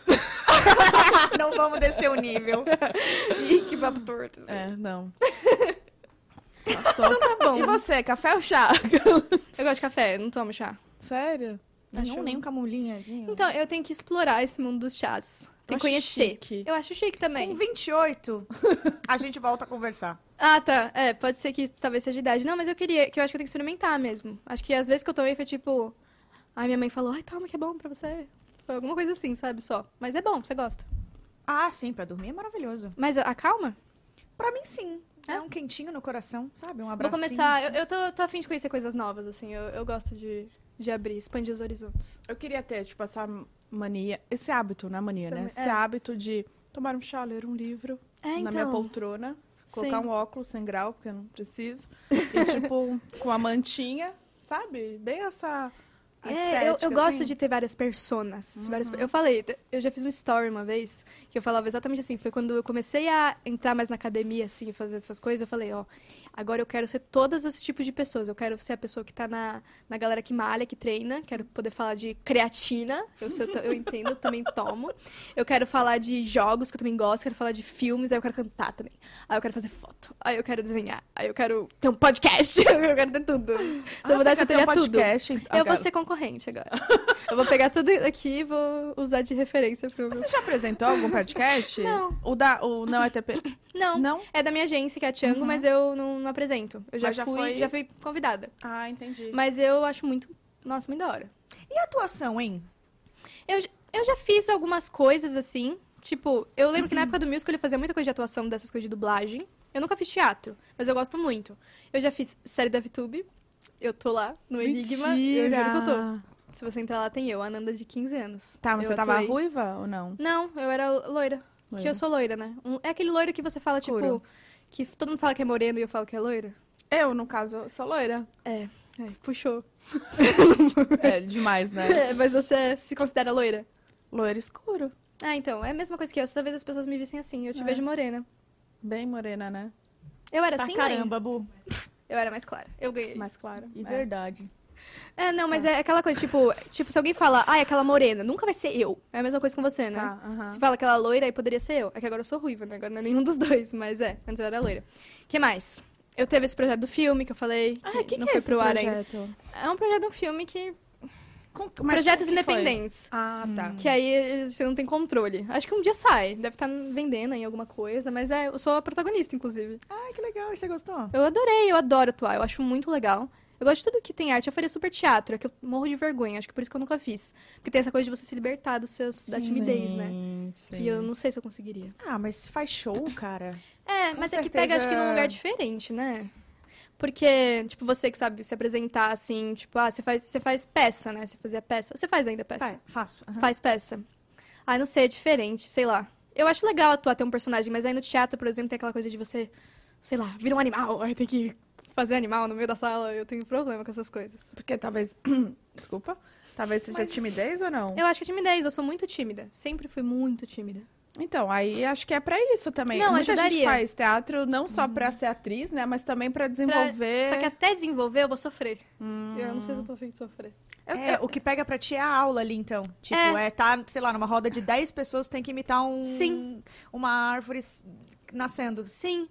Speaker 1: Não vamos descer o nível.
Speaker 3: Ih, que papo torto.
Speaker 2: É, não.
Speaker 3: Então tá bom.
Speaker 2: E você, café ou chá?
Speaker 3: Eu gosto de café, eu não tomo chá.
Speaker 2: Sério?
Speaker 1: Nenhum,
Speaker 3: Acho-
Speaker 1: nem um camulinhadinho.
Speaker 3: Tá Então, eu tenho que explorar esse mundo dos chás. Tem
Speaker 2: Eu
Speaker 3: que
Speaker 2: acho
Speaker 3: conhecer.
Speaker 2: chique.
Speaker 3: Eu acho chique também.
Speaker 1: Com 28, a gente volta a conversar.
Speaker 3: Ah, tá. É, pode ser que talvez seja de idade. Não, mas eu queria, que eu acho que eu tenho que experimentar mesmo. Acho que às vezes que eu tomei foi tipo. Ai, minha mãe falou, ai, toma, que é bom pra você. Foi alguma coisa assim, sabe? Só. Mas é bom, você gosta.
Speaker 1: Ah, sim, pra dormir é maravilhoso.
Speaker 3: Mas a- acalma?
Speaker 1: Pra mim, sim. É,
Speaker 3: É?
Speaker 1: um quentinho no coração, sabe? Um
Speaker 3: Vou
Speaker 1: abraço.
Speaker 3: começar. Eu, eu tô, tô afim de conhecer coisas novas, assim. Eu, eu gosto de, de abrir, expandir os horizontes.
Speaker 2: Eu queria ter, tipo, essa mania, esse hábito, né, mania,
Speaker 3: Essa
Speaker 2: né?
Speaker 3: ma-
Speaker 2: Esse
Speaker 3: é.
Speaker 2: hábito de tomar um chá, ler um livro
Speaker 3: É, então.
Speaker 2: na minha poltrona, colocar
Speaker 3: Sim.
Speaker 2: um óculos sem grau, porque eu não preciso, e, tipo, com a mantinha, sabe? Bem essa
Speaker 3: É, eu, eu
Speaker 2: estética,
Speaker 3: gosto
Speaker 2: assim. Uhum.
Speaker 3: de ter várias personas. várias pe- eu falei, t- eu já fiz um story uma vez, que eu falava exatamente assim, foi quando eu comecei a entrar mais na academia, assim, fazer essas coisas, eu falei, ó, agora eu quero ser todos esses tipos de pessoas. Eu quero ser a pessoa que tá na, na galera que malha, que treina, quero poder falar de creatina, eu, sei, eu to- eu entendo, eu também tomo. Eu quero falar de jogos, que eu também gosto, quero falar de filmes, aí eu quero cantar também. Aí eu quero fazer foto, aí eu quero desenhar, aí eu quero ter um podcast, eu quero ter tudo. Se eu
Speaker 2: Ah, você
Speaker 3: pudesse,
Speaker 2: quer
Speaker 3: eu
Speaker 2: ter um
Speaker 3: teria tudo.
Speaker 2: podcast?
Speaker 3: Eu vou ser concorrente agora. Eu vou pegar tudo aqui e vou usar de referência pro meu.
Speaker 2: Você já apresentou algum podcast?
Speaker 3: Não.
Speaker 2: O da o não é TP?
Speaker 3: Não,
Speaker 2: Não? Uhum.
Speaker 3: é da minha agência, que é a Tiango, mas eu não, não apresento. Eu já,
Speaker 2: Mas já
Speaker 3: fui,
Speaker 2: foi-
Speaker 3: já fui convidada.
Speaker 2: Ah, entendi.
Speaker 3: Mas eu acho muito. Nossa, muito da hora.
Speaker 1: E a atuação, hein?
Speaker 3: Eu, j- eu já fiz algumas coisas assim. Tipo, eu lembro que na época do musical eu fazia muita coisa de atuação, dessas coisas de dublagem. Eu nunca fiz teatro, mas eu gosto muito. Eu já fiz série da VTube. Eu tô lá no Enigma.
Speaker 2: Mentira.
Speaker 3: Eu juro que eu tô. Se você entrar lá, tem eu, a Ananda de 15 anos.
Speaker 2: Tá, mas
Speaker 3: eu
Speaker 2: você tava
Speaker 3: atuei.
Speaker 2: ruiva ou não?
Speaker 3: Não, eu era loira. Que
Speaker 2: Loira.
Speaker 3: eu sou loira, né? Um- é aquele loiro que você fala,
Speaker 2: Escuro.
Speaker 3: tipo. Que todo mundo fala que é moreno e eu falo que é loira.
Speaker 2: Eu, no caso, sou loira.
Speaker 3: É. É, puxou.
Speaker 2: É demais, né?
Speaker 3: É, mas você se considera loira?
Speaker 2: Loiro escuro.
Speaker 3: Ah, então, é a mesma coisa que eu. Só Talvez as pessoas me vissem assim. Eu te
Speaker 2: É.
Speaker 3: vejo morena.
Speaker 2: Bem morena, né?
Speaker 3: Eu era
Speaker 1: Pra
Speaker 3: assim, mãe?
Speaker 1: caramba, Bu.
Speaker 3: Eu era mais clara. Eu ganhei.
Speaker 2: Mais clara.
Speaker 1: E
Speaker 2: É.
Speaker 1: verdade.
Speaker 3: É, não,
Speaker 2: tá.
Speaker 3: mas é aquela coisa, tipo, tipo, se alguém falar, ah, é aquela morena, nunca vai ser eu. É a mesma coisa com você, né?
Speaker 2: Tá, aham.
Speaker 3: Se fala aquela loira, aí poderia ser eu. É que agora eu sou ruiva, né? Agora não é nenhum dos dois, mas é, antes eu era loira. que mais? Eu teve esse projeto do filme que eu falei, que,
Speaker 2: Ah, que, que
Speaker 3: não
Speaker 2: é
Speaker 3: foi
Speaker 2: esse
Speaker 3: pro ar ainda.
Speaker 2: projeto?
Speaker 3: É um projeto de um filme que.
Speaker 2: Com- mas
Speaker 3: projetos
Speaker 2: com que foi?
Speaker 3: independentes. Hum,
Speaker 2: Ah, tá.
Speaker 3: Que aí eles- você não tem controle. Acho que um dia sai. Deve estar vendendo em alguma coisa, mas é, eu sou a protagonista, inclusive.
Speaker 1: Ai, que legal. E você gostou?
Speaker 3: Eu adorei, eu adoro atuar, eu acho muito legal. Eu gosto de tudo que tem arte, eu faria super teatro, é que eu morro de vergonha, acho que por isso que eu nunca fiz. Porque tem essa coisa de você se libertar dos seus, da timidez, né?
Speaker 1: Sim.
Speaker 3: E eu não sei se eu conseguiria.
Speaker 1: Ah, mas faz show, cara.
Speaker 3: É,
Speaker 1: Com
Speaker 3: mas é que
Speaker 1: certeza-
Speaker 3: pega, acho que num lugar diferente, né? Porque, tipo, você que sabe se apresentar, assim, tipo, ah, você faz, você faz peça, né? Você fazia peça. Você faz ainda peça?
Speaker 1: Tá, faço. Aham.
Speaker 3: Faz peça. Ah, não sei, é diferente, sei lá. Eu acho legal atuar ter um personagem, mas aí no teatro, por exemplo, tem aquela coisa de você, sei lá, vira um animal, aí tem que fazer animal no meio da sala, eu tenho problema com essas coisas.
Speaker 2: Porque talvez. Desculpa. Talvez seja timidez ou não?
Speaker 3: Eu acho que é timidez, eu sou muito tímida. Sempre fui muito tímida.
Speaker 2: Então, aí acho que é pra isso também.
Speaker 3: Não,
Speaker 2: Muita gente
Speaker 3: ajudaria.
Speaker 2: faz teatro não só pra ser atriz, né? Mas também pra desenvolver.
Speaker 3: Só que até desenvolver, eu vou sofrer. Eu não sei se eu tô afim de sofrer.
Speaker 2: Eu-
Speaker 1: É, o que pega pra ti é a aula ali, então. Tipo, é,
Speaker 3: É.
Speaker 1: tá, sei lá, numa roda de 10 pessoas, tem que imitar um...
Speaker 3: Sim.
Speaker 1: Uma árvore s- nascendo.
Speaker 3: Sim.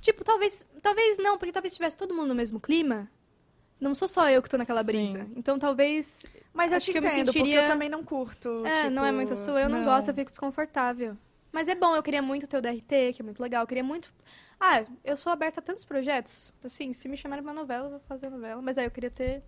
Speaker 3: Tipo, talvez, talvez não, porque talvez tivesse todo mundo no mesmo clima. Não sou só eu que tô naquela
Speaker 2: Sim.
Speaker 3: brisa. Então talvez.
Speaker 1: Mas
Speaker 3: Acho
Speaker 1: eu te
Speaker 3: que eu me
Speaker 1: entendo, porque
Speaker 3: sentiria-
Speaker 1: eu também não curto.
Speaker 3: é, não é
Speaker 1: tipo,
Speaker 3: muito sua, eu não, gosto, eu fico desconfortável. Mas é bom, eu queria muito ter o DRT, que é muito legal. Eu queria muito. Ah, eu sou aberta a tantos projetos. Assim, se me chamarem pra novela, eu vou fazer a novela. Mas aí eu queria ter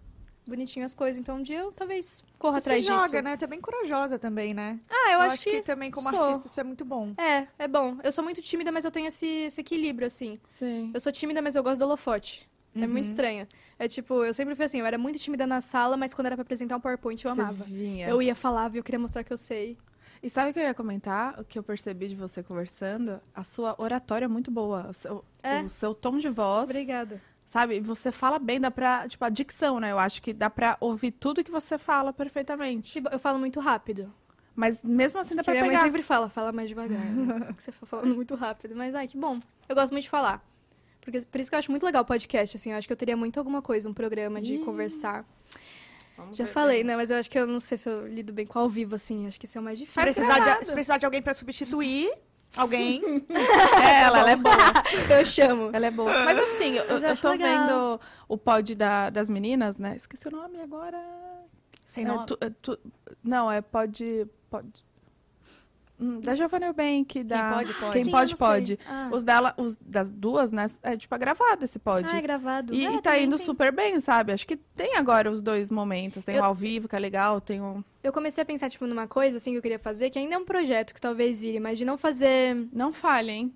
Speaker 3: bonitinho as coisas. Então um dia eu talvez corra
Speaker 1: Tu
Speaker 3: atrás
Speaker 1: se joga,
Speaker 3: disso.
Speaker 1: né? Tu é bem corajosa também, né?
Speaker 3: Ah, eu, acho, que.
Speaker 1: também como
Speaker 3: sou.
Speaker 1: artista isso é muito bom.
Speaker 3: É, é bom. Eu sou muito tímida, mas eu tenho esse, esse equilíbrio, assim.
Speaker 2: Sim.
Speaker 3: Eu sou tímida, mas eu gosto do holofote. É muito
Speaker 1: Uhum.
Speaker 3: estranho. É tipo, eu sempre fui assim, eu era muito tímida na sala, mas quando era pra apresentar um PowerPoint, eu
Speaker 2: Você
Speaker 3: amava.
Speaker 2: vinha.
Speaker 3: Eu ia falava e eu queria mostrar que eu sei.
Speaker 2: E sabe o que eu ia comentar? O que eu percebi de você conversando? A sua oratória é muito boa. O seu,
Speaker 3: É.
Speaker 2: o seu tom de voz.
Speaker 3: Obrigada.
Speaker 2: Sabe? Você fala bem, dá pra. Tipo, a dicção, né? Eu acho que dá pra ouvir tudo que você fala perfeitamente.
Speaker 3: Tipo, eu falo muito rápido.
Speaker 2: Mas mesmo assim dá
Speaker 3: Que
Speaker 2: pra
Speaker 3: minha
Speaker 2: pegar.
Speaker 3: mãe sempre fala, fala mais devagar. né? que você tá falando muito rápido. Mas, ai, que bom. Eu gosto muito de falar. Porque, por isso que eu acho muito legal o podcast, assim. Eu acho que eu teria muito alguma coisa, um programa de conversar.
Speaker 2: Vamos
Speaker 3: Já
Speaker 2: ver.
Speaker 3: falei, né? Mas eu acho que eu não sei se eu lido bem com ao vivo, assim. Acho que isso é o mais
Speaker 1: Se
Speaker 3: difícil.
Speaker 1: precisar, de,
Speaker 2: gravado.
Speaker 1: se precisar de alguém pra substituir alguém, é ela, ela é boa.
Speaker 3: eu chamo.
Speaker 2: Ela é boa. Mas assim, eu,
Speaker 3: Mas eu
Speaker 2: eu
Speaker 3: acho
Speaker 2: tô
Speaker 3: legal.
Speaker 2: vendo o pod da- das meninas, né? Esqueci o nome agora.
Speaker 1: Sem
Speaker 2: É,
Speaker 1: nome.
Speaker 2: tu- é, tu- não, é pode. pode. Hum, Da Giovanna Eubank, da.
Speaker 1: pode, pode.
Speaker 2: Quem
Speaker 3: Sim,
Speaker 2: pode,
Speaker 3: eu não sei.
Speaker 2: pode.
Speaker 3: Ah.
Speaker 2: Os dela, os das duas, né? É tipo, é gravado esse pod.
Speaker 3: Ah, é gravado.
Speaker 2: E,
Speaker 3: Ah,
Speaker 2: e tá
Speaker 3: também
Speaker 2: indo
Speaker 3: tem.
Speaker 2: super bem, sabe? Acho que tem agora os dois momentos. Tem
Speaker 3: Eu-
Speaker 2: o ao vivo, que é legal, tem o.
Speaker 3: Eu comecei a pensar, tipo, numa coisa, assim, que eu queria fazer, que ainda é um projeto que talvez vire, mas de não fazer...
Speaker 2: Não falha, hein?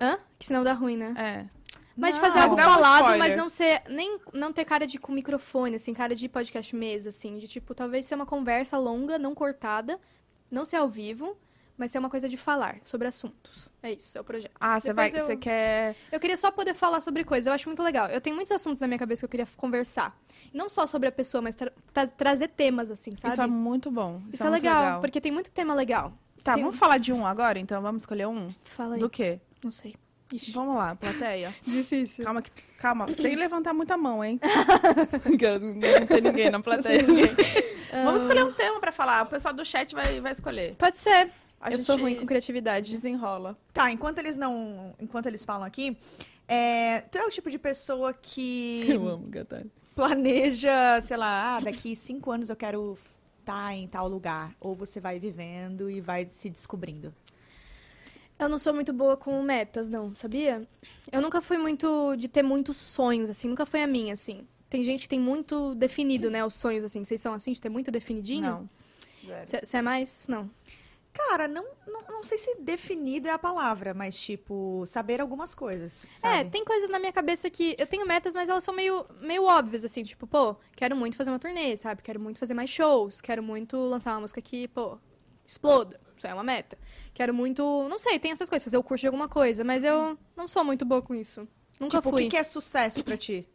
Speaker 3: Hã? Que senão dá ruim, né?
Speaker 2: É.
Speaker 3: Mas de
Speaker 1: Não.
Speaker 3: fazer
Speaker 1: Mas
Speaker 3: algo
Speaker 2: dá um
Speaker 3: falado,
Speaker 2: spoiler.
Speaker 3: mas não ser... Nem, não ter cara de com microfone, assim, cara de podcast mesa, assim. De, tipo, talvez ser uma conversa longa, não cortada, não ser ao vivo, mas ser uma coisa de falar sobre assuntos. É isso, é o projeto.
Speaker 2: Ah, você vai.
Speaker 3: Depois eu-
Speaker 2: Você quer.
Speaker 3: Eu queria só poder falar sobre coisas, eu acho muito legal. Eu tenho muitos assuntos na minha cabeça que eu queria conversar. Não só sobre a pessoa, mas tra- tra- trazer temas, assim, sabe?
Speaker 2: Isso é muito bom. Isso,
Speaker 3: Isso é
Speaker 2: muito
Speaker 3: legal, porque tem muito tema legal.
Speaker 2: Tá,
Speaker 3: tem-
Speaker 2: vamos falar de um agora, então? Vamos escolher um?
Speaker 3: Fala aí.
Speaker 2: Do quê?
Speaker 3: Não sei. Ixi.
Speaker 2: Vamos lá, plateia.
Speaker 3: Difícil.
Speaker 2: Calma, que- calma, sem levantar muita mão, hein? não tem ninguém na plateia. Vamos escolher um tema pra falar. O pessoal do chat vai, vai escolher.
Speaker 3: Pode ser.
Speaker 2: A
Speaker 3: eu
Speaker 2: gente
Speaker 3: sou ruim com criatividade.
Speaker 2: Desenrola.
Speaker 1: Tá, enquanto eles não. Enquanto eles falam aqui, é, tu é o tipo de pessoa que
Speaker 2: amo, Gatalho.
Speaker 1: planeja, sei lá, ah, daqui cinco anos eu quero estar em tal lugar. Ou você vai vivendo e vai se descobrindo.
Speaker 3: Eu não sou muito boa com metas, não, sabia? Eu nunca fui muito de ter muitos sonhos, assim. Nunca foi a minha, assim. Tem gente que tem muito definido, né? Os sonhos, assim. Vocês são assim, de ter muito definidinho?
Speaker 2: Não. Zero.
Speaker 3: Você é mais? Não.
Speaker 1: Cara, não, não, não sei se definido é a palavra, mas tipo, saber algumas coisas. Sabe?
Speaker 3: É, tem coisas na minha cabeça que eu tenho metas, mas elas são meio, meio óbvias, assim, tipo, pô, quero muito fazer uma turnê, sabe? Quero muito fazer mais shows, quero muito lançar uma música que, pô, exploda. Isso é uma meta. Quero muito, não sei, tem essas coisas, fazer o curso de alguma coisa, mas eu não sou muito boa com isso. Nunca
Speaker 1: tipo, o
Speaker 3: fui.
Speaker 1: que que é sucesso pra ti?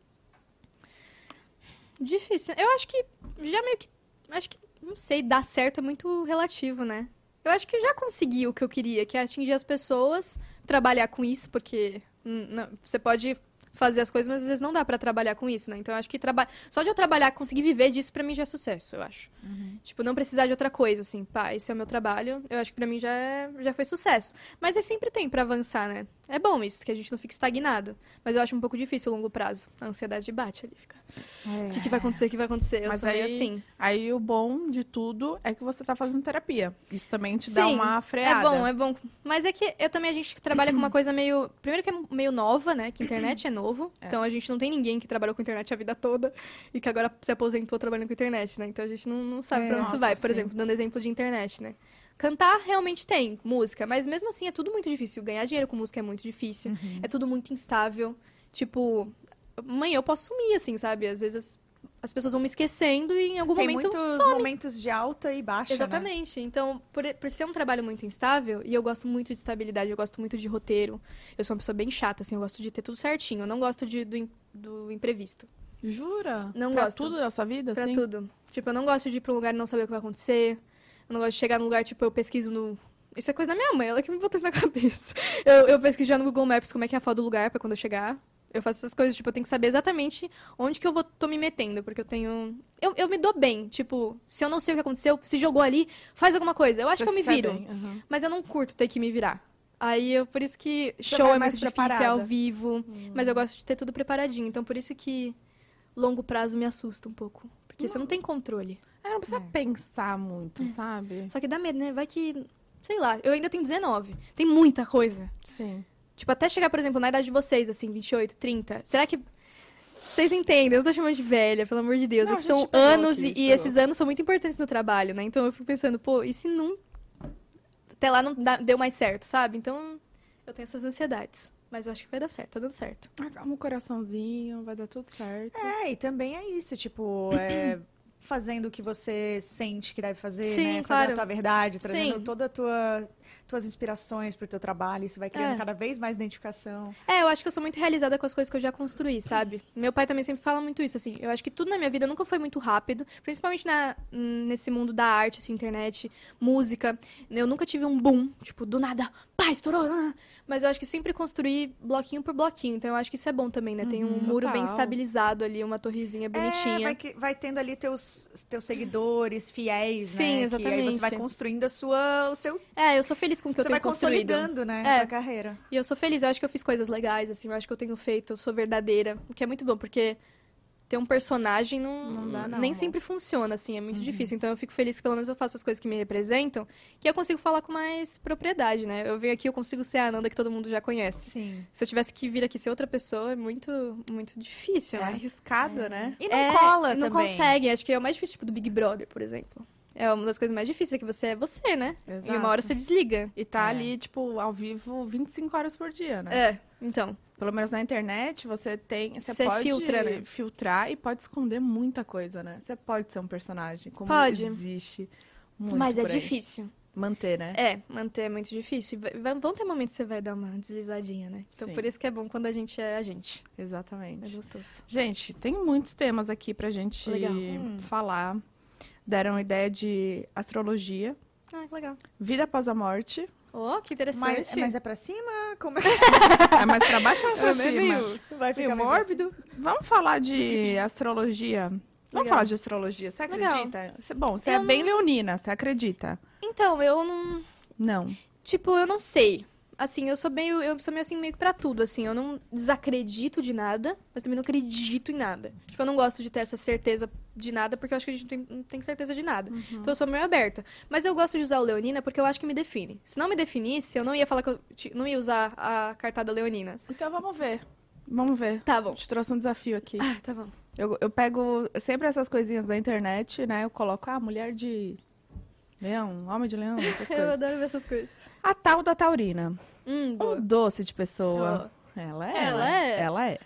Speaker 3: Difícil. Eu acho que já meio que acho que não sei, dar certo é muito relativo, né? Eu acho que eu já consegui o que eu queria, que é atingir as pessoas, trabalhar com isso, porque hum, não, você pode fazer as coisas, mas às vezes não dá pra trabalhar com isso, né? Então eu acho que traba... só de eu trabalhar, conseguir viver disso pra mim já é sucesso, eu acho.
Speaker 2: Uhum.
Speaker 3: Tipo, não precisar de outra coisa, assim, pá, esse é o meu trabalho, eu acho que pra mim já, é- já foi sucesso. Mas é sempre tem pra avançar, né? É bom isso, que a gente não fica estagnado. Mas eu acho um pouco difícil o longo prazo. A ansiedade bate ali, fica. O que, que vai acontecer? O que vai acontecer? Eu
Speaker 2: É. Mas
Speaker 3: sou meio
Speaker 2: aí-
Speaker 3: assim.
Speaker 2: Aí o bom de tudo é que você tá fazendo terapia. Isso também te dá
Speaker 3: Sim,
Speaker 2: uma
Speaker 3: É
Speaker 2: freada.
Speaker 3: bom, é bom. Mas é que eu também a gente trabalha com uma coisa meio. Primeiro que é meio nova, né? Que internet é novo. Então a gente não tem ninguém que trabalhou com internet a vida toda e que agora se aposentou trabalhando com internet, né? Então a gente não, não sabe
Speaker 2: É,
Speaker 3: pra onde
Speaker 2: nossa,
Speaker 3: isso vai. Por
Speaker 2: sim.
Speaker 3: exemplo, dando exemplo de internet, né? Cantar realmente tem música, mas mesmo assim é tudo muito difícil. Ganhar dinheiro com música é muito difícil.
Speaker 2: Uhum.
Speaker 3: É tudo muito instável. Tipo, amanhã eu posso sumir, assim, sabe? Às vezes as, as pessoas vão me esquecendo e em algum
Speaker 1: Tem
Speaker 3: momento
Speaker 1: muitos
Speaker 3: some.
Speaker 1: momentos de alta e baixa, né?
Speaker 3: Exatamente. Então, por, por ser um trabalho muito instável, e eu gosto muito de estabilidade, eu gosto muito de roteiro. Eu sou uma pessoa bem chata, assim, eu gosto de ter tudo certinho. Eu não gosto de, do, im- do imprevisto.
Speaker 2: Jura?
Speaker 3: Não
Speaker 2: pra
Speaker 3: gosto.
Speaker 2: tudo da sua vida,
Speaker 3: Pra
Speaker 2: assim?
Speaker 3: tudo. Tipo, eu não gosto de ir pra um lugar e não saber o que vai acontecer. Eu não gosto de chegar num lugar, tipo, eu pesquiso no. Isso é coisa da minha mãe, ela que me botou isso na cabeça. Eu, eu pesquiso já no Google Maps como é que é a foto do lugar pra quando eu chegar. Eu faço essas coisas, tipo, eu tenho que saber exatamente onde que eu vou, tô me metendo, porque eu tenho. Eu, eu me dou bem, tipo, se eu não sei o que aconteceu, se jogou ali, faz alguma coisa. Eu acho
Speaker 2: Você
Speaker 3: que eu me
Speaker 2: sai
Speaker 3: viro.
Speaker 2: bem, aham.
Speaker 3: Mas eu não curto ter que me virar. Aí, eu, por isso que
Speaker 2: Você
Speaker 3: show
Speaker 2: vai mais
Speaker 3: é mais difícil, é
Speaker 2: preparada.
Speaker 3: ao vivo. Mas eu gosto de ter tudo preparadinho. Então, por isso que longo prazo me assusta um pouco. Porque você não tem controle.
Speaker 2: É, não precisa pensar muito, sabe?
Speaker 3: Só que dá medo, né? Vai que... Sei lá, eu ainda tenho 19. Tem muita coisa.
Speaker 2: Sim.
Speaker 3: Tipo, até chegar, por exemplo, na idade de vocês, assim, 28, 30. Será que... Vocês entendem, eu não tô chamando de velha, pelo amor de Deus.
Speaker 2: Não,
Speaker 3: é que
Speaker 2: a gente
Speaker 3: são
Speaker 2: pegou
Speaker 3: anos
Speaker 2: aqui, tá a
Speaker 3: e-
Speaker 2: gente
Speaker 3: e
Speaker 2: pegou.
Speaker 3: esses anos são muito importantes no trabalho, né? Então eu fico pensando, pô, e se não. Até lá não dá- deu mais certo, sabe? Então eu tenho essas ansiedades. Mas eu acho que vai dar certo, tá dando certo.
Speaker 2: Acalma o coraçãozinho, vai dar tudo certo.
Speaker 1: É, e também é isso, tipo, é, fazendo o que você sente que deve fazer,
Speaker 3: Sim,
Speaker 1: né? Fazendo
Speaker 3: claro.
Speaker 1: a tua verdade, trazendo
Speaker 3: Sim.
Speaker 1: toda a tua tuas inspirações pro teu trabalho, isso vai criando
Speaker 3: É.
Speaker 1: cada vez mais identificação.
Speaker 3: É, eu acho que eu sou muito realizada com as coisas que eu já construí, sabe? Meu pai também sempre fala muito isso, assim. Eu acho que tudo na minha vida nunca foi muito rápido, principalmente na- nesse mundo da arte, assim, internet, música. Eu nunca tive um boom, tipo, do nada, pá, estourou. ah. Mas eu acho que sempre construí bloquinho por bloquinho, então eu acho que isso é bom também, né? Tem um muro bem
Speaker 2: total.
Speaker 3: estabilizado ali, uma torrezinha
Speaker 1: Uhum, É,
Speaker 3: bonitinha.
Speaker 1: vai, que- vai tendo ali teus, teus seguidores fiéis, né?
Speaker 3: Sim,
Speaker 1: Que aí você
Speaker 3: exatamente.
Speaker 1: vai construindo a sua, o seu,
Speaker 3: É, eu sou feliz com o que
Speaker 1: você
Speaker 3: eu
Speaker 1: vai
Speaker 3: tenho construído.
Speaker 1: consolidando, né?
Speaker 3: É.
Speaker 1: A tua carreira.
Speaker 3: E eu sou feliz, eu acho que eu fiz coisas legais, assim, eu acho que eu tenho feito, eu sou verdadeira, o que é muito bom, porque ter um personagem não,
Speaker 2: Não dá, não,
Speaker 3: nem
Speaker 2: amor.
Speaker 3: sempre funciona, assim, é muito difícil. Então eu fico feliz que pelo menos eu faço as coisas que me representam, que eu consigo falar com mais propriedade, né? Eu venho aqui, eu consigo ser a Ananda que todo mundo já conhece.
Speaker 1: Sim.
Speaker 3: Se eu tivesse que vir aqui ser outra pessoa, é muito, muito difícil,
Speaker 2: É
Speaker 3: né?
Speaker 2: arriscado, né?
Speaker 1: E não
Speaker 3: É,
Speaker 1: cola
Speaker 3: Não
Speaker 1: também.
Speaker 3: consegue, acho que é o mais difícil, tipo, do Big Brother, por exemplo. É uma das coisas mais difíceis, é que você é você, né? E uma hora você desliga.
Speaker 2: E tá
Speaker 1: É.
Speaker 2: ali, tipo, ao vivo 25 horas por dia, né?
Speaker 3: É, então.
Speaker 2: Pelo menos na internet, você tem. Você
Speaker 3: Você
Speaker 2: pode
Speaker 3: filtra, né?
Speaker 2: filtrar e pode esconder muita coisa, né? Você pode ser um personagem, como
Speaker 3: Pode.
Speaker 2: existe muito
Speaker 3: Mas é
Speaker 2: por aí.
Speaker 3: difícil.
Speaker 2: Manter, né?
Speaker 3: É, manter é muito difícil. E vai- vai- Vão ter momentos que você vai dar uma deslizadinha, né? Então
Speaker 2: Sim.
Speaker 3: por isso que é bom quando a gente é a gente. É
Speaker 2: Exatamente.
Speaker 3: gostoso.
Speaker 2: Gente, tem muitos temas aqui pra gente Hum.
Speaker 3: Legal. Hum.
Speaker 2: falar. Deram ideia de astrologia,
Speaker 3: Ah, que legal.
Speaker 2: vida após a morte.
Speaker 3: Oh, que interessante.
Speaker 1: Mas, mas é pra cima? Como é
Speaker 2: É mais pra baixo ou pra
Speaker 3: É meio-
Speaker 1: que
Speaker 2: cima?
Speaker 1: tá vai
Speaker 3: meio assim.
Speaker 1: ficar meio
Speaker 3: mórbido.
Speaker 2: Vamos falar de astrologia. Vamos
Speaker 3: Legal.
Speaker 2: falar de astrologia. Você
Speaker 3: Legal.
Speaker 2: acredita? Você- Bom, você
Speaker 3: Eu
Speaker 2: é bem leonina, você acredita?
Speaker 3: Então, eu não.
Speaker 2: Não.
Speaker 3: Tipo, eu não sei. Assim, eu sou meio. Eu sou meio assim, meio que pra tudo, assim. Eu não desacredito de nada, mas também não acredito em nada. Tipo, eu não gosto de ter essa certeza de nada, porque eu acho que a gente não tem, não tem certeza de nada. Então eu sou meio aberta. Mas eu gosto de usar o Leonina porque eu acho que me define. Se não me definisse, eu não ia falar que eu. ti- Não ia usar a cartada Leonina.
Speaker 2: Então vamos ver. Vamos ver.
Speaker 3: Tá bom.
Speaker 2: Te trouxe um desafio aqui.
Speaker 3: Ah, tá bom.
Speaker 2: Eu, eu pego sempre essas coisinhas da internet, né? Eu coloco, ah, mulher de leão, homem de leão, essas
Speaker 3: Então, Eu
Speaker 2: coisas.
Speaker 3: adoro ver essas coisas.
Speaker 2: A tal da taurina.
Speaker 3: Hum,
Speaker 2: Um doce de pessoa. Ela é.
Speaker 3: Ela é.
Speaker 2: Ela é.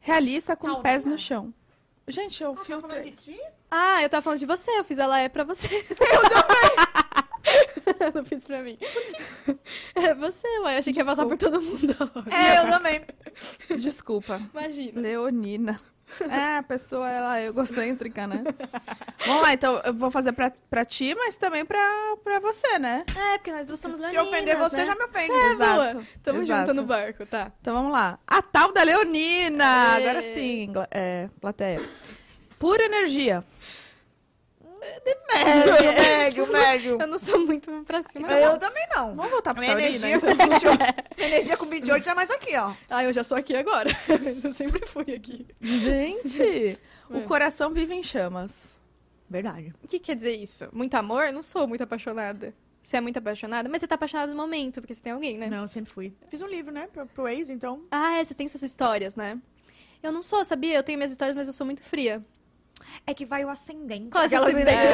Speaker 2: Realista com
Speaker 1: Taurina?
Speaker 2: pés no chão. Gente, eu filtrei.
Speaker 3: Ah, eu tava falando de você, eu fiz ela é pra você. Eu também. não fiz pra mim. É você, ué. Eu achei que ia passar por todo mundo.
Speaker 1: É, eu também.
Speaker 2: Desculpa.
Speaker 3: Imagina.
Speaker 2: Leonina. É, a pessoa, ela é egocêntrica, né? Vamos lá, então eu vou fazer pra, pra ti, mas também pra, pra você, né?
Speaker 3: É, porque nós duas somos
Speaker 1: Se
Speaker 3: leoninas,
Speaker 1: ofender você,
Speaker 3: né?
Speaker 1: já me ofende.
Speaker 2: Exato.
Speaker 3: Tamo
Speaker 2: Exato.
Speaker 3: junto no barco, tá.
Speaker 2: Então vamos lá. A tal da Leonina!
Speaker 3: Aê.
Speaker 2: Agora sim, gla- é, plateia. Pura energia.
Speaker 1: Médio, médio, médio.
Speaker 3: Eu não sou muito pra cima.
Speaker 1: Eu também não. Tá
Speaker 2: Vamos voltar pra
Speaker 1: Minha
Speaker 2: Leonina?
Speaker 1: energia,
Speaker 2: então?
Speaker 1: com 28, minha energia com 28 já é mais aqui, ó.
Speaker 3: Ah, eu já sou aqui agora. eu sempre fui aqui.
Speaker 2: Gente! o coração vive em chamas.
Speaker 1: Verdade.
Speaker 3: O que quer dizer isso? Muito amor? Eu Não sou muito apaixonada. Você é muito apaixonada? Mas você tá apaixonada no momento, porque você tem alguém, né?
Speaker 1: Não, eu sempre fui. Fiz um livro, né, pro, pro ex, então.
Speaker 3: Ah, é, você tem suas histórias, né? Eu não sou, sabia? Eu tenho minhas histórias, mas eu sou muito fria.
Speaker 1: É que vai o ascendente.
Speaker 3: Qual é o seu
Speaker 1: aquelas ideias.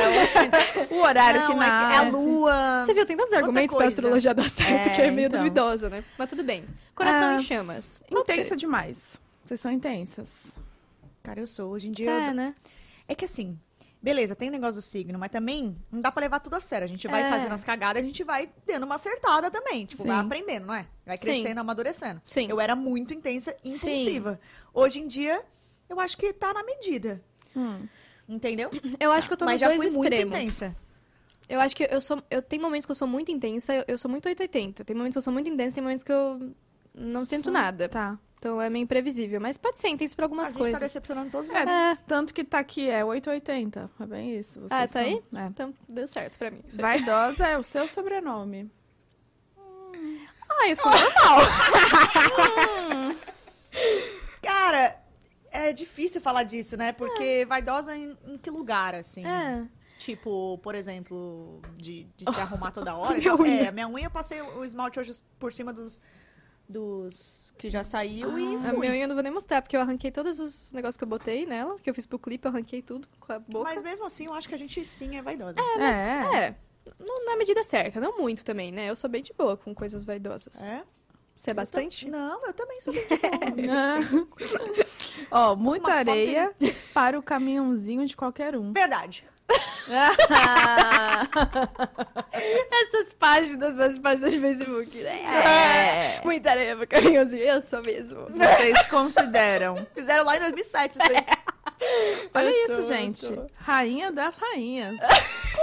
Speaker 2: O horário
Speaker 1: Não,
Speaker 2: que
Speaker 1: é
Speaker 2: nasce.
Speaker 1: É a lua.
Speaker 3: Você viu, tem tantos
Speaker 1: outra
Speaker 3: argumentos pra
Speaker 1: coisa.
Speaker 3: astrologia dar
Speaker 2: É,
Speaker 3: certo, que é meio
Speaker 2: então.
Speaker 3: duvidosa, né? Mas tudo bem. Coração
Speaker 2: Ah,
Speaker 3: em chamas. Pode ser.
Speaker 2: Intensa demais. Vocês são intensas.
Speaker 1: Cara, eu sou. Hoje em
Speaker 3: Você
Speaker 1: dia. eu-
Speaker 3: é, né?
Speaker 1: É que assim, beleza, tem o negócio do signo, mas também não dá pra levar tudo a sério. A gente vai
Speaker 3: É.
Speaker 1: fazendo as cagadas, a gente vai tendo uma acertada também. Tipo, vai
Speaker 2: Sim.
Speaker 1: aprendendo, não é? Vai
Speaker 3: Sim.
Speaker 1: crescendo, amadurecendo.
Speaker 3: Sim.
Speaker 1: Eu era muito intensa e impulsiva. Hoje em dia, eu acho que tá na medida. Entendeu?
Speaker 3: Eu acho que eu tô
Speaker 1: mas
Speaker 3: nos
Speaker 1: já
Speaker 3: dois
Speaker 1: fui muito
Speaker 3: extremos.
Speaker 1: intensa.
Speaker 3: Eu acho que eu sou. Eu tenho momentos que eu sou muito intensa, eu, eu sou muito 880. Tem momentos que eu sou muito intensa, tem momentos que eu não sinto nada.
Speaker 2: Tá.
Speaker 3: Então é meio imprevisível. Mas pode ser intenso pra
Speaker 1: A
Speaker 3: algumas
Speaker 1: gente tá
Speaker 3: coisas.
Speaker 1: decepcionando todos nós.
Speaker 2: É,
Speaker 3: É.
Speaker 2: tanto que tá aqui, é 880. É bem isso. vocês
Speaker 3: Ah, tá
Speaker 2: são-
Speaker 3: aí?
Speaker 2: É.
Speaker 3: Então deu certo pra mim. Isso aí.
Speaker 2: Vaidosa é o seu sobrenome.
Speaker 3: Ah, eu sou normal.
Speaker 1: Cara, é difícil falar disso, né? Porque vaidosa em, em que lugar, assim?
Speaker 3: é.
Speaker 1: Tipo, por exemplo, de, de se arrumar toda hora.
Speaker 3: Minha
Speaker 1: É,
Speaker 3: unha.
Speaker 1: minha unha eu passei o esmalte hoje por cima dos, dos que já saiu e
Speaker 3: A minha unha eu não vou nem mostrar, porque eu arranquei todos os negócios que eu botei nela, que eu fiz pro clipe, eu arranquei tudo com a boca.
Speaker 1: Mas mesmo assim, eu acho que a gente sim é vaidosa.
Speaker 2: É,
Speaker 3: É, não- na medida certa, não muito também, né? Eu sou bem de boa com coisas vaidosas.
Speaker 1: É?
Speaker 3: Você é bastante?
Speaker 1: Não, eu também sou bem de boa.
Speaker 2: Ó, muita
Speaker 1: Uma foto
Speaker 2: areia para o caminhãozinho de qualquer um.
Speaker 1: Verdade.
Speaker 3: Essas páginas, minhas páginas de Facebook. né?
Speaker 2: É.
Speaker 3: Muita areia pro caminhãozinho, eu sou mesmo.
Speaker 2: Vocês consideram.
Speaker 1: Fizeram lá em 2007 isso aí.
Speaker 2: Olha
Speaker 3: Eu
Speaker 2: isso,
Speaker 3: sou, eu sou.
Speaker 2: gente. Rainha das rainhas.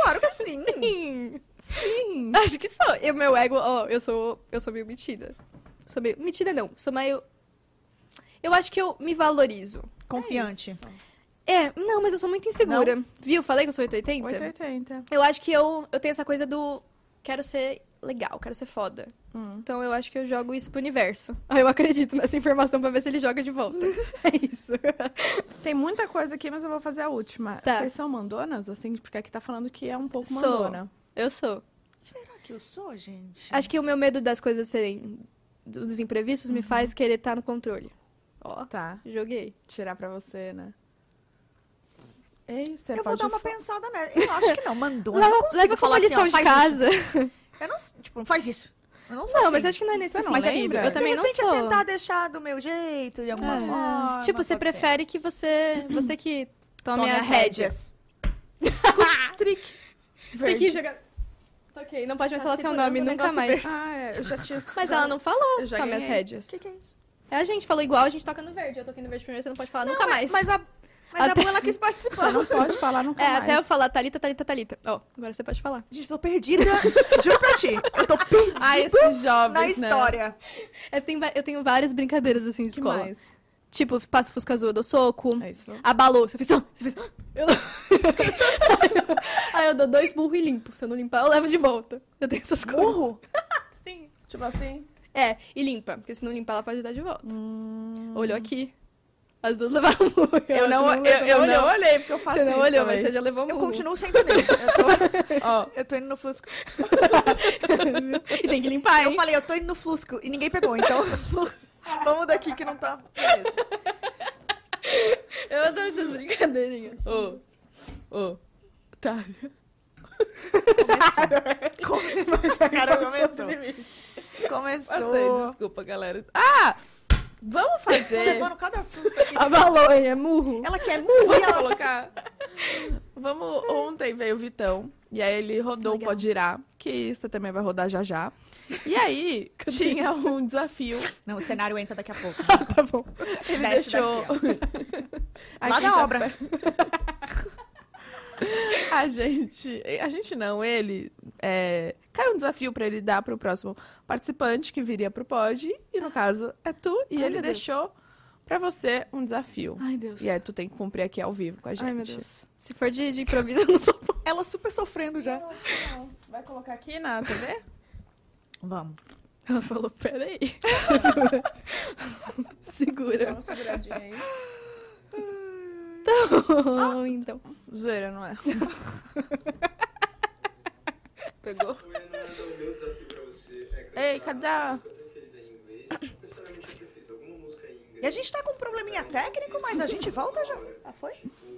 Speaker 1: Claro que sim.
Speaker 3: Sim.
Speaker 2: Sim.
Speaker 3: Acho que sou. E o meu ego, ó, eu sou. Eu sou meio metida. Sou meio. Metida não. Sou meio. Eu acho que eu me valorizo.
Speaker 1: Confiante.
Speaker 3: É, não, mas eu sou muito insegura. Viu? Falei que eu sou 880?
Speaker 2: 880.
Speaker 3: Eu acho que eu, eu tenho essa coisa do quero ser legal, quero ser foda.
Speaker 2: Hum.
Speaker 3: Então eu acho que eu jogo isso pro universo. Aí eu acredito nessa informação pra ver se ele joga de volta. é isso.
Speaker 2: Tem muita coisa aqui, mas eu vou fazer a última.
Speaker 3: Tá.
Speaker 2: Vocês são mandonas, assim? Porque aqui tá falando que é um pouco
Speaker 3: Sou.
Speaker 2: mandona.
Speaker 3: Eu sou.
Speaker 1: Será que eu sou, gente?
Speaker 3: Acho que o meu medo das coisas serem do- dos imprevistos me faz querer estar no controle. Ó,
Speaker 2: Tá.
Speaker 3: joguei.
Speaker 2: Tirar pra você, né? Ei, você
Speaker 1: Eu vou
Speaker 2: pode
Speaker 1: dar uma
Speaker 2: fa-
Speaker 1: pensada nela. Eu acho que não. Mandou. eu não
Speaker 3: Leva,
Speaker 1: consigo
Speaker 3: leva como
Speaker 1: falar assim,
Speaker 3: lição
Speaker 1: ó,
Speaker 3: de
Speaker 1: faz isso.
Speaker 3: casa.
Speaker 1: Eu não, s- tipo, não faz isso. Eu não sou
Speaker 3: Não,
Speaker 1: assim.
Speaker 3: mas acho que não é nesse
Speaker 2: Você não
Speaker 3: sentido.
Speaker 2: lembra?
Speaker 3: Eu também
Speaker 1: de
Speaker 3: não
Speaker 1: repente
Speaker 3: sou.
Speaker 1: é tentar deixar do meu jeito, de alguma
Speaker 3: É.
Speaker 1: forma.
Speaker 3: tipo,
Speaker 1: pode
Speaker 3: você
Speaker 1: ser.
Speaker 3: prefere que você. Você que tome,
Speaker 1: Tome
Speaker 3: as rédeas.
Speaker 2: Trick.
Speaker 3: Tem
Speaker 2: Verde.
Speaker 3: que jogar. Tá Ok, não pode mais falar seu
Speaker 1: segurando
Speaker 3: nome
Speaker 1: o
Speaker 3: nunca
Speaker 1: negócio
Speaker 3: mais.
Speaker 2: Ah, é. Eu já tinha...
Speaker 3: Mas ela não tá falou.
Speaker 2: Eu já
Speaker 3: Tome as
Speaker 2: ganhei.
Speaker 3: rédeas.
Speaker 1: O que, que é isso?
Speaker 3: É a gente, falou igual, a gente toca no verde. Eu toquei no verde primeiro, você não pode falar nunca mais.
Speaker 1: Mas a, mas
Speaker 3: Até-
Speaker 1: a Bu, ela quis participar.
Speaker 2: Não pode falar nunca
Speaker 3: É,
Speaker 2: mais.
Speaker 3: até eu falar Thalita, Thalita, Thalita. Ó, agora você pode falar.
Speaker 1: Gente, tô perdida. Juro pra ti. Eu tô perdida
Speaker 2: Ah, esses jovens,
Speaker 1: na
Speaker 2: né?
Speaker 1: história.
Speaker 3: Eu tenho, va- eu tenho várias brincadeiras assim de
Speaker 2: Que
Speaker 3: escola.
Speaker 2: mais?
Speaker 3: Tipo, passo fusca azul, eu dou soco.
Speaker 2: É isso.
Speaker 3: Abalou, você fez. ó, Você fez. ó. Eu... Aí eu dou dois burros e limpo. Se eu não limpar, eu levo de volta. Eu tenho essas coisas.
Speaker 1: Burro?
Speaker 3: Sim.
Speaker 2: Tipo assim.
Speaker 3: É, e limpa. Porque se não limpar, ela pode dar de volta. Olhou aqui. As duas levaram burro.
Speaker 2: Hum. Eu não,
Speaker 3: Você
Speaker 2: eu, eu
Speaker 3: você
Speaker 2: não olhei, porque eu faço
Speaker 3: Você não
Speaker 2: isso
Speaker 3: olhou,
Speaker 2: também.
Speaker 3: mas você já levou um
Speaker 1: Eu
Speaker 3: burro.
Speaker 1: continuo sem entender. Eu tô,
Speaker 2: Ó,
Speaker 1: eu tô indo no flusco.
Speaker 3: e tem que limpar,
Speaker 1: Eu
Speaker 3: hein?
Speaker 1: falei, eu tô indo no flusco e ninguém pegou, então. Vamos daqui que não tá. Beleza.
Speaker 3: Eu adoro essas brincadeirinhas.
Speaker 2: ô, ô. Tá.
Speaker 1: Começou. Cara, começou.
Speaker 2: Passei,
Speaker 1: Começou.
Speaker 2: desculpa, galera. Ah! Vamos
Speaker 1: Tô
Speaker 2: fazer.
Speaker 1: levando cada susto aqui.
Speaker 3: Abalou, hein? É murro.
Speaker 1: Ela quer murro e
Speaker 2: Vamos
Speaker 1: ela.
Speaker 2: colocar. Vamos. Ontem veio o Vitão. E aí ele rodou o
Speaker 1: Legal.
Speaker 2: Pode Irá, que você também vai rodar já já. E aí tinha um desafio.
Speaker 1: Não, o cenário entra daqui a pouco.
Speaker 3: Tá bom.
Speaker 2: Ele
Speaker 1: Desce
Speaker 2: deixou.
Speaker 1: daqui, ó. Lá
Speaker 2: Aqui
Speaker 1: da
Speaker 2: já
Speaker 1: obra.
Speaker 2: A gente. A gente não, ele. É, caiu um desafio pra ele dar pro próximo participante que viria pro pod. E no caso é tu. E
Speaker 3: Ai,
Speaker 2: ele
Speaker 3: meu Deus.
Speaker 2: deixou pra você um desafio.
Speaker 3: Ai, Deus.
Speaker 2: E aí tu tem que cumprir aqui ao vivo com a gente.
Speaker 3: Ai, meu Deus. Se for de, de improviso, eu não sou boa.
Speaker 1: Ela super sofrendo já.
Speaker 2: Vai colocar aqui na TV?
Speaker 1: Vamos.
Speaker 3: Ela falou, peraí. Segura.
Speaker 2: uma seguradinha aí.
Speaker 3: Então, então.
Speaker 2: Zoeira, não é? Pegou?
Speaker 4: O meu desafio pra você é cantar
Speaker 2: Ei, cadê a-
Speaker 4: a música preferida em inglês, necessariamente a preferida, alguma música em inglês.
Speaker 1: E a gente tá com um probleminha técnico, mas a gente volta já. Ah, foi?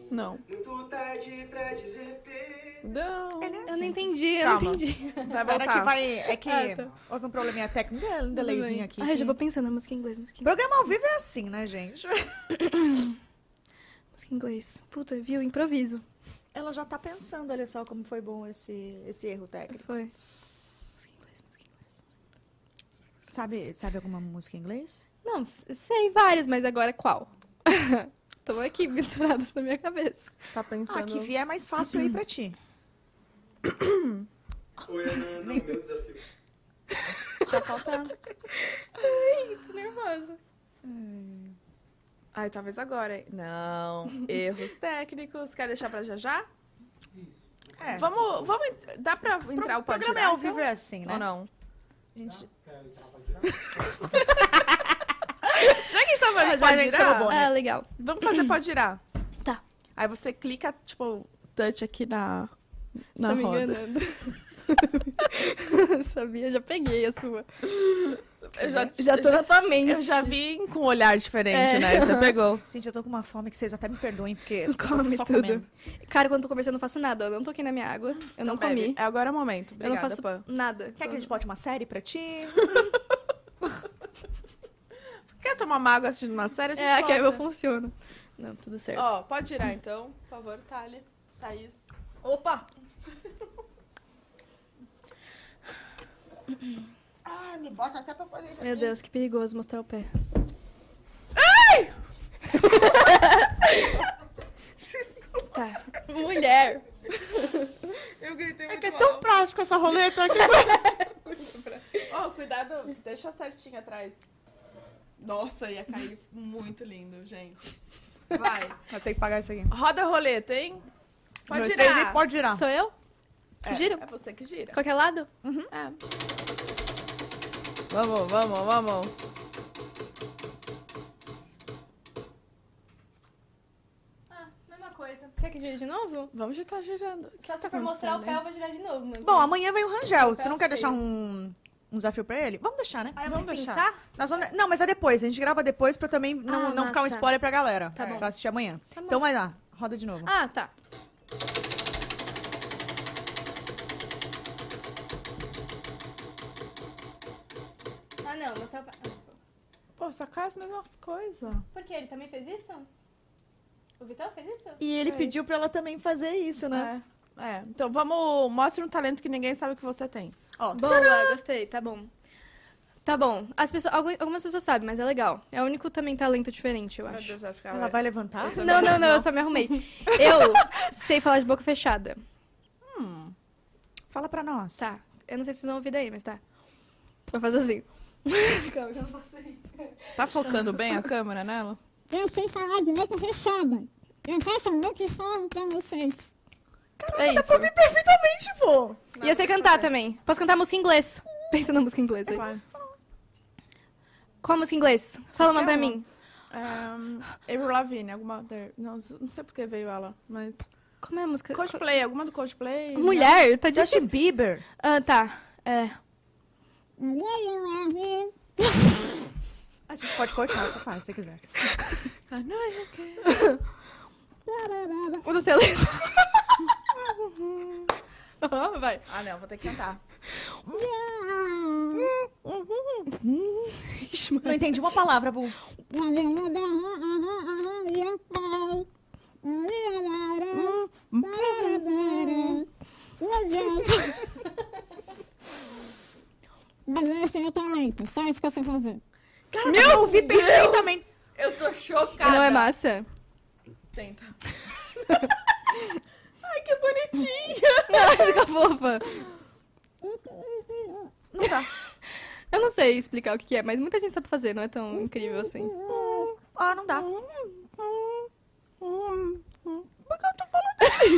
Speaker 2: Não.
Speaker 4: Muito tarde pra dizer bem.
Speaker 2: Não.
Speaker 1: Ele é
Speaker 3: Eu não
Speaker 1: assim.
Speaker 3: entendi, eu não
Speaker 2: Calma.
Speaker 3: entendi.
Speaker 1: Pera
Speaker 2: Vai
Speaker 1: que
Speaker 2: voltar.
Speaker 1: vai. É que
Speaker 3: Ah, tá.
Speaker 1: houve um probleminha técnico, é um delayzinho aqui.
Speaker 3: Ai, eu já vou pensando na música em inglês, música em
Speaker 1: Programa ao vivo é assim, né, gente?
Speaker 3: Música em inglês. Puta, viu? Improviso.
Speaker 1: Ela já tá pensando, olha só como foi bom esse, esse erro técnico.
Speaker 3: Foi. Música em inglês, música em inglês.
Speaker 1: Sabe, sabe alguma música em inglês?
Speaker 3: Não, s- sei várias, mas agora qual? Tô aqui misturadas na minha cabeça.
Speaker 2: Tá pensando.
Speaker 1: Ah, que vier mais fácil aí pra ti.
Speaker 4: Oi, Ananda, o meu desafio.
Speaker 2: Tá faltando.
Speaker 3: Tô nervosa.
Speaker 2: Ai, talvez agora, hein? Não. Erros técnicos. Quer deixar pra já já?
Speaker 1: É.
Speaker 2: Vamos, vamos. Dá pra entrar o
Speaker 1: o programa é
Speaker 2: podcast?
Speaker 1: ao vivo é assim, né?
Speaker 2: Ou não?
Speaker 1: Gente,
Speaker 2: Já que a gente tá
Speaker 1: Ai, já
Speaker 2: falando,
Speaker 1: a
Speaker 2: pode
Speaker 1: É, gente
Speaker 2: girar?
Speaker 1: chegou boa.
Speaker 3: Ah, legal.
Speaker 2: Vamos fazer pode girar.
Speaker 3: Tá.
Speaker 2: Aí você clica, tipo, touch aqui na,
Speaker 3: Você
Speaker 2: na
Speaker 3: tá me
Speaker 2: roda.
Speaker 3: enganando. Sabia, já peguei a sua.
Speaker 2: Eu já,
Speaker 3: Já tô na tua mente.
Speaker 2: eu já vim com um olhar diferente,
Speaker 3: É.
Speaker 2: né? Você pegou.
Speaker 1: gente, eu tô com uma fome que vocês até me perdoem, porque eu tô
Speaker 3: Come
Speaker 1: só
Speaker 3: tudo.
Speaker 1: comendo.
Speaker 3: Cara, quando tô conversando, eu não faço nada. Eu não toquei na minha água. Eu não comi.
Speaker 2: Bebe. É agora o momento.
Speaker 3: Eu não
Speaker 2: Obrigada,
Speaker 3: faço
Speaker 2: Pan.
Speaker 3: nada.
Speaker 1: Quer que a gente bote uma série pra ti?
Speaker 2: Quer tomar uma água assistindo uma série? A gente
Speaker 3: É, que aí eu
Speaker 2: volta.
Speaker 3: funciono. Não, tudo certo.
Speaker 2: Ó, pode girar então. Por favor, Thalia. Thaís.
Speaker 1: Opa! Ai, Ah, me bota até pra fazer isso
Speaker 3: Meu
Speaker 1: aqui.
Speaker 3: Deus, que perigoso mostrar o pé. Ai! tá. Mulher.
Speaker 2: Eu gritei
Speaker 1: É que é tão prático essa roleta aqui.
Speaker 2: Ó, cuidado. Deixa certinho atrás. Nossa, ia cair muito lindo, gente. Vai.
Speaker 1: Eu tenho que pagar isso aqui.
Speaker 2: Roda a roleta, hein? Pode
Speaker 1: Dois,
Speaker 2: girar.
Speaker 1: três e pode girar.
Speaker 3: Sou eu? Uhum.
Speaker 2: É,
Speaker 3: Giro?
Speaker 2: É você que gira.
Speaker 3: Tá. Qualquer lado?
Speaker 2: É.
Speaker 3: Ah.
Speaker 2: Vamos, vamos, vamos.
Speaker 3: Ah, mesma coisa. Quer que gire de novo? né?
Speaker 2: Vamos já tá girando.
Speaker 3: Só se
Speaker 2: for mostrar o pé, eu
Speaker 3: vou girar de novo.
Speaker 1: Bom, amanhã vem o Rangel. Você não quer deixar um, um desafio pra ele? Vamos deixar, né?
Speaker 2: vamos deixar.
Speaker 1: Nós vamos- Não, mas é depois. A gente grava depois pra também não,
Speaker 3: Ah,
Speaker 1: não ficar um
Speaker 3: massa.
Speaker 1: spoiler pra galera.
Speaker 3: Tá bom.
Speaker 1: Pra assistir amanhã.
Speaker 3: bom.
Speaker 1: então vai lá. Roda de novo.
Speaker 3: Ah, tá. Ah, não, mostrar o pé.
Speaker 2: Pô, só cai as mesmas coisas.
Speaker 3: Por quê? Ele também fez isso? O Vitão fez isso?
Speaker 1: E ele
Speaker 2: Foi.
Speaker 1: pediu pra ela também fazer isso, né?
Speaker 2: É. É. Então vamos. Mostre um talento que ninguém sabe que você tem.
Speaker 1: Ó,
Speaker 3: Boa, gostei, tá bom. Tá bom. As pessoas, algu- algumas pessoas sabem, mas é legal. É o único também talento diferente, eu acho.
Speaker 2: vai ficar.
Speaker 1: ela vai levantar?
Speaker 3: Não, não, não, eu só me arrumei. Eu sei falar de boca fechada.
Speaker 1: Fala pra nós.
Speaker 3: Tá. Eu não sei se vocês vão ouvir daí, mas tá. Vou fazer assim. Calma, eu não posso ir.
Speaker 2: Tá focando bem a câmera nela?
Speaker 5: Eu sei falar de boca fechada. Eu faço a boca falando pra vocês.
Speaker 3: É isso.
Speaker 1: perfeitamente, pô.
Speaker 3: E eu sei cantar também. Posso cantar música em inglês. Pensa na música em inglês aí.
Speaker 2: Vai.
Speaker 3: Qual música em inglês? Fala uma pra mim.
Speaker 2: Um, Avril Lavigne, alguma. outra- Não, não sei porque veio ela, mas.
Speaker 3: Como é a música?
Speaker 2: Coldplay, alguma do Coldplay?
Speaker 3: Mulher? Tá
Speaker 1: Justin
Speaker 3: difícil.
Speaker 1: Bieber.
Speaker 3: Ah, tá. É.
Speaker 1: A gente pode cortar essa parte, se quiser.
Speaker 2: Ah, não, eu quero.
Speaker 3: O do seu Aham, vai.
Speaker 2: Ah, não, vou ter que cantar.
Speaker 3: Ixi, mano.
Speaker 1: Não entendi uma palavra, Bu.
Speaker 5: Mas esse é meu talento, só isso que eu sei fazer.
Speaker 1: Cara, Meu eu ouvi perfeitamente.
Speaker 2: Eu tô
Speaker 3: é
Speaker 2: chocada.
Speaker 3: Não é massa?
Speaker 2: Tenta. Ai, que bonitinho.
Speaker 3: música fofa.
Speaker 1: Não dá.
Speaker 3: Eu não sei explicar o que que é, mas muita gente sabe fazer, não é tão incrível assim.
Speaker 1: Ah, não dá.
Speaker 2: Hum,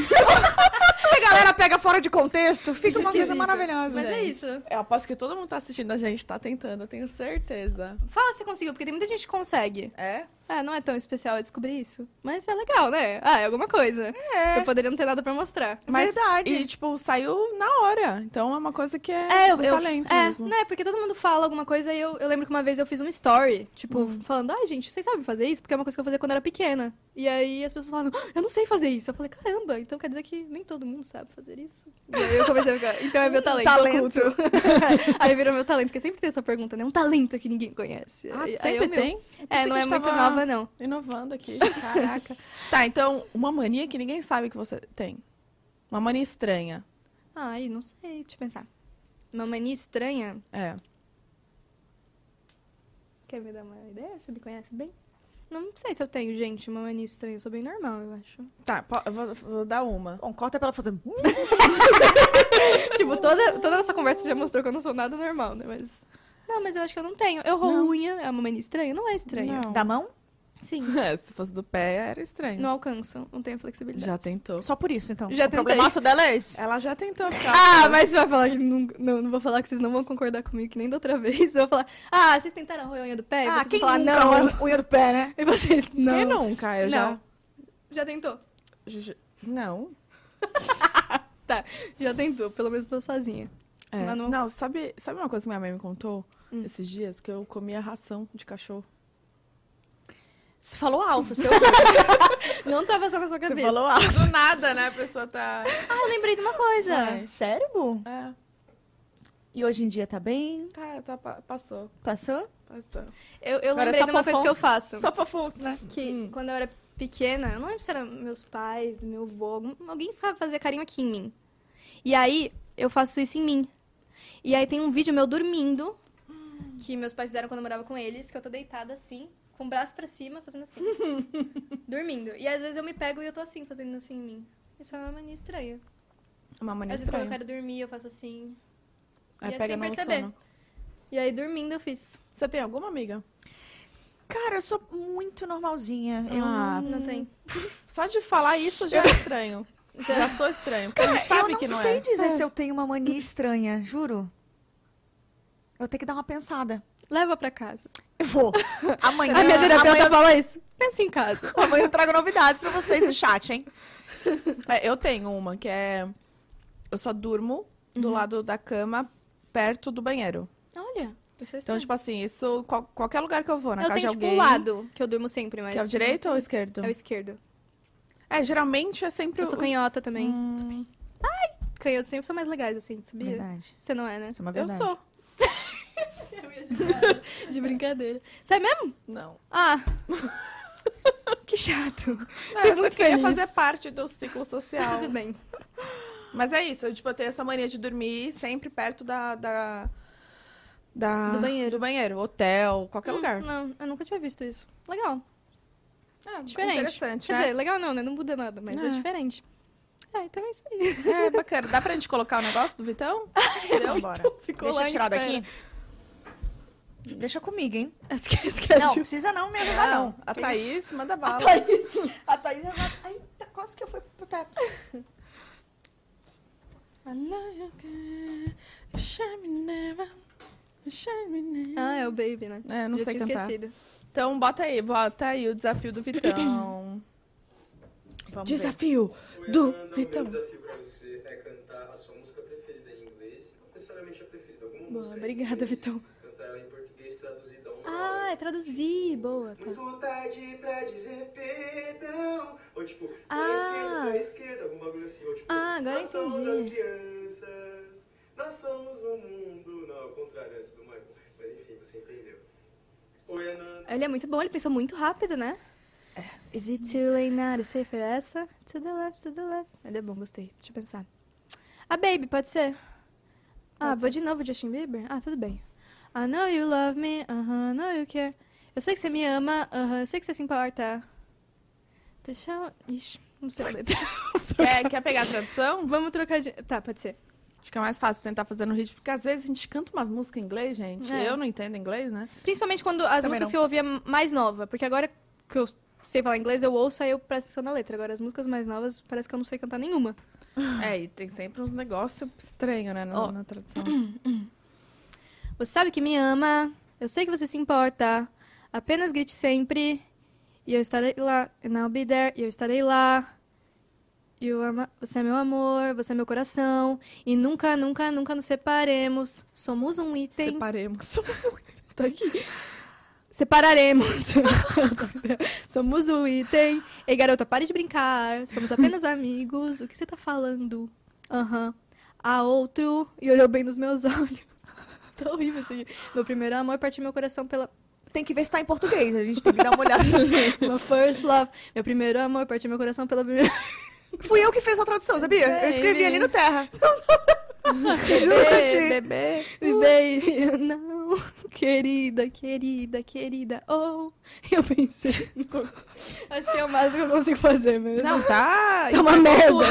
Speaker 1: Se a galera pega fora de contexto, fica uma coisa
Speaker 2: Esquisito.
Speaker 1: maravilhosa.
Speaker 3: Mas é
Speaker 2: gente.
Speaker 3: isso.
Speaker 2: Eu aposto que todo mundo tá assistindo a gente, tá tentando, eu tenho certeza.
Speaker 3: Fala se conseguiu, porque tem muita gente que consegue.
Speaker 2: É?
Speaker 3: É, não é tão especial eu descobrir isso. Mas é legal, né? Ah, é alguma coisa. É. Eu poderia não ter nada pra mostrar.
Speaker 2: Mas,
Speaker 1: Verdade.
Speaker 2: E, tipo, saiu na hora. Então é uma coisa que é, um talento
Speaker 3: é,
Speaker 2: mesmo.
Speaker 3: né? Porque todo mundo fala alguma coisa e eu, eu lembro que uma vez eu fiz um story, tipo,
Speaker 2: Uhum.
Speaker 3: falando, ai, gente, vocês sabem fazer isso? Porque é uma coisa que eu fazia quando eu era pequena. E aí as pessoas falaram, "Ah, eu não sei fazer isso. Eu falei, caramba, então quer dizer que nem todo mundo sabe fazer isso. E aí eu comecei a ficar, então é
Speaker 2: Um
Speaker 3: meu talento.
Speaker 1: talento.
Speaker 3: oculto." aí virou meu talento, porque sempre tem essa pergunta, né? Um talento que ninguém conhece.
Speaker 2: Ah,
Speaker 3: aí, aí
Speaker 2: sempre
Speaker 3: eu, meu,
Speaker 2: tem.
Speaker 3: É,
Speaker 2: Pensei
Speaker 3: não
Speaker 2: que a
Speaker 3: é
Speaker 2: gente
Speaker 3: muito
Speaker 2: tava
Speaker 3: nova, não.
Speaker 2: Inovando aqui, caraca. tá, então, uma mania que ninguém sabe que você tem. Uma mania estranha.
Speaker 3: Ai, não sei, deixa eu pensar. Uma mania estranha.
Speaker 2: É.
Speaker 3: Quer me dar uma ideia? Você me conhece bem? Não sei se eu tenho, gente, uma mania estranha. Eu sou bem normal, eu acho.
Speaker 2: Tá, po- eu vou, vou dar uma.
Speaker 1: Bom, corta pra ela fazer. um
Speaker 3: tipo, toda, toda nossa conversa já mostrou que eu não sou nada normal, né? Mas. Não, mas eu acho que eu não tenho. Eu roo
Speaker 2: Não.
Speaker 3: unha, é uma mania estranha? Não é estranha.
Speaker 2: Não.
Speaker 1: Da mão?
Speaker 3: Sim.
Speaker 2: É, se fosse do pé, era estranho.
Speaker 3: Não alcanço, não tenho flexibilidade.
Speaker 2: Já tentou.
Speaker 1: Só por isso, então.
Speaker 3: Já
Speaker 1: o
Speaker 3: tentei.
Speaker 1: problemaço dela é esse.
Speaker 2: Ela já tentou. porque ela-
Speaker 3: Ah, mas você vai falar que nunca- não, não vou falar que vocês não vão concordar comigo, que nem da outra vez. Eu vou falar, ah, vocês tentaram roer a unha do pé? E
Speaker 1: ah,
Speaker 3: vocês
Speaker 1: quem
Speaker 3: vão falar,
Speaker 1: nunca
Speaker 3: não.
Speaker 1: rola unha do pé, né?
Speaker 3: E vocês, não.
Speaker 2: Quem nunca? Eu
Speaker 3: Não.
Speaker 2: já.
Speaker 3: Já tentou?
Speaker 2: já- Não.
Speaker 3: Tá, já tentou. Pelo menos eu tô sozinha.
Speaker 2: É.
Speaker 3: Mas
Speaker 2: Não, Hum.
Speaker 3: não-
Speaker 2: sabe, sabe uma coisa que minha mãe me contou esses dias? Que eu comia ração de cachorro.
Speaker 1: Você falou alto, seu...
Speaker 3: Não tá passando na sua
Speaker 1: você
Speaker 3: cabeça.
Speaker 1: falou alto.
Speaker 2: Do nada, né? A pessoa tá.
Speaker 3: Ah, eu lembrei de uma coisa.
Speaker 2: Vai.
Speaker 1: Sério, Bu?
Speaker 2: É,
Speaker 1: E hoje em dia tá bem?
Speaker 2: tá, tá, pa- passou,
Speaker 1: Passou?
Speaker 2: passou.
Speaker 3: Eu, eu
Speaker 1: Agora é
Speaker 3: lembrei
Speaker 1: só
Speaker 3: de uma coisa que eu
Speaker 1: Afonso.
Speaker 3: faço.
Speaker 1: Só pra Afonso, né?
Speaker 3: Que
Speaker 2: Hum.
Speaker 3: quando eu era pequena, eu não lembro se eram meus pais, meu avô, algum- alguém fa- fazia carinho aqui em mim. E aí, eu faço isso em mim. E aí tem um vídeo meu dormindo, que meus pais fizeram quando eu morava com eles, que eu tô deitada assim, com o braço pra cima, fazendo assim. dormindo. E às vezes eu me pego e eu tô assim, fazendo assim em mim. Isso é uma mania estranha.
Speaker 2: É uma mania
Speaker 3: Às vezes quando eu
Speaker 2: estranha.
Speaker 3: quero dormir, eu faço assim.
Speaker 2: Aí
Speaker 3: e é
Speaker 2: pega
Speaker 3: sem
Speaker 2: no
Speaker 3: perceber.
Speaker 2: sono.
Speaker 3: E aí, dormindo, eu fiz.
Speaker 2: Você tem alguma amiga?
Speaker 1: Cara, eu sou muito normalzinha. Eu
Speaker 2: Ah,
Speaker 1: não-
Speaker 3: Não tem.
Speaker 2: Só de falar isso já é estranho. Já sou estranho. Porque a gente
Speaker 1: eu
Speaker 2: sabe
Speaker 1: não
Speaker 2: que não
Speaker 1: sei
Speaker 2: é.
Speaker 1: dizer se eu tenho uma mania estranha, juro. Eu tenho que dar uma pensada.
Speaker 3: Leva pra casa.
Speaker 1: Eu vou. Amanhã.
Speaker 3: A minha terapeuta
Speaker 1: amanhã,
Speaker 3: fala isso. Pensa assim em casa.
Speaker 1: amanhã eu trago novidades pra vocês no chat, hein?
Speaker 2: É, eu tenho uma, que é. Eu só durmo do
Speaker 3: Uhum.
Speaker 2: lado da cama, perto do banheiro.
Speaker 3: Olha. Isso
Speaker 2: Então,
Speaker 3: é estranho.
Speaker 2: tipo assim, isso. qual- qualquer lugar que eu vou, na
Speaker 3: eu
Speaker 2: casa
Speaker 3: tenho,
Speaker 2: de
Speaker 3: tipo,
Speaker 2: alguém.
Speaker 3: um lado, que eu durmo sempre, mas...
Speaker 2: Que é o direito ou o esquerdo?
Speaker 3: É o esquerdo.
Speaker 2: É, geralmente é sempre
Speaker 3: Eu
Speaker 2: o.
Speaker 3: sou canhota também.
Speaker 2: Hum,
Speaker 3: Canhotos sempre são mais legais, assim, sabia?
Speaker 1: Verdade.
Speaker 3: Você não é, né?
Speaker 1: Isso é uma
Speaker 2: eu
Speaker 1: verdade.
Speaker 2: sou.
Speaker 3: De brincadeira. Você é mesmo?
Speaker 2: Não.
Speaker 3: Ah! que chato.
Speaker 2: Não,
Speaker 3: Fui
Speaker 2: eu só
Speaker 3: muito
Speaker 2: queria
Speaker 3: feliz.
Speaker 2: fazer parte do ciclo social.
Speaker 3: Tudo bem.
Speaker 2: Mas é isso, eu, tipo, eu tenho essa mania de dormir sempre perto da. da, da-
Speaker 3: Do banheiro.
Speaker 2: do banheiro, hotel, qualquer
Speaker 3: Hum,
Speaker 2: lugar.
Speaker 3: Não, eu nunca tinha visto isso. Legal.
Speaker 2: É,
Speaker 3: Diferente.
Speaker 2: Interessante,
Speaker 3: Ah, Quer
Speaker 2: né?
Speaker 3: dizer, legal não, né? Não muda nada, mas é,
Speaker 2: É.
Speaker 3: diferente. É, então é isso aí.
Speaker 2: É bacana. Dá pra gente colocar o negócio do Vitão?
Speaker 1: Então, bora.
Speaker 3: Ficou
Speaker 1: Deixa
Speaker 3: lá
Speaker 1: eu
Speaker 3: em
Speaker 1: tirar
Speaker 3: espera.
Speaker 1: daqui. Deixa comigo, hein?
Speaker 3: Esquece,
Speaker 1: Não,
Speaker 3: esquece.
Speaker 1: precisa não me ajudar, não.
Speaker 2: Ah, A Thaís manda bala.
Speaker 1: Thaís, a Thaís, ela... Ai, tá- quase que eu fui pro teto.
Speaker 2: I love you, girl. Shine me never. Shine me never.
Speaker 3: Ah, é o Baby, né?
Speaker 2: É, não
Speaker 3: Já
Speaker 2: sei
Speaker 3: tinha
Speaker 2: cantar.
Speaker 3: esquecido.
Speaker 2: Então bota aí, bota aí o desafio do Vitão.
Speaker 1: Vamos ver.
Speaker 2: desafio
Speaker 4: O
Speaker 2: do
Speaker 4: Ian, não, é
Speaker 2: Vitão.
Speaker 4: Meu desafio pra você é cantar a sua música preferida em inglês, não necessariamente a preferida, alguma
Speaker 2: Boa,
Speaker 4: música. em
Speaker 2: obrigada,
Speaker 4: inglês,
Speaker 2: Vitão.
Speaker 4: Cantar ela em português traduzida a uma
Speaker 3: Ah, é
Speaker 4: hora.
Speaker 3: traduzir. Boa, tá.
Speaker 4: Muito tarde pra dizer perdão. Ou tipo, pra
Speaker 3: Ah.
Speaker 4: esquerda, pra esquerda, algum bagulho assim. Ou tipo,
Speaker 3: Ah, agora
Speaker 4: nós somos
Speaker 3: entendi.
Speaker 4: as crianças, nós somos o mundo. Não, ao contrário, essa é do Michael. Mas enfim, você entendeu. Oi, Ana.
Speaker 3: Ele é muito bom, ele pensou muito rápido, né?
Speaker 1: É.
Speaker 3: Is it too late now to say? Foi essa? To the left, to the left. Ele é bom, gostei. Deixa eu pensar. A Baby, pode ser? ah, vou de novo Justin Bieber? Ah, tudo bem. I know you love me, uh-huh, I know you care. Eu sei que você me ama, uh-huh, eu sei que você se importa. To show... Ixi, Não sei a letra. É,
Speaker 2: Quer, quer pegar a tradução?
Speaker 3: Vamos trocar de. Tá, pode ser.
Speaker 2: Acho que é mais fácil tentar fazer no ritmo, porque às vezes a gente canta umas músicas em inglês, gente.
Speaker 3: É.
Speaker 2: Eu não entendo inglês, né?
Speaker 3: Principalmente quando as
Speaker 1: Também
Speaker 3: músicas
Speaker 1: não.
Speaker 3: que eu ouvia mais nova, porque agora que eu sei falar inglês, eu ouço aí eu presto atenção na letra. Agora as músicas mais novas parece que eu não sei cantar nenhuma.
Speaker 2: É, e tem sempre uns negócios estranhos, né, na,
Speaker 3: Ó.
Speaker 2: na tradução.
Speaker 3: Você sabe que me ama, eu sei que você se importa. Apenas grite sempre. E eu estarei lá. And I'll be there. E eu estarei lá. You are my- Você é meu amor, você é meu coração. E nunca, nunca, nunca nos separemos. Somos um item.
Speaker 2: Separemos.
Speaker 3: Tá aqui. Separaremos. Somos um item. Ei, garota, pare de brincar. Somos apenas amigos. O que você tá falando? Aham. A outro. E olhou bem nos meus olhos. Tá horrível isso aqui. Meu primeiro amor partiu meu coração pela.
Speaker 1: Tem que ver se tá em português. A gente tem que dar uma olhada.
Speaker 3: My first love. Meu primeiro amor partiu meu coração pela primeira.
Speaker 1: Fui eu que fiz a tradução, sabia? Eu escrevi
Speaker 2: Baby.
Speaker 1: ali no Terra. Juro
Speaker 3: É,
Speaker 1: pra ti.
Speaker 2: bebê.
Speaker 3: Baby, não. Querida, querida, querida. Oh. Eu pensei. Acho que é o máximo que eu consigo fazer mesmo.
Speaker 2: Não, tá.
Speaker 3: É uma merda.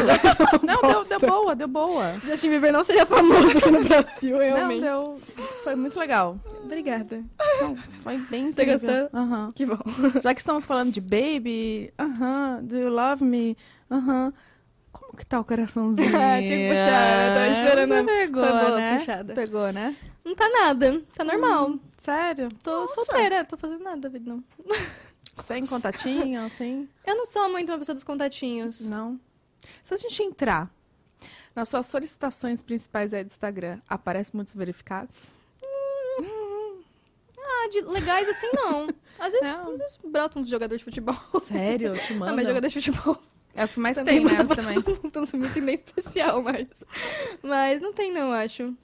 Speaker 2: Não, deu, deu boa, deu boa.
Speaker 3: Justin Bieber não seria famoso aqui no Brasil, realmente.
Speaker 2: Não, deu. Foi muito legal.
Speaker 3: Obrigada.
Speaker 2: Não, foi bem
Speaker 3: Você
Speaker 2: incrível.
Speaker 3: gostou?
Speaker 2: Aham.
Speaker 3: Que bom.
Speaker 2: Já que estamos falando de baby, aham, do you love me? Aham. Como que tá o coraçãozinho?
Speaker 3: Ah, tinha
Speaker 2: tipo,
Speaker 3: que puxar, eu tava esperando.
Speaker 2: Você pegou,
Speaker 3: Foi boa a
Speaker 2: né?
Speaker 3: puxada.
Speaker 2: Pegou, né?
Speaker 3: Não tá nada. Tá normal.
Speaker 2: Sério?
Speaker 3: Tô solteira, tô fazendo nada, vida, não.
Speaker 2: Sem contatinho, assim?
Speaker 3: Eu não sou muito uma pessoa dos contatinhos.
Speaker 2: Não. Se a gente entrar nas suas solicitações principais aí do Instagram, aparecem muitos verificados?
Speaker 3: Ah, de legais assim, não. Às vezes,
Speaker 2: Não.
Speaker 3: às vezes brota uns jogadores de futebol.
Speaker 2: Sério? Te
Speaker 3: Ah,
Speaker 2: manda?
Speaker 3: mas jogador de futebol
Speaker 2: É o que mais
Speaker 3: também
Speaker 2: tem, né?
Speaker 3: manda pra
Speaker 2: Também.
Speaker 3: todo mundo. Então, não sou nem especial, mas... Mas não tem, não, acho.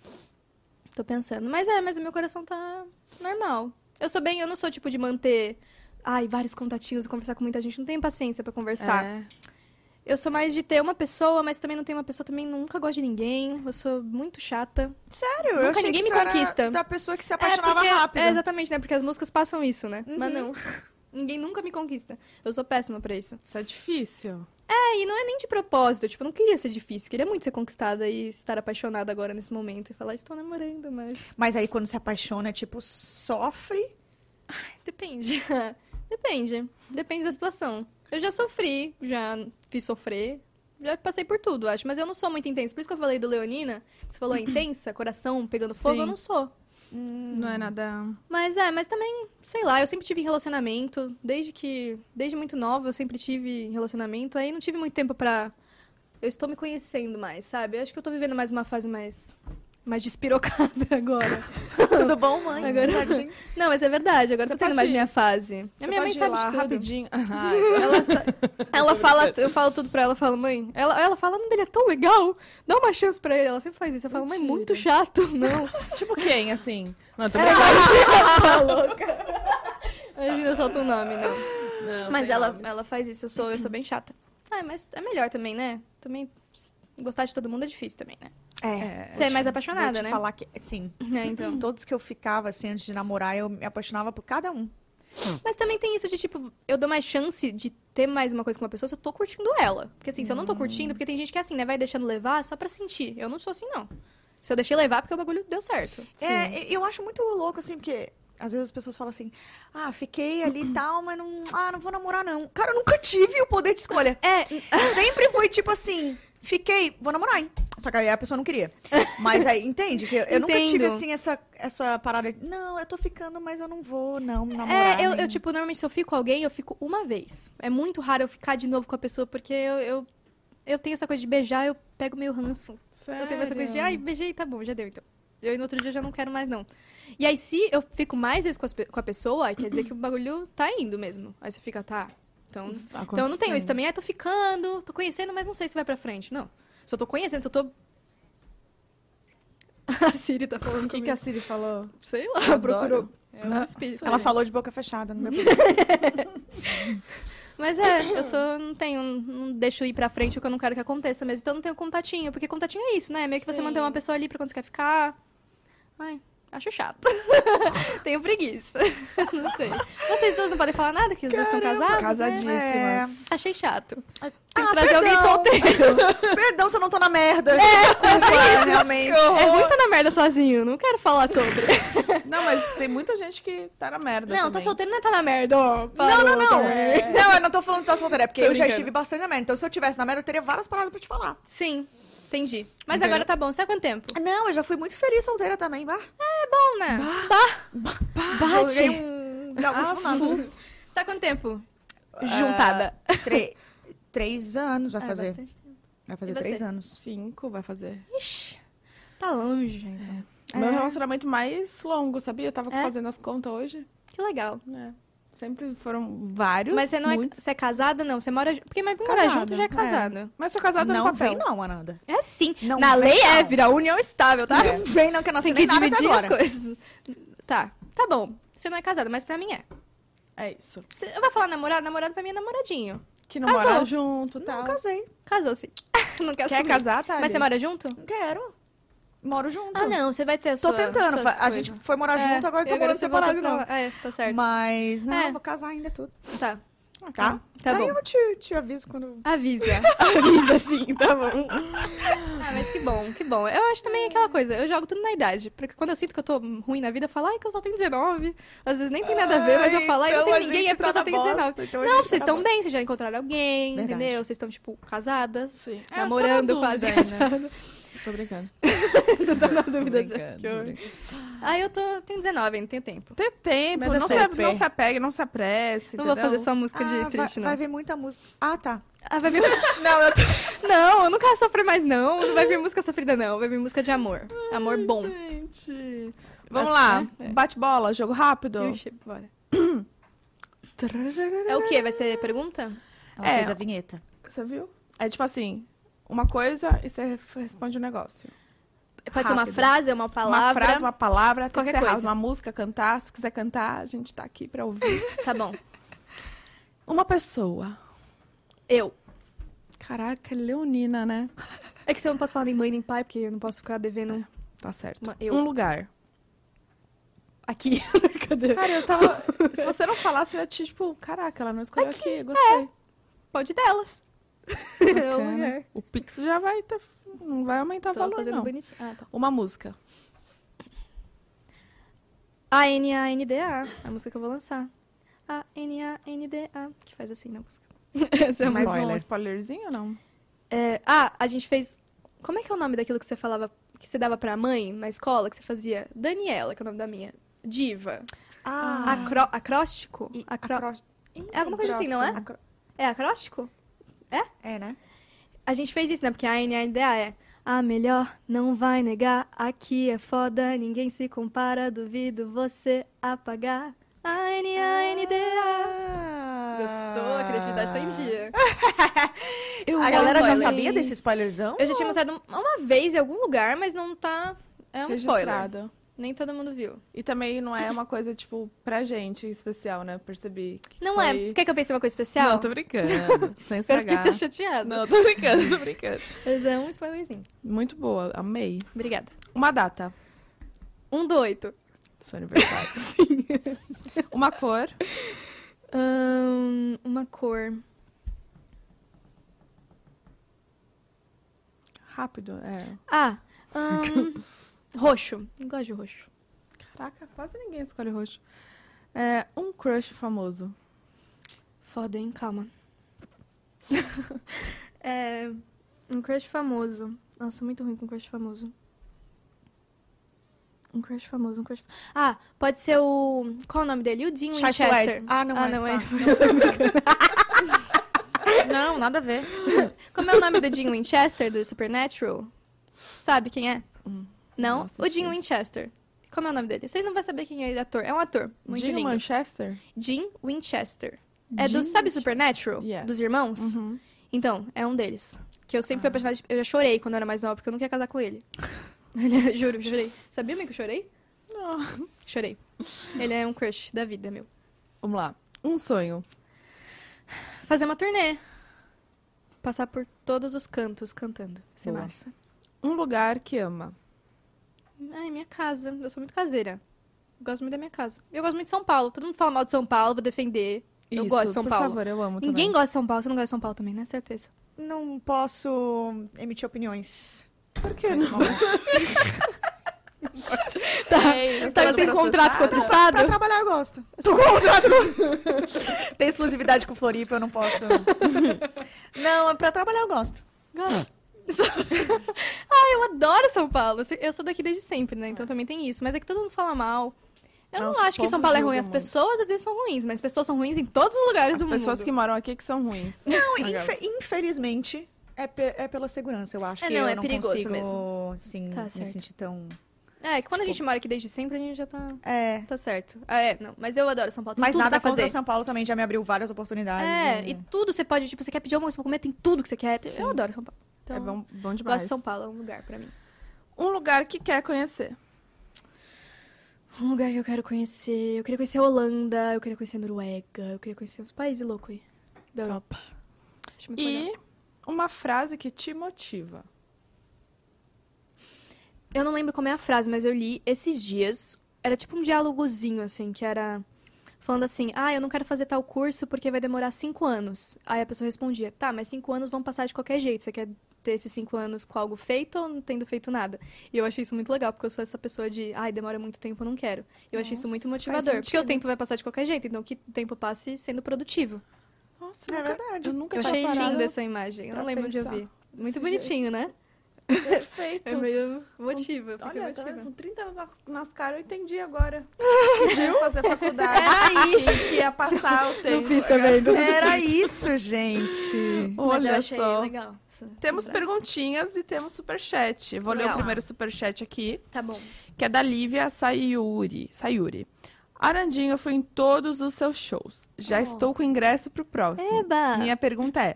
Speaker 3: Tô pensando. Mas é, mas o meu coração tá normal. Eu sou bem... Eu não sou, tipo, de manter... Ai, vários contatinhos, conversar com muita gente. Não tenho paciência pra conversar.
Speaker 2: É.
Speaker 3: Eu sou mais de ter uma pessoa, mas também não tenho uma pessoa, também nunca gosto de ninguém. Eu sou muito chata.
Speaker 1: Sério, eu
Speaker 3: Nunca
Speaker 1: achei
Speaker 3: ninguém
Speaker 1: que
Speaker 3: me
Speaker 1: tu era
Speaker 3: conquista.
Speaker 1: Da pessoa que se apaixonava
Speaker 3: porque-
Speaker 1: rápido.
Speaker 3: é, exatamente, né? Porque as músicas passam isso, né? Mas não. Ninguém nunca me conquista. Eu sou péssima pra isso.
Speaker 2: Isso é difícil.
Speaker 3: É, e não é nem de propósito. Tipo, eu não queria ser difícil. Queria muito ser conquistada e estar apaixonada agora nesse momento. E falar, estou namorando, mas.
Speaker 1: Mas aí quando se apaixona, tipo, sofre.
Speaker 3: Depende. Depende. Depende da situação. Eu já sofri, já fiz sofrer. Já passei por tudo, acho. Mas eu não sou muito intensa. Por isso que eu falei do Leonina. que Você falou "Ah, intensa, coração pegando fogo.
Speaker 2: Sim.
Speaker 3: Eu não sou.
Speaker 2: Não é nada...
Speaker 3: Mas é, mas também, sei lá, eu sempre tive relacionamento, desde que, desde muito nova eu sempre tive relacionamento, aí não tive muito tempo pra eu estou me conhecendo mais, sabe? Eu acho que eu tô vivendo mais uma fase mais mais despirocada agora.
Speaker 1: Tudo bom, mãe?
Speaker 3: Agora-
Speaker 1: Tadinho.
Speaker 3: Não, mas é verdade, agora
Speaker 2: Você
Speaker 3: eu tô
Speaker 2: pode
Speaker 3: tendo mais
Speaker 2: ir.
Speaker 3: minha fase.
Speaker 2: Você
Speaker 3: minha mãe
Speaker 2: pode ir
Speaker 3: sabe
Speaker 2: lá
Speaker 3: de tudo.
Speaker 2: rapidinho. Ah,
Speaker 3: Ela, sa- ela fala, eu falo tudo pra ela, eu falo, mãe, ela, ela fala, não, ele é tão legal, dá uma chance pra ele. Ela sempre faz isso. Eu falo, mãe,
Speaker 2: Mentira.
Speaker 3: muito chato, não.
Speaker 2: tipo quem, assim? Não, tô
Speaker 3: Tá Imagina, solta o nome, não.
Speaker 2: Não,
Speaker 3: Mas
Speaker 2: sem
Speaker 3: ela,
Speaker 2: nomes.
Speaker 3: ela faz isso, eu sou, eu sou bem chata. Ah, mas é melhor também, né? Também gostar de todo mundo é difícil também, né?
Speaker 1: É.
Speaker 3: Você é mais
Speaker 1: Vou
Speaker 3: apaixonada,
Speaker 1: te
Speaker 3: né?
Speaker 1: falar que... Sim.
Speaker 3: É, então.
Speaker 1: Todos que eu ficava, assim, antes de namorar, eu me apaixonava por cada um.
Speaker 3: Mas também tem isso de, tipo, eu dou mais chance de ter mais uma coisa com uma pessoa se eu tô curtindo ela. Porque assim, se eu não tô curtindo, porque tem gente que é assim, né? Vai deixando levar só pra sentir. Eu não sou assim, não. Se eu deixei levar, porque o bagulho deu certo.
Speaker 1: É, e- eu acho muito louco, assim, porque às vezes as pessoas falam assim, ah, fiquei ali e tal, mas não, ah, não vou namorar, não. Cara, eu nunca tive o poder de escolha.
Speaker 3: É,
Speaker 1: Sempre foi tipo assim, fiquei, vou namorar, hein? Só que aí a pessoa não queria. Mas aí, entende? Que eu, eu nunca
Speaker 3: Entendo.
Speaker 1: tive, assim, essa, essa parada de, não, eu tô ficando, mas eu não vou, não, namorar. né?"
Speaker 3: É, eu, eu,
Speaker 1: nem."
Speaker 3: tipo, normalmente se eu fico com alguém, eu fico uma vez. É muito raro eu ficar de novo com a pessoa, porque eu, eu, eu tenho essa coisa de beijar, eu pego meio ranço. Eu tenho essa coisa de, ai, beijei, tá bom, já deu então. Eu no outro dia já não quero mais, não. E aí, se eu fico mais vezes com, as pe- com a pessoa, aí quer dizer que o bagulho tá indo mesmo. Aí você fica, tá. Então, então eu não tenho isso também. Ah, tô ficando, tô conhecendo, mas não sei se vai pra frente. Não. Se eu tô conhecendo, se eu tô. A Siri tá falando
Speaker 2: O que,
Speaker 3: comigo.
Speaker 2: que a Siri falou?
Speaker 3: Sei lá,
Speaker 2: Adoro.
Speaker 3: procurou. É um espírito.
Speaker 1: Ela falou de boca fechada, né? não deu
Speaker 3: Mas é, eu sou, não tenho, não deixo ir pra frente o que eu não quero que aconteça mesmo. Então eu não tenho contatinho, porque contatinho é isso, né? É Meio que você
Speaker 2: Sim.
Speaker 3: manter uma pessoa ali pra quando você quer ficar. Ai, Acho chato. Tenho preguiça. não sei. Vocês duas não podem falar nada, que os dois são casados? Né?
Speaker 2: Casadíssimas.
Speaker 3: Achei chato. Tem
Speaker 1: Ah,
Speaker 3: que trazer alguém
Speaker 1: perdão.
Speaker 3: solteiro.
Speaker 1: Perdão se eu não tô na merda. Desculpa, realmente.
Speaker 3: É muito na merda sozinho, não quero falar sobre.
Speaker 2: Não, mas tem muita gente que tá na merda.
Speaker 3: não, tá
Speaker 2: também.
Speaker 3: solteiro não é tá na merda, ó.
Speaker 1: Não,
Speaker 3: Parou tá
Speaker 1: não, não.
Speaker 3: também.
Speaker 1: Não, eu não tô falando que tá solteira, é porque
Speaker 2: Tô
Speaker 1: eu já
Speaker 2: brincando.
Speaker 1: estive bastante na merda. Então, se eu tivesse na merda, eu teria várias paradas pra te falar.
Speaker 3: Sim, entendi. Mas
Speaker 2: Entendeu?
Speaker 3: agora tá bom, sabe quanto tempo?
Speaker 1: Não, eu já fui muito feliz solteira também, vá.
Speaker 3: Bom, né?
Speaker 1: Joguei um... Não,
Speaker 2: Ah,
Speaker 1: isso não. nada.
Speaker 3: Você tá quanto tempo?
Speaker 1: Ah,
Speaker 3: Juntada.
Speaker 1: Tre- Três anos vai
Speaker 3: É,
Speaker 1: fazer.
Speaker 3: bastante tempo.
Speaker 1: Vai fazer
Speaker 3: E você?
Speaker 1: três anos.
Speaker 2: Cinco vai fazer.
Speaker 3: Ixi, tá longe, então.
Speaker 2: Meu relacionamento mais longo, sabia? Eu tava
Speaker 3: É?
Speaker 2: fazendo as contas hoje.
Speaker 3: Que legal.
Speaker 2: É. Sempre foram vários.
Speaker 3: Mas você não é,
Speaker 2: muitos.
Speaker 3: você é casada, não? Você mora... ju- Porque mas morar
Speaker 2: Casada,
Speaker 3: junto já é
Speaker 2: é.
Speaker 3: casado.
Speaker 2: Mas sou casada
Speaker 1: não
Speaker 2: no papel.
Speaker 1: vem não, Ananda.
Speaker 3: É, sim.
Speaker 1: Não
Speaker 3: Na
Speaker 1: vem,
Speaker 3: lei é,
Speaker 1: não.
Speaker 3: vira união estável, tá?
Speaker 1: Não vem não, que eu não sei
Speaker 3: Tem que
Speaker 1: nem nada até
Speaker 3: dividir as
Speaker 1: agora.
Speaker 3: coisas. Tá, tá bom. Você não é casada, mas pra mim é.
Speaker 2: É isso.
Speaker 3: Você eu vou falar namorado, namorado pra mim é namoradinho.
Speaker 2: Que não
Speaker 3: Casou.
Speaker 2: morar junto,
Speaker 1: Não,
Speaker 2: tal.
Speaker 1: casei.
Speaker 3: Casou-se. não quer,
Speaker 2: Quer
Speaker 3: assumir.
Speaker 2: casar, tá?
Speaker 3: Mas você mora junto?
Speaker 1: Quero. Moro junto.
Speaker 3: Ah, não, você vai ter a
Speaker 1: Tô
Speaker 3: sua
Speaker 1: tentando.
Speaker 3: suas
Speaker 1: fa- A
Speaker 3: coisas.
Speaker 1: gente foi morar
Speaker 3: É,
Speaker 1: junto, agora
Speaker 3: e
Speaker 1: tá morando
Speaker 3: você volta
Speaker 1: separado,
Speaker 3: pra
Speaker 1: não.
Speaker 3: lá. É, tá certo.
Speaker 1: Mas, não,
Speaker 3: É.
Speaker 1: vou casar ainda tudo,
Speaker 3: Tá,
Speaker 1: tá?
Speaker 3: tá
Speaker 1: Aí
Speaker 3: bom.
Speaker 1: eu te, te aviso quando...
Speaker 3: Avisa.
Speaker 2: Avisa assim, tá bom.
Speaker 3: ah, mas que bom, que bom. Eu acho também aquela coisa, eu jogo tudo na idade. Porque quando eu sinto que eu tô ruim na vida, eu falo, ai, que eu só tenho 19. Às vezes nem tem nada a ver, mas eu falo, ai, não
Speaker 1: Então
Speaker 3: tem
Speaker 1: a
Speaker 3: ninguém,
Speaker 1: gente
Speaker 3: é porque eu
Speaker 1: tá
Speaker 3: só
Speaker 1: na
Speaker 3: tenho
Speaker 1: bosta,
Speaker 3: 19.
Speaker 1: então a
Speaker 3: Não,
Speaker 1: gente
Speaker 3: vocês
Speaker 1: tá
Speaker 3: estão
Speaker 1: na
Speaker 3: bem, vocês já encontraram alguém,
Speaker 1: Verdade.
Speaker 3: entendeu? Vocês estão, tipo, casadas.
Speaker 2: Sim. É,
Speaker 3: Namorando,
Speaker 2: tô na
Speaker 3: quase
Speaker 2: dúvida ainda. Tô brincando.
Speaker 3: Não tá na dúvida.
Speaker 2: Tô brincando,
Speaker 3: que eu-
Speaker 2: tô brincando.
Speaker 3: Ah, eu tô, tenho 19, não tenho tempo.
Speaker 2: Tem tempo,
Speaker 1: Mas é
Speaker 2: não se,
Speaker 1: super.
Speaker 2: não se apegue, não se apresse.
Speaker 3: Não vou
Speaker 2: entendeu?
Speaker 3: fazer só música de
Speaker 1: Ah,
Speaker 3: triste,
Speaker 1: vai,
Speaker 3: não.
Speaker 1: vai ver muita música. Ah, tá.
Speaker 3: Ah, vai vir...
Speaker 1: Não, eu tô...
Speaker 3: não, eu não quero sofrer mais, não. Não vai vir música sofrida, não. Vai vir música de amor. Amor bom.
Speaker 2: Gente. Vamos
Speaker 3: Assim,
Speaker 2: lá.
Speaker 3: né? É.
Speaker 2: Bate bola, jogo rápido.
Speaker 3: Ixi, bora. É o quê? Vai ser pergunta?
Speaker 1: Ela
Speaker 2: É.
Speaker 1: fez a vinheta.
Speaker 2: Você viu? É tipo assim, uma coisa e você responde um negócio.
Speaker 3: Pode ser uma
Speaker 2: Rápido.
Speaker 3: frase, uma palavra?
Speaker 2: Uma frase, uma palavra, tem
Speaker 3: Qualquer
Speaker 2: que ser
Speaker 3: coisa.
Speaker 2: raso, uma música, cantar. Se quiser cantar, a gente tá aqui pra ouvir.
Speaker 3: Tá bom.
Speaker 2: uma pessoa.
Speaker 3: Eu.
Speaker 2: Caraca, leonina, né?
Speaker 3: É que se eu não posso falar nem mãe nem pai, porque eu não posso ficar devendo
Speaker 2: Tá certo.
Speaker 3: Uma- eu.
Speaker 2: Um lugar.
Speaker 3: aqui. Cadê?
Speaker 2: Cara, eu tava... Se você não falasse, eu ia te, tipo... Caraca, ela não escolheu aqui. gostei.
Speaker 3: Pode delas. É o
Speaker 2: Bacana.
Speaker 3: lugar.
Speaker 2: O Pix já vai... tá- Não vai aumentar o
Speaker 3: Tô
Speaker 2: valor,
Speaker 3: fazendo
Speaker 2: não.
Speaker 3: bonitinho. Ah, tá.
Speaker 2: Uma música.
Speaker 3: A-N-A-N-D-A. A música que eu vou lançar. A-N-A-N-D-A. Que faz assim na música. Essa é a
Speaker 2: Mais
Speaker 3: música.
Speaker 1: Spoiler.
Speaker 2: um spoilerzinho ou não?
Speaker 3: É, ah, a gente fez. Como é que é o nome daquilo que você falava, que você dava pra mãe na escola, que você fazia? Daniela, que é o nome da minha. Diva.
Speaker 1: Ah,
Speaker 3: Acro... Acróstico? Acro-
Speaker 1: acro-
Speaker 3: É alguma coisa assim, não é?
Speaker 1: Acro-
Speaker 3: É acróstico?
Speaker 1: É, né?
Speaker 3: A gente fez isso, né? Porque a NNDA é. A melhor, não vai negar. Aqui é foda, ninguém se compara. Duvido você apagar. A NNDA. Ah. Gostou? A criatividade tá em dia.
Speaker 1: Eu-
Speaker 3: Ah,
Speaker 1: a galera já
Speaker 3: spoiler.
Speaker 1: sabia desse spoilerzão?
Speaker 3: Eu já tinha mostrado uma vez em algum lugar, mas não tá. É um spoiler.
Speaker 2: Registrado.
Speaker 3: Nem todo mundo viu.
Speaker 2: E também não é uma coisa, tipo, pra gente especial, né? Percebi. que
Speaker 3: Não
Speaker 2: foi-
Speaker 3: é. Quer que eu pense em uma coisa especial?
Speaker 2: Não, tô brincando. Sem
Speaker 3: Agora eu fiquei
Speaker 2: estragar.
Speaker 3: tão chateada.
Speaker 2: Não, tô brincando, tô brincando.
Speaker 3: Mas é um spoilerzinho.
Speaker 2: Muito boa, amei.
Speaker 3: Obrigada.
Speaker 2: Uma data.
Speaker 3: Um do oito.
Speaker 2: Seu aniversário. Uma cor.
Speaker 3: Ahn, uma cor.
Speaker 2: Rápido, é.
Speaker 3: Ah, ahn, roxo. Não gosto de roxo.
Speaker 2: Caraca, quase ninguém escolhe roxo. É, um crush famoso.
Speaker 3: Foda, hein? Calma. é, um crush famoso. Nossa, muito ruim com crush famoso. Um crush famoso, um crush... fa- Ah, pode ser o... Qual é o nome dele? O Dean
Speaker 1: Chai
Speaker 3: Winchester.
Speaker 1: Suede. Ah, não é,
Speaker 3: não
Speaker 1: tá.
Speaker 3: é.
Speaker 1: Não, nada a ver.
Speaker 3: Como é o nome do Dean Winchester do Supernatural? Sabe quem é?
Speaker 1: Hum,
Speaker 3: Não?
Speaker 2: não
Speaker 3: o
Speaker 1: é.
Speaker 2: assisti.
Speaker 3: Dean Winchester. Como é o nome dele? Vocês não vão saber quem é ele, ator. É um ator. Muito
Speaker 2: Jim
Speaker 3: lindo.
Speaker 2: Manchester?
Speaker 3: Dean Winchester. É
Speaker 2: Dean
Speaker 3: do, sabe Supernatural?
Speaker 2: Yes. Uhum.
Speaker 3: Dos irmãos? Então, é um deles. Que eu
Speaker 2: Ah.
Speaker 3: sempre fui apaixonada. Eu já chorei quando eu era mais nova, porque eu não queria casar com ele. Ele é- Juro, chorei. Sabia, amigo, que eu chorei?
Speaker 2: Não.
Speaker 3: Chorei. Ele é um crush da vida, meu.
Speaker 2: Vamos lá. Um sonho.
Speaker 3: Fazer uma turnê. Passar por todos os cantos cantando. Isso é
Speaker 2: Boa.
Speaker 3: massa.
Speaker 2: Um lugar que ama.
Speaker 3: Ai, minha casa. Eu sou muito caseira. Eu Gosto muito da minha casa. Eu gosto muito de São Paulo. Todo mundo fala mal de São Paulo, vou defender. eu
Speaker 2: Isso,
Speaker 3: gosto de São
Speaker 2: por
Speaker 3: Paulo.
Speaker 2: favor, eu amo
Speaker 3: Ninguém
Speaker 2: também.
Speaker 3: gosta de São Paulo. Você não gosta de São Paulo também, né? Certeza.
Speaker 1: Não posso emitir opiniões.
Speaker 2: Por que não?
Speaker 1: Tá.
Speaker 2: Ei,
Speaker 1: Tá,
Speaker 2: sendo
Speaker 1: tem contrato com outro
Speaker 2: processada?
Speaker 1: estado? Pra trabalhar eu gosto. Tô com contrato com... Tem exclusividade com Floripa, eu não posso... Não, pra trabalhar eu gosto.
Speaker 3: Gosto. Ai, eu adoro São Paulo. Eu sei- Eu sou daqui desde sempre, né? Então também tem isso. Mas é que todo mundo fala mal. Eu
Speaker 2: Nossa,
Speaker 3: não
Speaker 2: o
Speaker 3: acho que
Speaker 2: povo
Speaker 3: São Paulo é
Speaker 2: julga
Speaker 3: ruim. As
Speaker 2: muito.
Speaker 3: pessoas às vezes são ruins, mas as pessoas são ruins em todos os lugares
Speaker 2: As
Speaker 3: do
Speaker 2: pessoas
Speaker 3: mundo.
Speaker 2: que moram aqui que são ruins. É
Speaker 1: Não,
Speaker 2: Legal.
Speaker 1: infe- infelizmente, é, pe- é pela segurança, eu acho.
Speaker 3: É,
Speaker 1: que
Speaker 3: não,
Speaker 1: eu
Speaker 3: é perigoso
Speaker 1: consigo,
Speaker 3: mesmo.
Speaker 1: Sim,
Speaker 3: Tá
Speaker 1: me
Speaker 3: certo.
Speaker 1: sentir tão...
Speaker 3: É, que quando a gente mora aqui desde sempre, a gente já tá,
Speaker 1: É...
Speaker 3: tá certo. Ah, é, não. Mas eu adoro São Paulo. Tem
Speaker 1: Mas
Speaker 3: tudo
Speaker 1: nada
Speaker 3: pra
Speaker 1: contra
Speaker 3: fazer.
Speaker 1: São Paulo também, já me abriu várias oportunidades. né?
Speaker 3: É,
Speaker 1: e-
Speaker 3: e
Speaker 2: né?
Speaker 3: tudo você pode, tipo, você quer pedir alguma coisa pra comer, tem tudo que você quer. Eu adoro São Paulo. Então,
Speaker 2: é bom, bom demais.
Speaker 3: gosto de São Paulo, é um lugar pra mim.
Speaker 2: Um lugar que quer conhecer.
Speaker 3: Um lugar que eu quero conhecer. Eu queria conhecer a Holanda, eu queria conhecer a Noruega, eu queria conhecer os países loucos aí. Da Europa. Acho muito
Speaker 2: E
Speaker 3: legal.
Speaker 2: uma frase que te motiva.
Speaker 3: Eu não lembro como é a frase, mas eu li esses dias. Era tipo um diálogozinho, assim, que era falando assim: ah, eu não quero fazer tal curso porque vai demorar cinco anos. Aí a pessoa respondia: tá, mas cinco anos vão passar de qualquer jeito. Você quer ter esses cinco anos com algo feito ou não tendo feito nada? E eu achei isso muito legal, porque eu sou essa pessoa de: ai, demora muito tempo, eu não quero. Eu achei isso
Speaker 2: Nossa,
Speaker 3: muito
Speaker 2: faz
Speaker 3: motivador, porque o
Speaker 2: sentido.
Speaker 3: tempo vai passar de qualquer jeito, então que o tempo passe sendo produtivo.
Speaker 2: Nossa,
Speaker 1: É
Speaker 2: nunca-
Speaker 1: verdade.
Speaker 2: Eu nunca
Speaker 3: Eu
Speaker 2: tinha
Speaker 3: achei
Speaker 2: tá parado
Speaker 3: linda essa imagem, eu
Speaker 2: pra
Speaker 3: não lembro onde eu
Speaker 2: pensar
Speaker 3: vi. Muito
Speaker 2: desse
Speaker 3: bonitinho, né?
Speaker 2: Perfeito.
Speaker 3: É meio motiva, fica
Speaker 2: Olha, tá
Speaker 3: motiva.
Speaker 2: vendo? com 30 anos na- nas caras, eu entendi agora. Que ia fazer faculdade.
Speaker 1: Era
Speaker 2: isso. Que ia passar o tempo.
Speaker 3: também,
Speaker 1: Era isso, gente.
Speaker 3: Mas eu
Speaker 2: Olha
Speaker 3: achei
Speaker 2: só.
Speaker 3: legal. essa-
Speaker 2: Temos
Speaker 3: essa-
Speaker 2: perguntinhas e temos superchat. Vou ler o
Speaker 3: Legal.
Speaker 2: primeiro superchat aqui,
Speaker 3: Tá bom.
Speaker 2: que é da Lívia Sayuri. Sayuri. Arandinho, eu fui em todos os seus shows. Já
Speaker 3: Oh.
Speaker 2: estou com ingresso pro próximo.
Speaker 3: Eba!
Speaker 2: Minha pergunta é: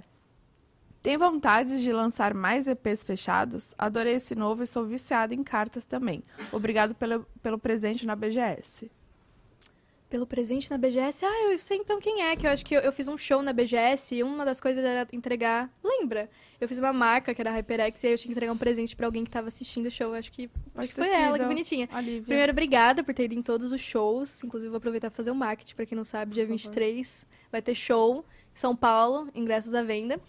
Speaker 2: tem vontade de lançar mais EPs fechados? Adorei esse novo e sou viciada em cartas também. Obrigado pelo, pelo presente na BGS.
Speaker 3: Pelo presente na BGS. Ah, eu sei então quem é, que eu acho que eu, eu fiz um show na BGS e uma das coisas era entregar. Lembra? Eu fiz uma marca que era a HyperX e aí eu tinha que entregar um presente pra alguém que tava assistindo o show. Acho que,
Speaker 2: Pode
Speaker 3: acho que
Speaker 2: ter
Speaker 3: foi ela,
Speaker 2: sido.
Speaker 3: que bonitinha.
Speaker 2: A Lívia.
Speaker 3: Primeiro, obrigada por ter ido em todos os shows. Inclusive, vou aproveitar pra fazer o marketing, pra quem não sabe, dia 23 vai ter show em São Paulo, ingressos à venda.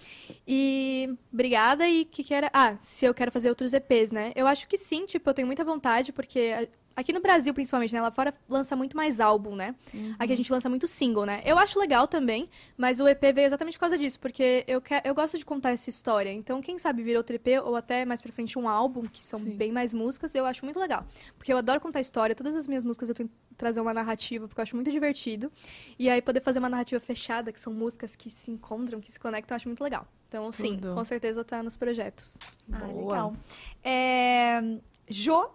Speaker 3: E obrigada e que que era... Ah, se eu quero fazer outros EPs, né? Eu acho que sim, tipo, eu tenho muita vontade, porque a- aqui no Brasil, principalmente, né? Lá fora lança muito mais álbum, né? Aqui a gente lança muito single, né? Eu acho legal também, mas o EP veio exatamente por causa disso, porque eu, que... eu gosto de contar essa história. Então, quem sabe vir outro EP ou até mais pra frente um álbum, que são
Speaker 2: Sim.
Speaker 3: bem mais músicas, eu acho muito legal. Porque eu adoro contar história, todas as minhas músicas eu tento trazer uma narrativa, porque eu acho muito divertido. E aí poder fazer uma narrativa fechada, que são músicas que se encontram, que se conectam, eu acho muito legal. Então, sim,
Speaker 2: Tudo.
Speaker 3: com certeza tá nos projetos.
Speaker 1: Ah,
Speaker 2: Boa.
Speaker 1: legal. É, Jô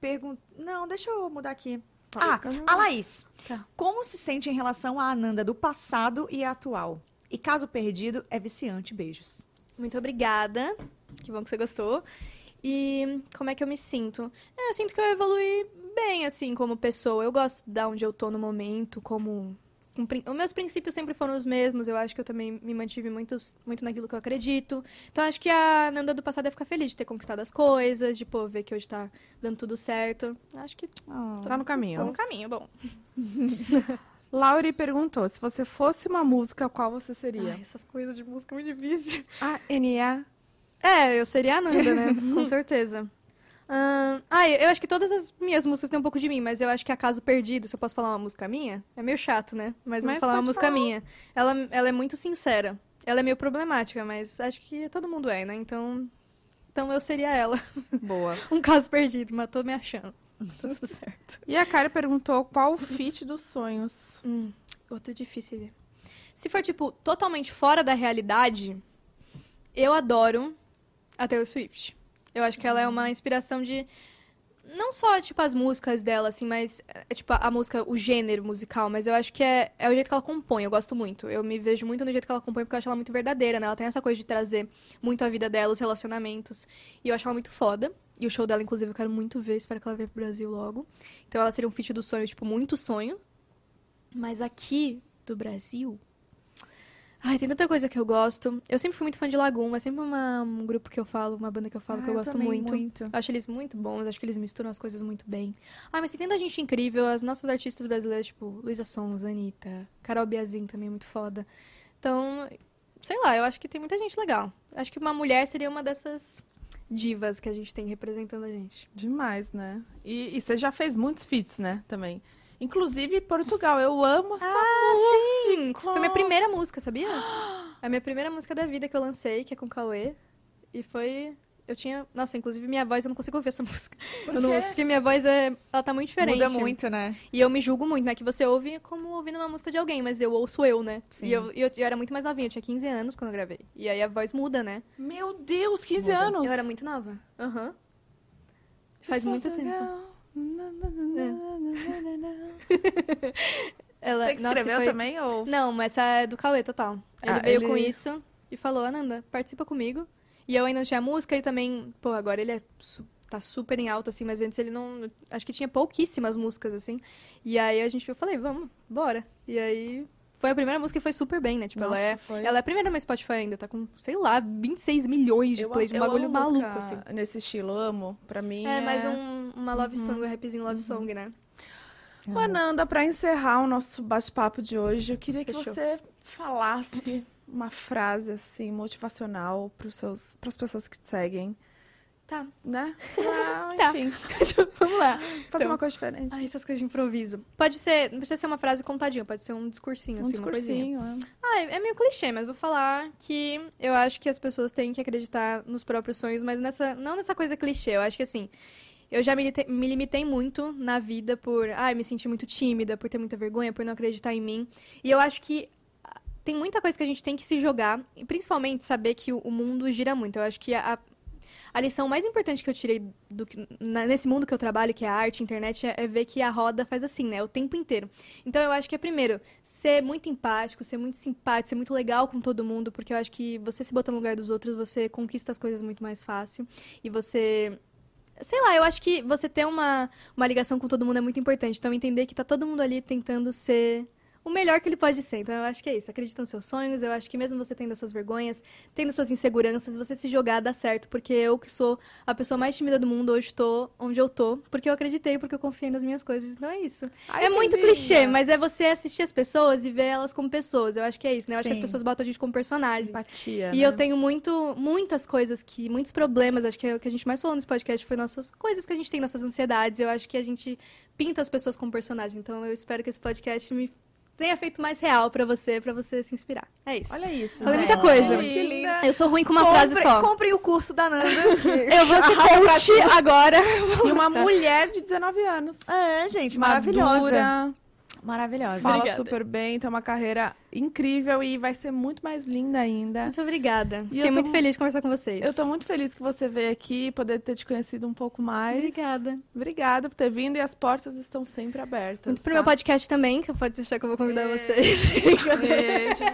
Speaker 1: pergunta. Não, deixa eu mudar aqui. Ah, a Laís.
Speaker 3: Tá.
Speaker 1: Como se sente em relação à Ananda do passado e à atual? E caso perdido, é viciante. Beijos.
Speaker 3: Muito obrigada. Que bom que você gostou. E como é que eu me sinto? É, Eu sinto que eu evolui bem, assim, como pessoa. Eu gosto de onde eu tô no momento, como. com prin- Os meus princípios sempre foram os mesmos. Eu acho que eu também me mantive muito, muito naquilo que eu acredito. Então acho que a Nanda do passado é ficar feliz de ter conquistado as coisas, de, pô, ver que hoje tá dando tudo certo. Acho que tô
Speaker 2: Tá no
Speaker 3: no
Speaker 2: caminho.
Speaker 3: caminho, bom.
Speaker 2: Lauri perguntou: se você fosse uma música, qual você seria?
Speaker 3: Ai, essas coisas de música é muito difícil.
Speaker 2: A N.A.
Speaker 3: É, eu seria a Nanda, né? Com certeza. Ahn, ah, eu acho que todas as minhas músicas têm um pouco de mim, mas eu acho que Acaso Perdido, se eu posso falar uma música minha, é meio chato, né? Mas eu
Speaker 2: Mas
Speaker 3: vou falar uma
Speaker 2: pode
Speaker 3: música
Speaker 2: falar.
Speaker 3: minha. Ela, ela é muito sincera. Ela é meio problemática, mas acho que todo mundo é, né? Então, então eu seria ela.
Speaker 2: Boa.
Speaker 3: Um caso perdido, mas tô me achando. Tá Tudo certo.
Speaker 2: E a Kari perguntou qual o feat dos sonhos.
Speaker 3: Hum, outro difícil. Se for, tipo, totalmente fora da realidade, eu adoro a Taylor Swift. Eu acho que ela é uma inspiração de. Não só, tipo, as músicas dela, assim, mas. é, Tipo, a, a música, o gênero musical, mas eu acho que é, é o jeito que ela compõe. Eu gosto muito. Eu me vejo muito no jeito que ela compõe, porque eu acho ela muito verdadeira, né? Ela tem essa coisa de trazer muito a vida dela, os relacionamentos. E eu acho ela muito foda. E o show dela, inclusive, eu quero muito ver. Espero que ela venha pro Brasil logo. Então ela seria um feat do sonho, tipo, muito sonho. Mas aqui do Brasil. Ai, tem tanta coisa que eu gosto. Eu sempre fui muito fã de Lagum, é sempre uma- um grupo que eu falo, uma banda que eu falo que Ah, eu gosto
Speaker 1: também
Speaker 3: muito. Eu acho eles muito bons, acho que eles misturam as coisas muito bem. Ah, mas tem tanta gente incrível, as nossas artistas brasileiras, tipo Luísa Sons, Anitta, Carol Biazin também é muito foda. Então, sei lá, eu acho que tem muita gente legal. Acho que uma mulher seria uma dessas divas que a gente tem representando a gente.
Speaker 2: Demais, né? E, e você já fez muitos feats, né? Também. Inclusive Portugal, eu amo
Speaker 3: Ah,
Speaker 2: essa
Speaker 3: Sim,
Speaker 2: música.
Speaker 3: foi minha primeira música, sabia? É a minha primeira música da vida que eu lancei, que é com Cauê. E foi. Eu tinha. Nossa, inclusive minha voz, eu não consigo ouvir essa música. Eu não ouço, porque minha voz é. Ela tá muito diferente.
Speaker 1: Muda muito, né?
Speaker 3: E eu me julgo muito, né? Que você ouve como ouvindo uma música de alguém, mas eu ouço eu, né?
Speaker 1: Sim.
Speaker 3: E eu, e eu, eu era muito mais novinha, eu tinha 15 anos quando eu gravei. E aí a voz muda, né?
Speaker 2: Meu Deus, 15
Speaker 1: Muda.
Speaker 2: anos.
Speaker 3: Eu era muito nova. Aham. Faz muito tempo. Ela,
Speaker 2: Você que
Speaker 3: nossa,
Speaker 2: escreveu
Speaker 3: foi-
Speaker 2: também? Ou...
Speaker 3: Não, essa é do Cauê, total. Ele
Speaker 2: Ah,
Speaker 3: veio
Speaker 2: ele-
Speaker 3: com isso e falou, Ananda, participa comigo. E eu ainda não tinha música, ele também... Pô, agora ele é su- tá super em alta, assim, mas antes ele não... Acho que tinha pouquíssimas músicas, assim. E aí a gente... Eu falei, vamos, bora. E aí... Foi a primeira música e foi super bem, né? Tipo, ela
Speaker 2: Nossa,
Speaker 3: é...
Speaker 2: foi.
Speaker 3: Ela é a primeira no Spotify ainda, tá com, sei lá, 26 milhões de
Speaker 2: Eu-
Speaker 3: plays, um
Speaker 2: eu
Speaker 3: bagulho
Speaker 2: amo
Speaker 3: maluco,
Speaker 2: música
Speaker 3: assim.
Speaker 2: Nesse estilo, amo. Pra mim.
Speaker 3: É, mais um, uma love song, um rapzinho love song, né?
Speaker 2: Ô, Ananda, pra encerrar o nosso bate-papo de hoje, eu queria que
Speaker 3: Fechou.
Speaker 2: você falasse uma frase assim motivacional para seus pras pessoas que te seguem,
Speaker 3: Tá,
Speaker 2: né? Pra,
Speaker 3: Tá.
Speaker 2: enfim,
Speaker 3: vamos lá.
Speaker 2: fazer
Speaker 3: Então.
Speaker 2: uma coisa diferente.
Speaker 3: Ai, essas coisas de improviso. Pode ser, não precisa ser uma frase contadinha, pode ser um discursinho,
Speaker 2: um
Speaker 3: assim, uma coisinha.
Speaker 2: discursinho. é.
Speaker 3: Ah, é é meio clichê, mas vou falar que eu acho que as pessoas têm que acreditar nos próprios sonhos, mas nessa, não nessa coisa clichê. Eu acho que assim, eu já me, lite- me limitei muito na vida por, ai, me sentir muito tímida, por ter muita vergonha, por não acreditar em mim. E eu acho que ah, tem muita coisa que a gente tem que se jogar, e principalmente saber que o, o mundo gira muito. Eu acho que a, a- a lição mais importante que eu tirei do que- na- nesse mundo que eu trabalho, que é a arte, internet, é, é ver que a roda faz assim, né? O tempo inteiro. Então eu acho que é primeiro ser muito empático, ser muito simpático, ser muito legal com todo mundo, porque eu acho que você se bota no lugar dos outros, você conquista as coisas muito mais fácil e você Sei lá, eu acho que você ter uma, uma ligação com todo mundo é muito importante. Então, entender que tá todo mundo ali tentando ser o melhor que ele pode ser. Então, eu acho que é isso. Acredita nos seus sonhos. Eu acho que mesmo você tendo as suas vergonhas, tendo suas inseguranças, você se jogar dá certo. Porque eu, que sou a pessoa mais tímida do mundo, hoje estou onde eu tô. Porque eu acreditei, porque eu confiei nas minhas coisas. Então, é isso.
Speaker 2: Ai,
Speaker 3: É
Speaker 2: que
Speaker 3: muito
Speaker 2: linda.
Speaker 3: clichê, mas é você assistir as pessoas e ver elas como pessoas. Eu acho que é isso, né? Eu acho que as
Speaker 1: Sim.
Speaker 3: pessoas botam a gente como personagens.
Speaker 2: Empatia.
Speaker 3: E
Speaker 2: né?
Speaker 3: eu tenho muito, muitas coisas que, muitos problemas, acho que é o que a gente mais falou nesse podcast foi nossas coisas que a gente tem, nossas ansiedades. Eu acho que a gente pinta as pessoas como personagem. Então eu espero que esse podcast me tenha feito mais real pra você, pra você se inspirar. É isso.
Speaker 2: Olha isso.
Speaker 3: Falei
Speaker 2: gente.
Speaker 3: muita coisa.
Speaker 1: Que linda.
Speaker 3: Eu sou ruim com uma
Speaker 1: Compre-
Speaker 3: frase só.
Speaker 1: Comprem o curso da Nanda. que- Ah,
Speaker 3: Eu vou ser coach agora.
Speaker 2: E uma mulher de 19 anos.
Speaker 1: É, gente, maravilhosa.
Speaker 2: Madura,
Speaker 1: Maravilhosa.
Speaker 2: Fala
Speaker 3: Obrigada.
Speaker 2: super bem, tem uma carreira incrível e vai ser muito mais linda ainda.
Speaker 3: Muito obrigada.
Speaker 2: E eu
Speaker 3: Fiquei
Speaker 2: tô
Speaker 3: muito
Speaker 2: mu-
Speaker 3: feliz de conversar com vocês.
Speaker 2: Eu tô muito feliz que você veio aqui, poder ter te conhecido um pouco mais.
Speaker 3: Obrigada.
Speaker 2: Obrigada por ter vindo e as portas estão sempre abertas. tá?
Speaker 3: Muito pro meu podcast também, que pode deixar que eu vou convidar vocês.
Speaker 2: Beijo.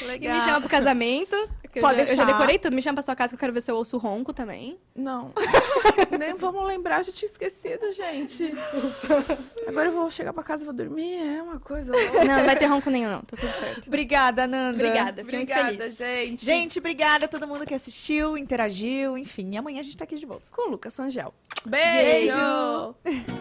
Speaker 3: E me
Speaker 2: Legal.
Speaker 3: chama pro casamento. que eu
Speaker 1: Pode
Speaker 3: já- eu já
Speaker 1: deixar.
Speaker 3: decorei tudo. Me chama pra sua casa que eu quero ver se eu ouço ronco também.
Speaker 2: Não. Nem vamos lembrar, eu já tinha esquecido, gente. Agora eu vou chegar pra casa e vou dormir. É uma coisa louca.
Speaker 3: Não, não vai ter ronco nenhum, não. Tá tudo certo.
Speaker 1: Obrigada, Nanda.
Speaker 3: Obrigada, fiquei muito
Speaker 2: Obrigada,
Speaker 3: feliz.
Speaker 2: gente.
Speaker 1: Gente, obrigada a todo mundo que assistiu, interagiu, enfim. E amanhã a gente tá aqui de volta.
Speaker 2: com o Lucas Sangel.
Speaker 1: Beijo.
Speaker 2: Beijo.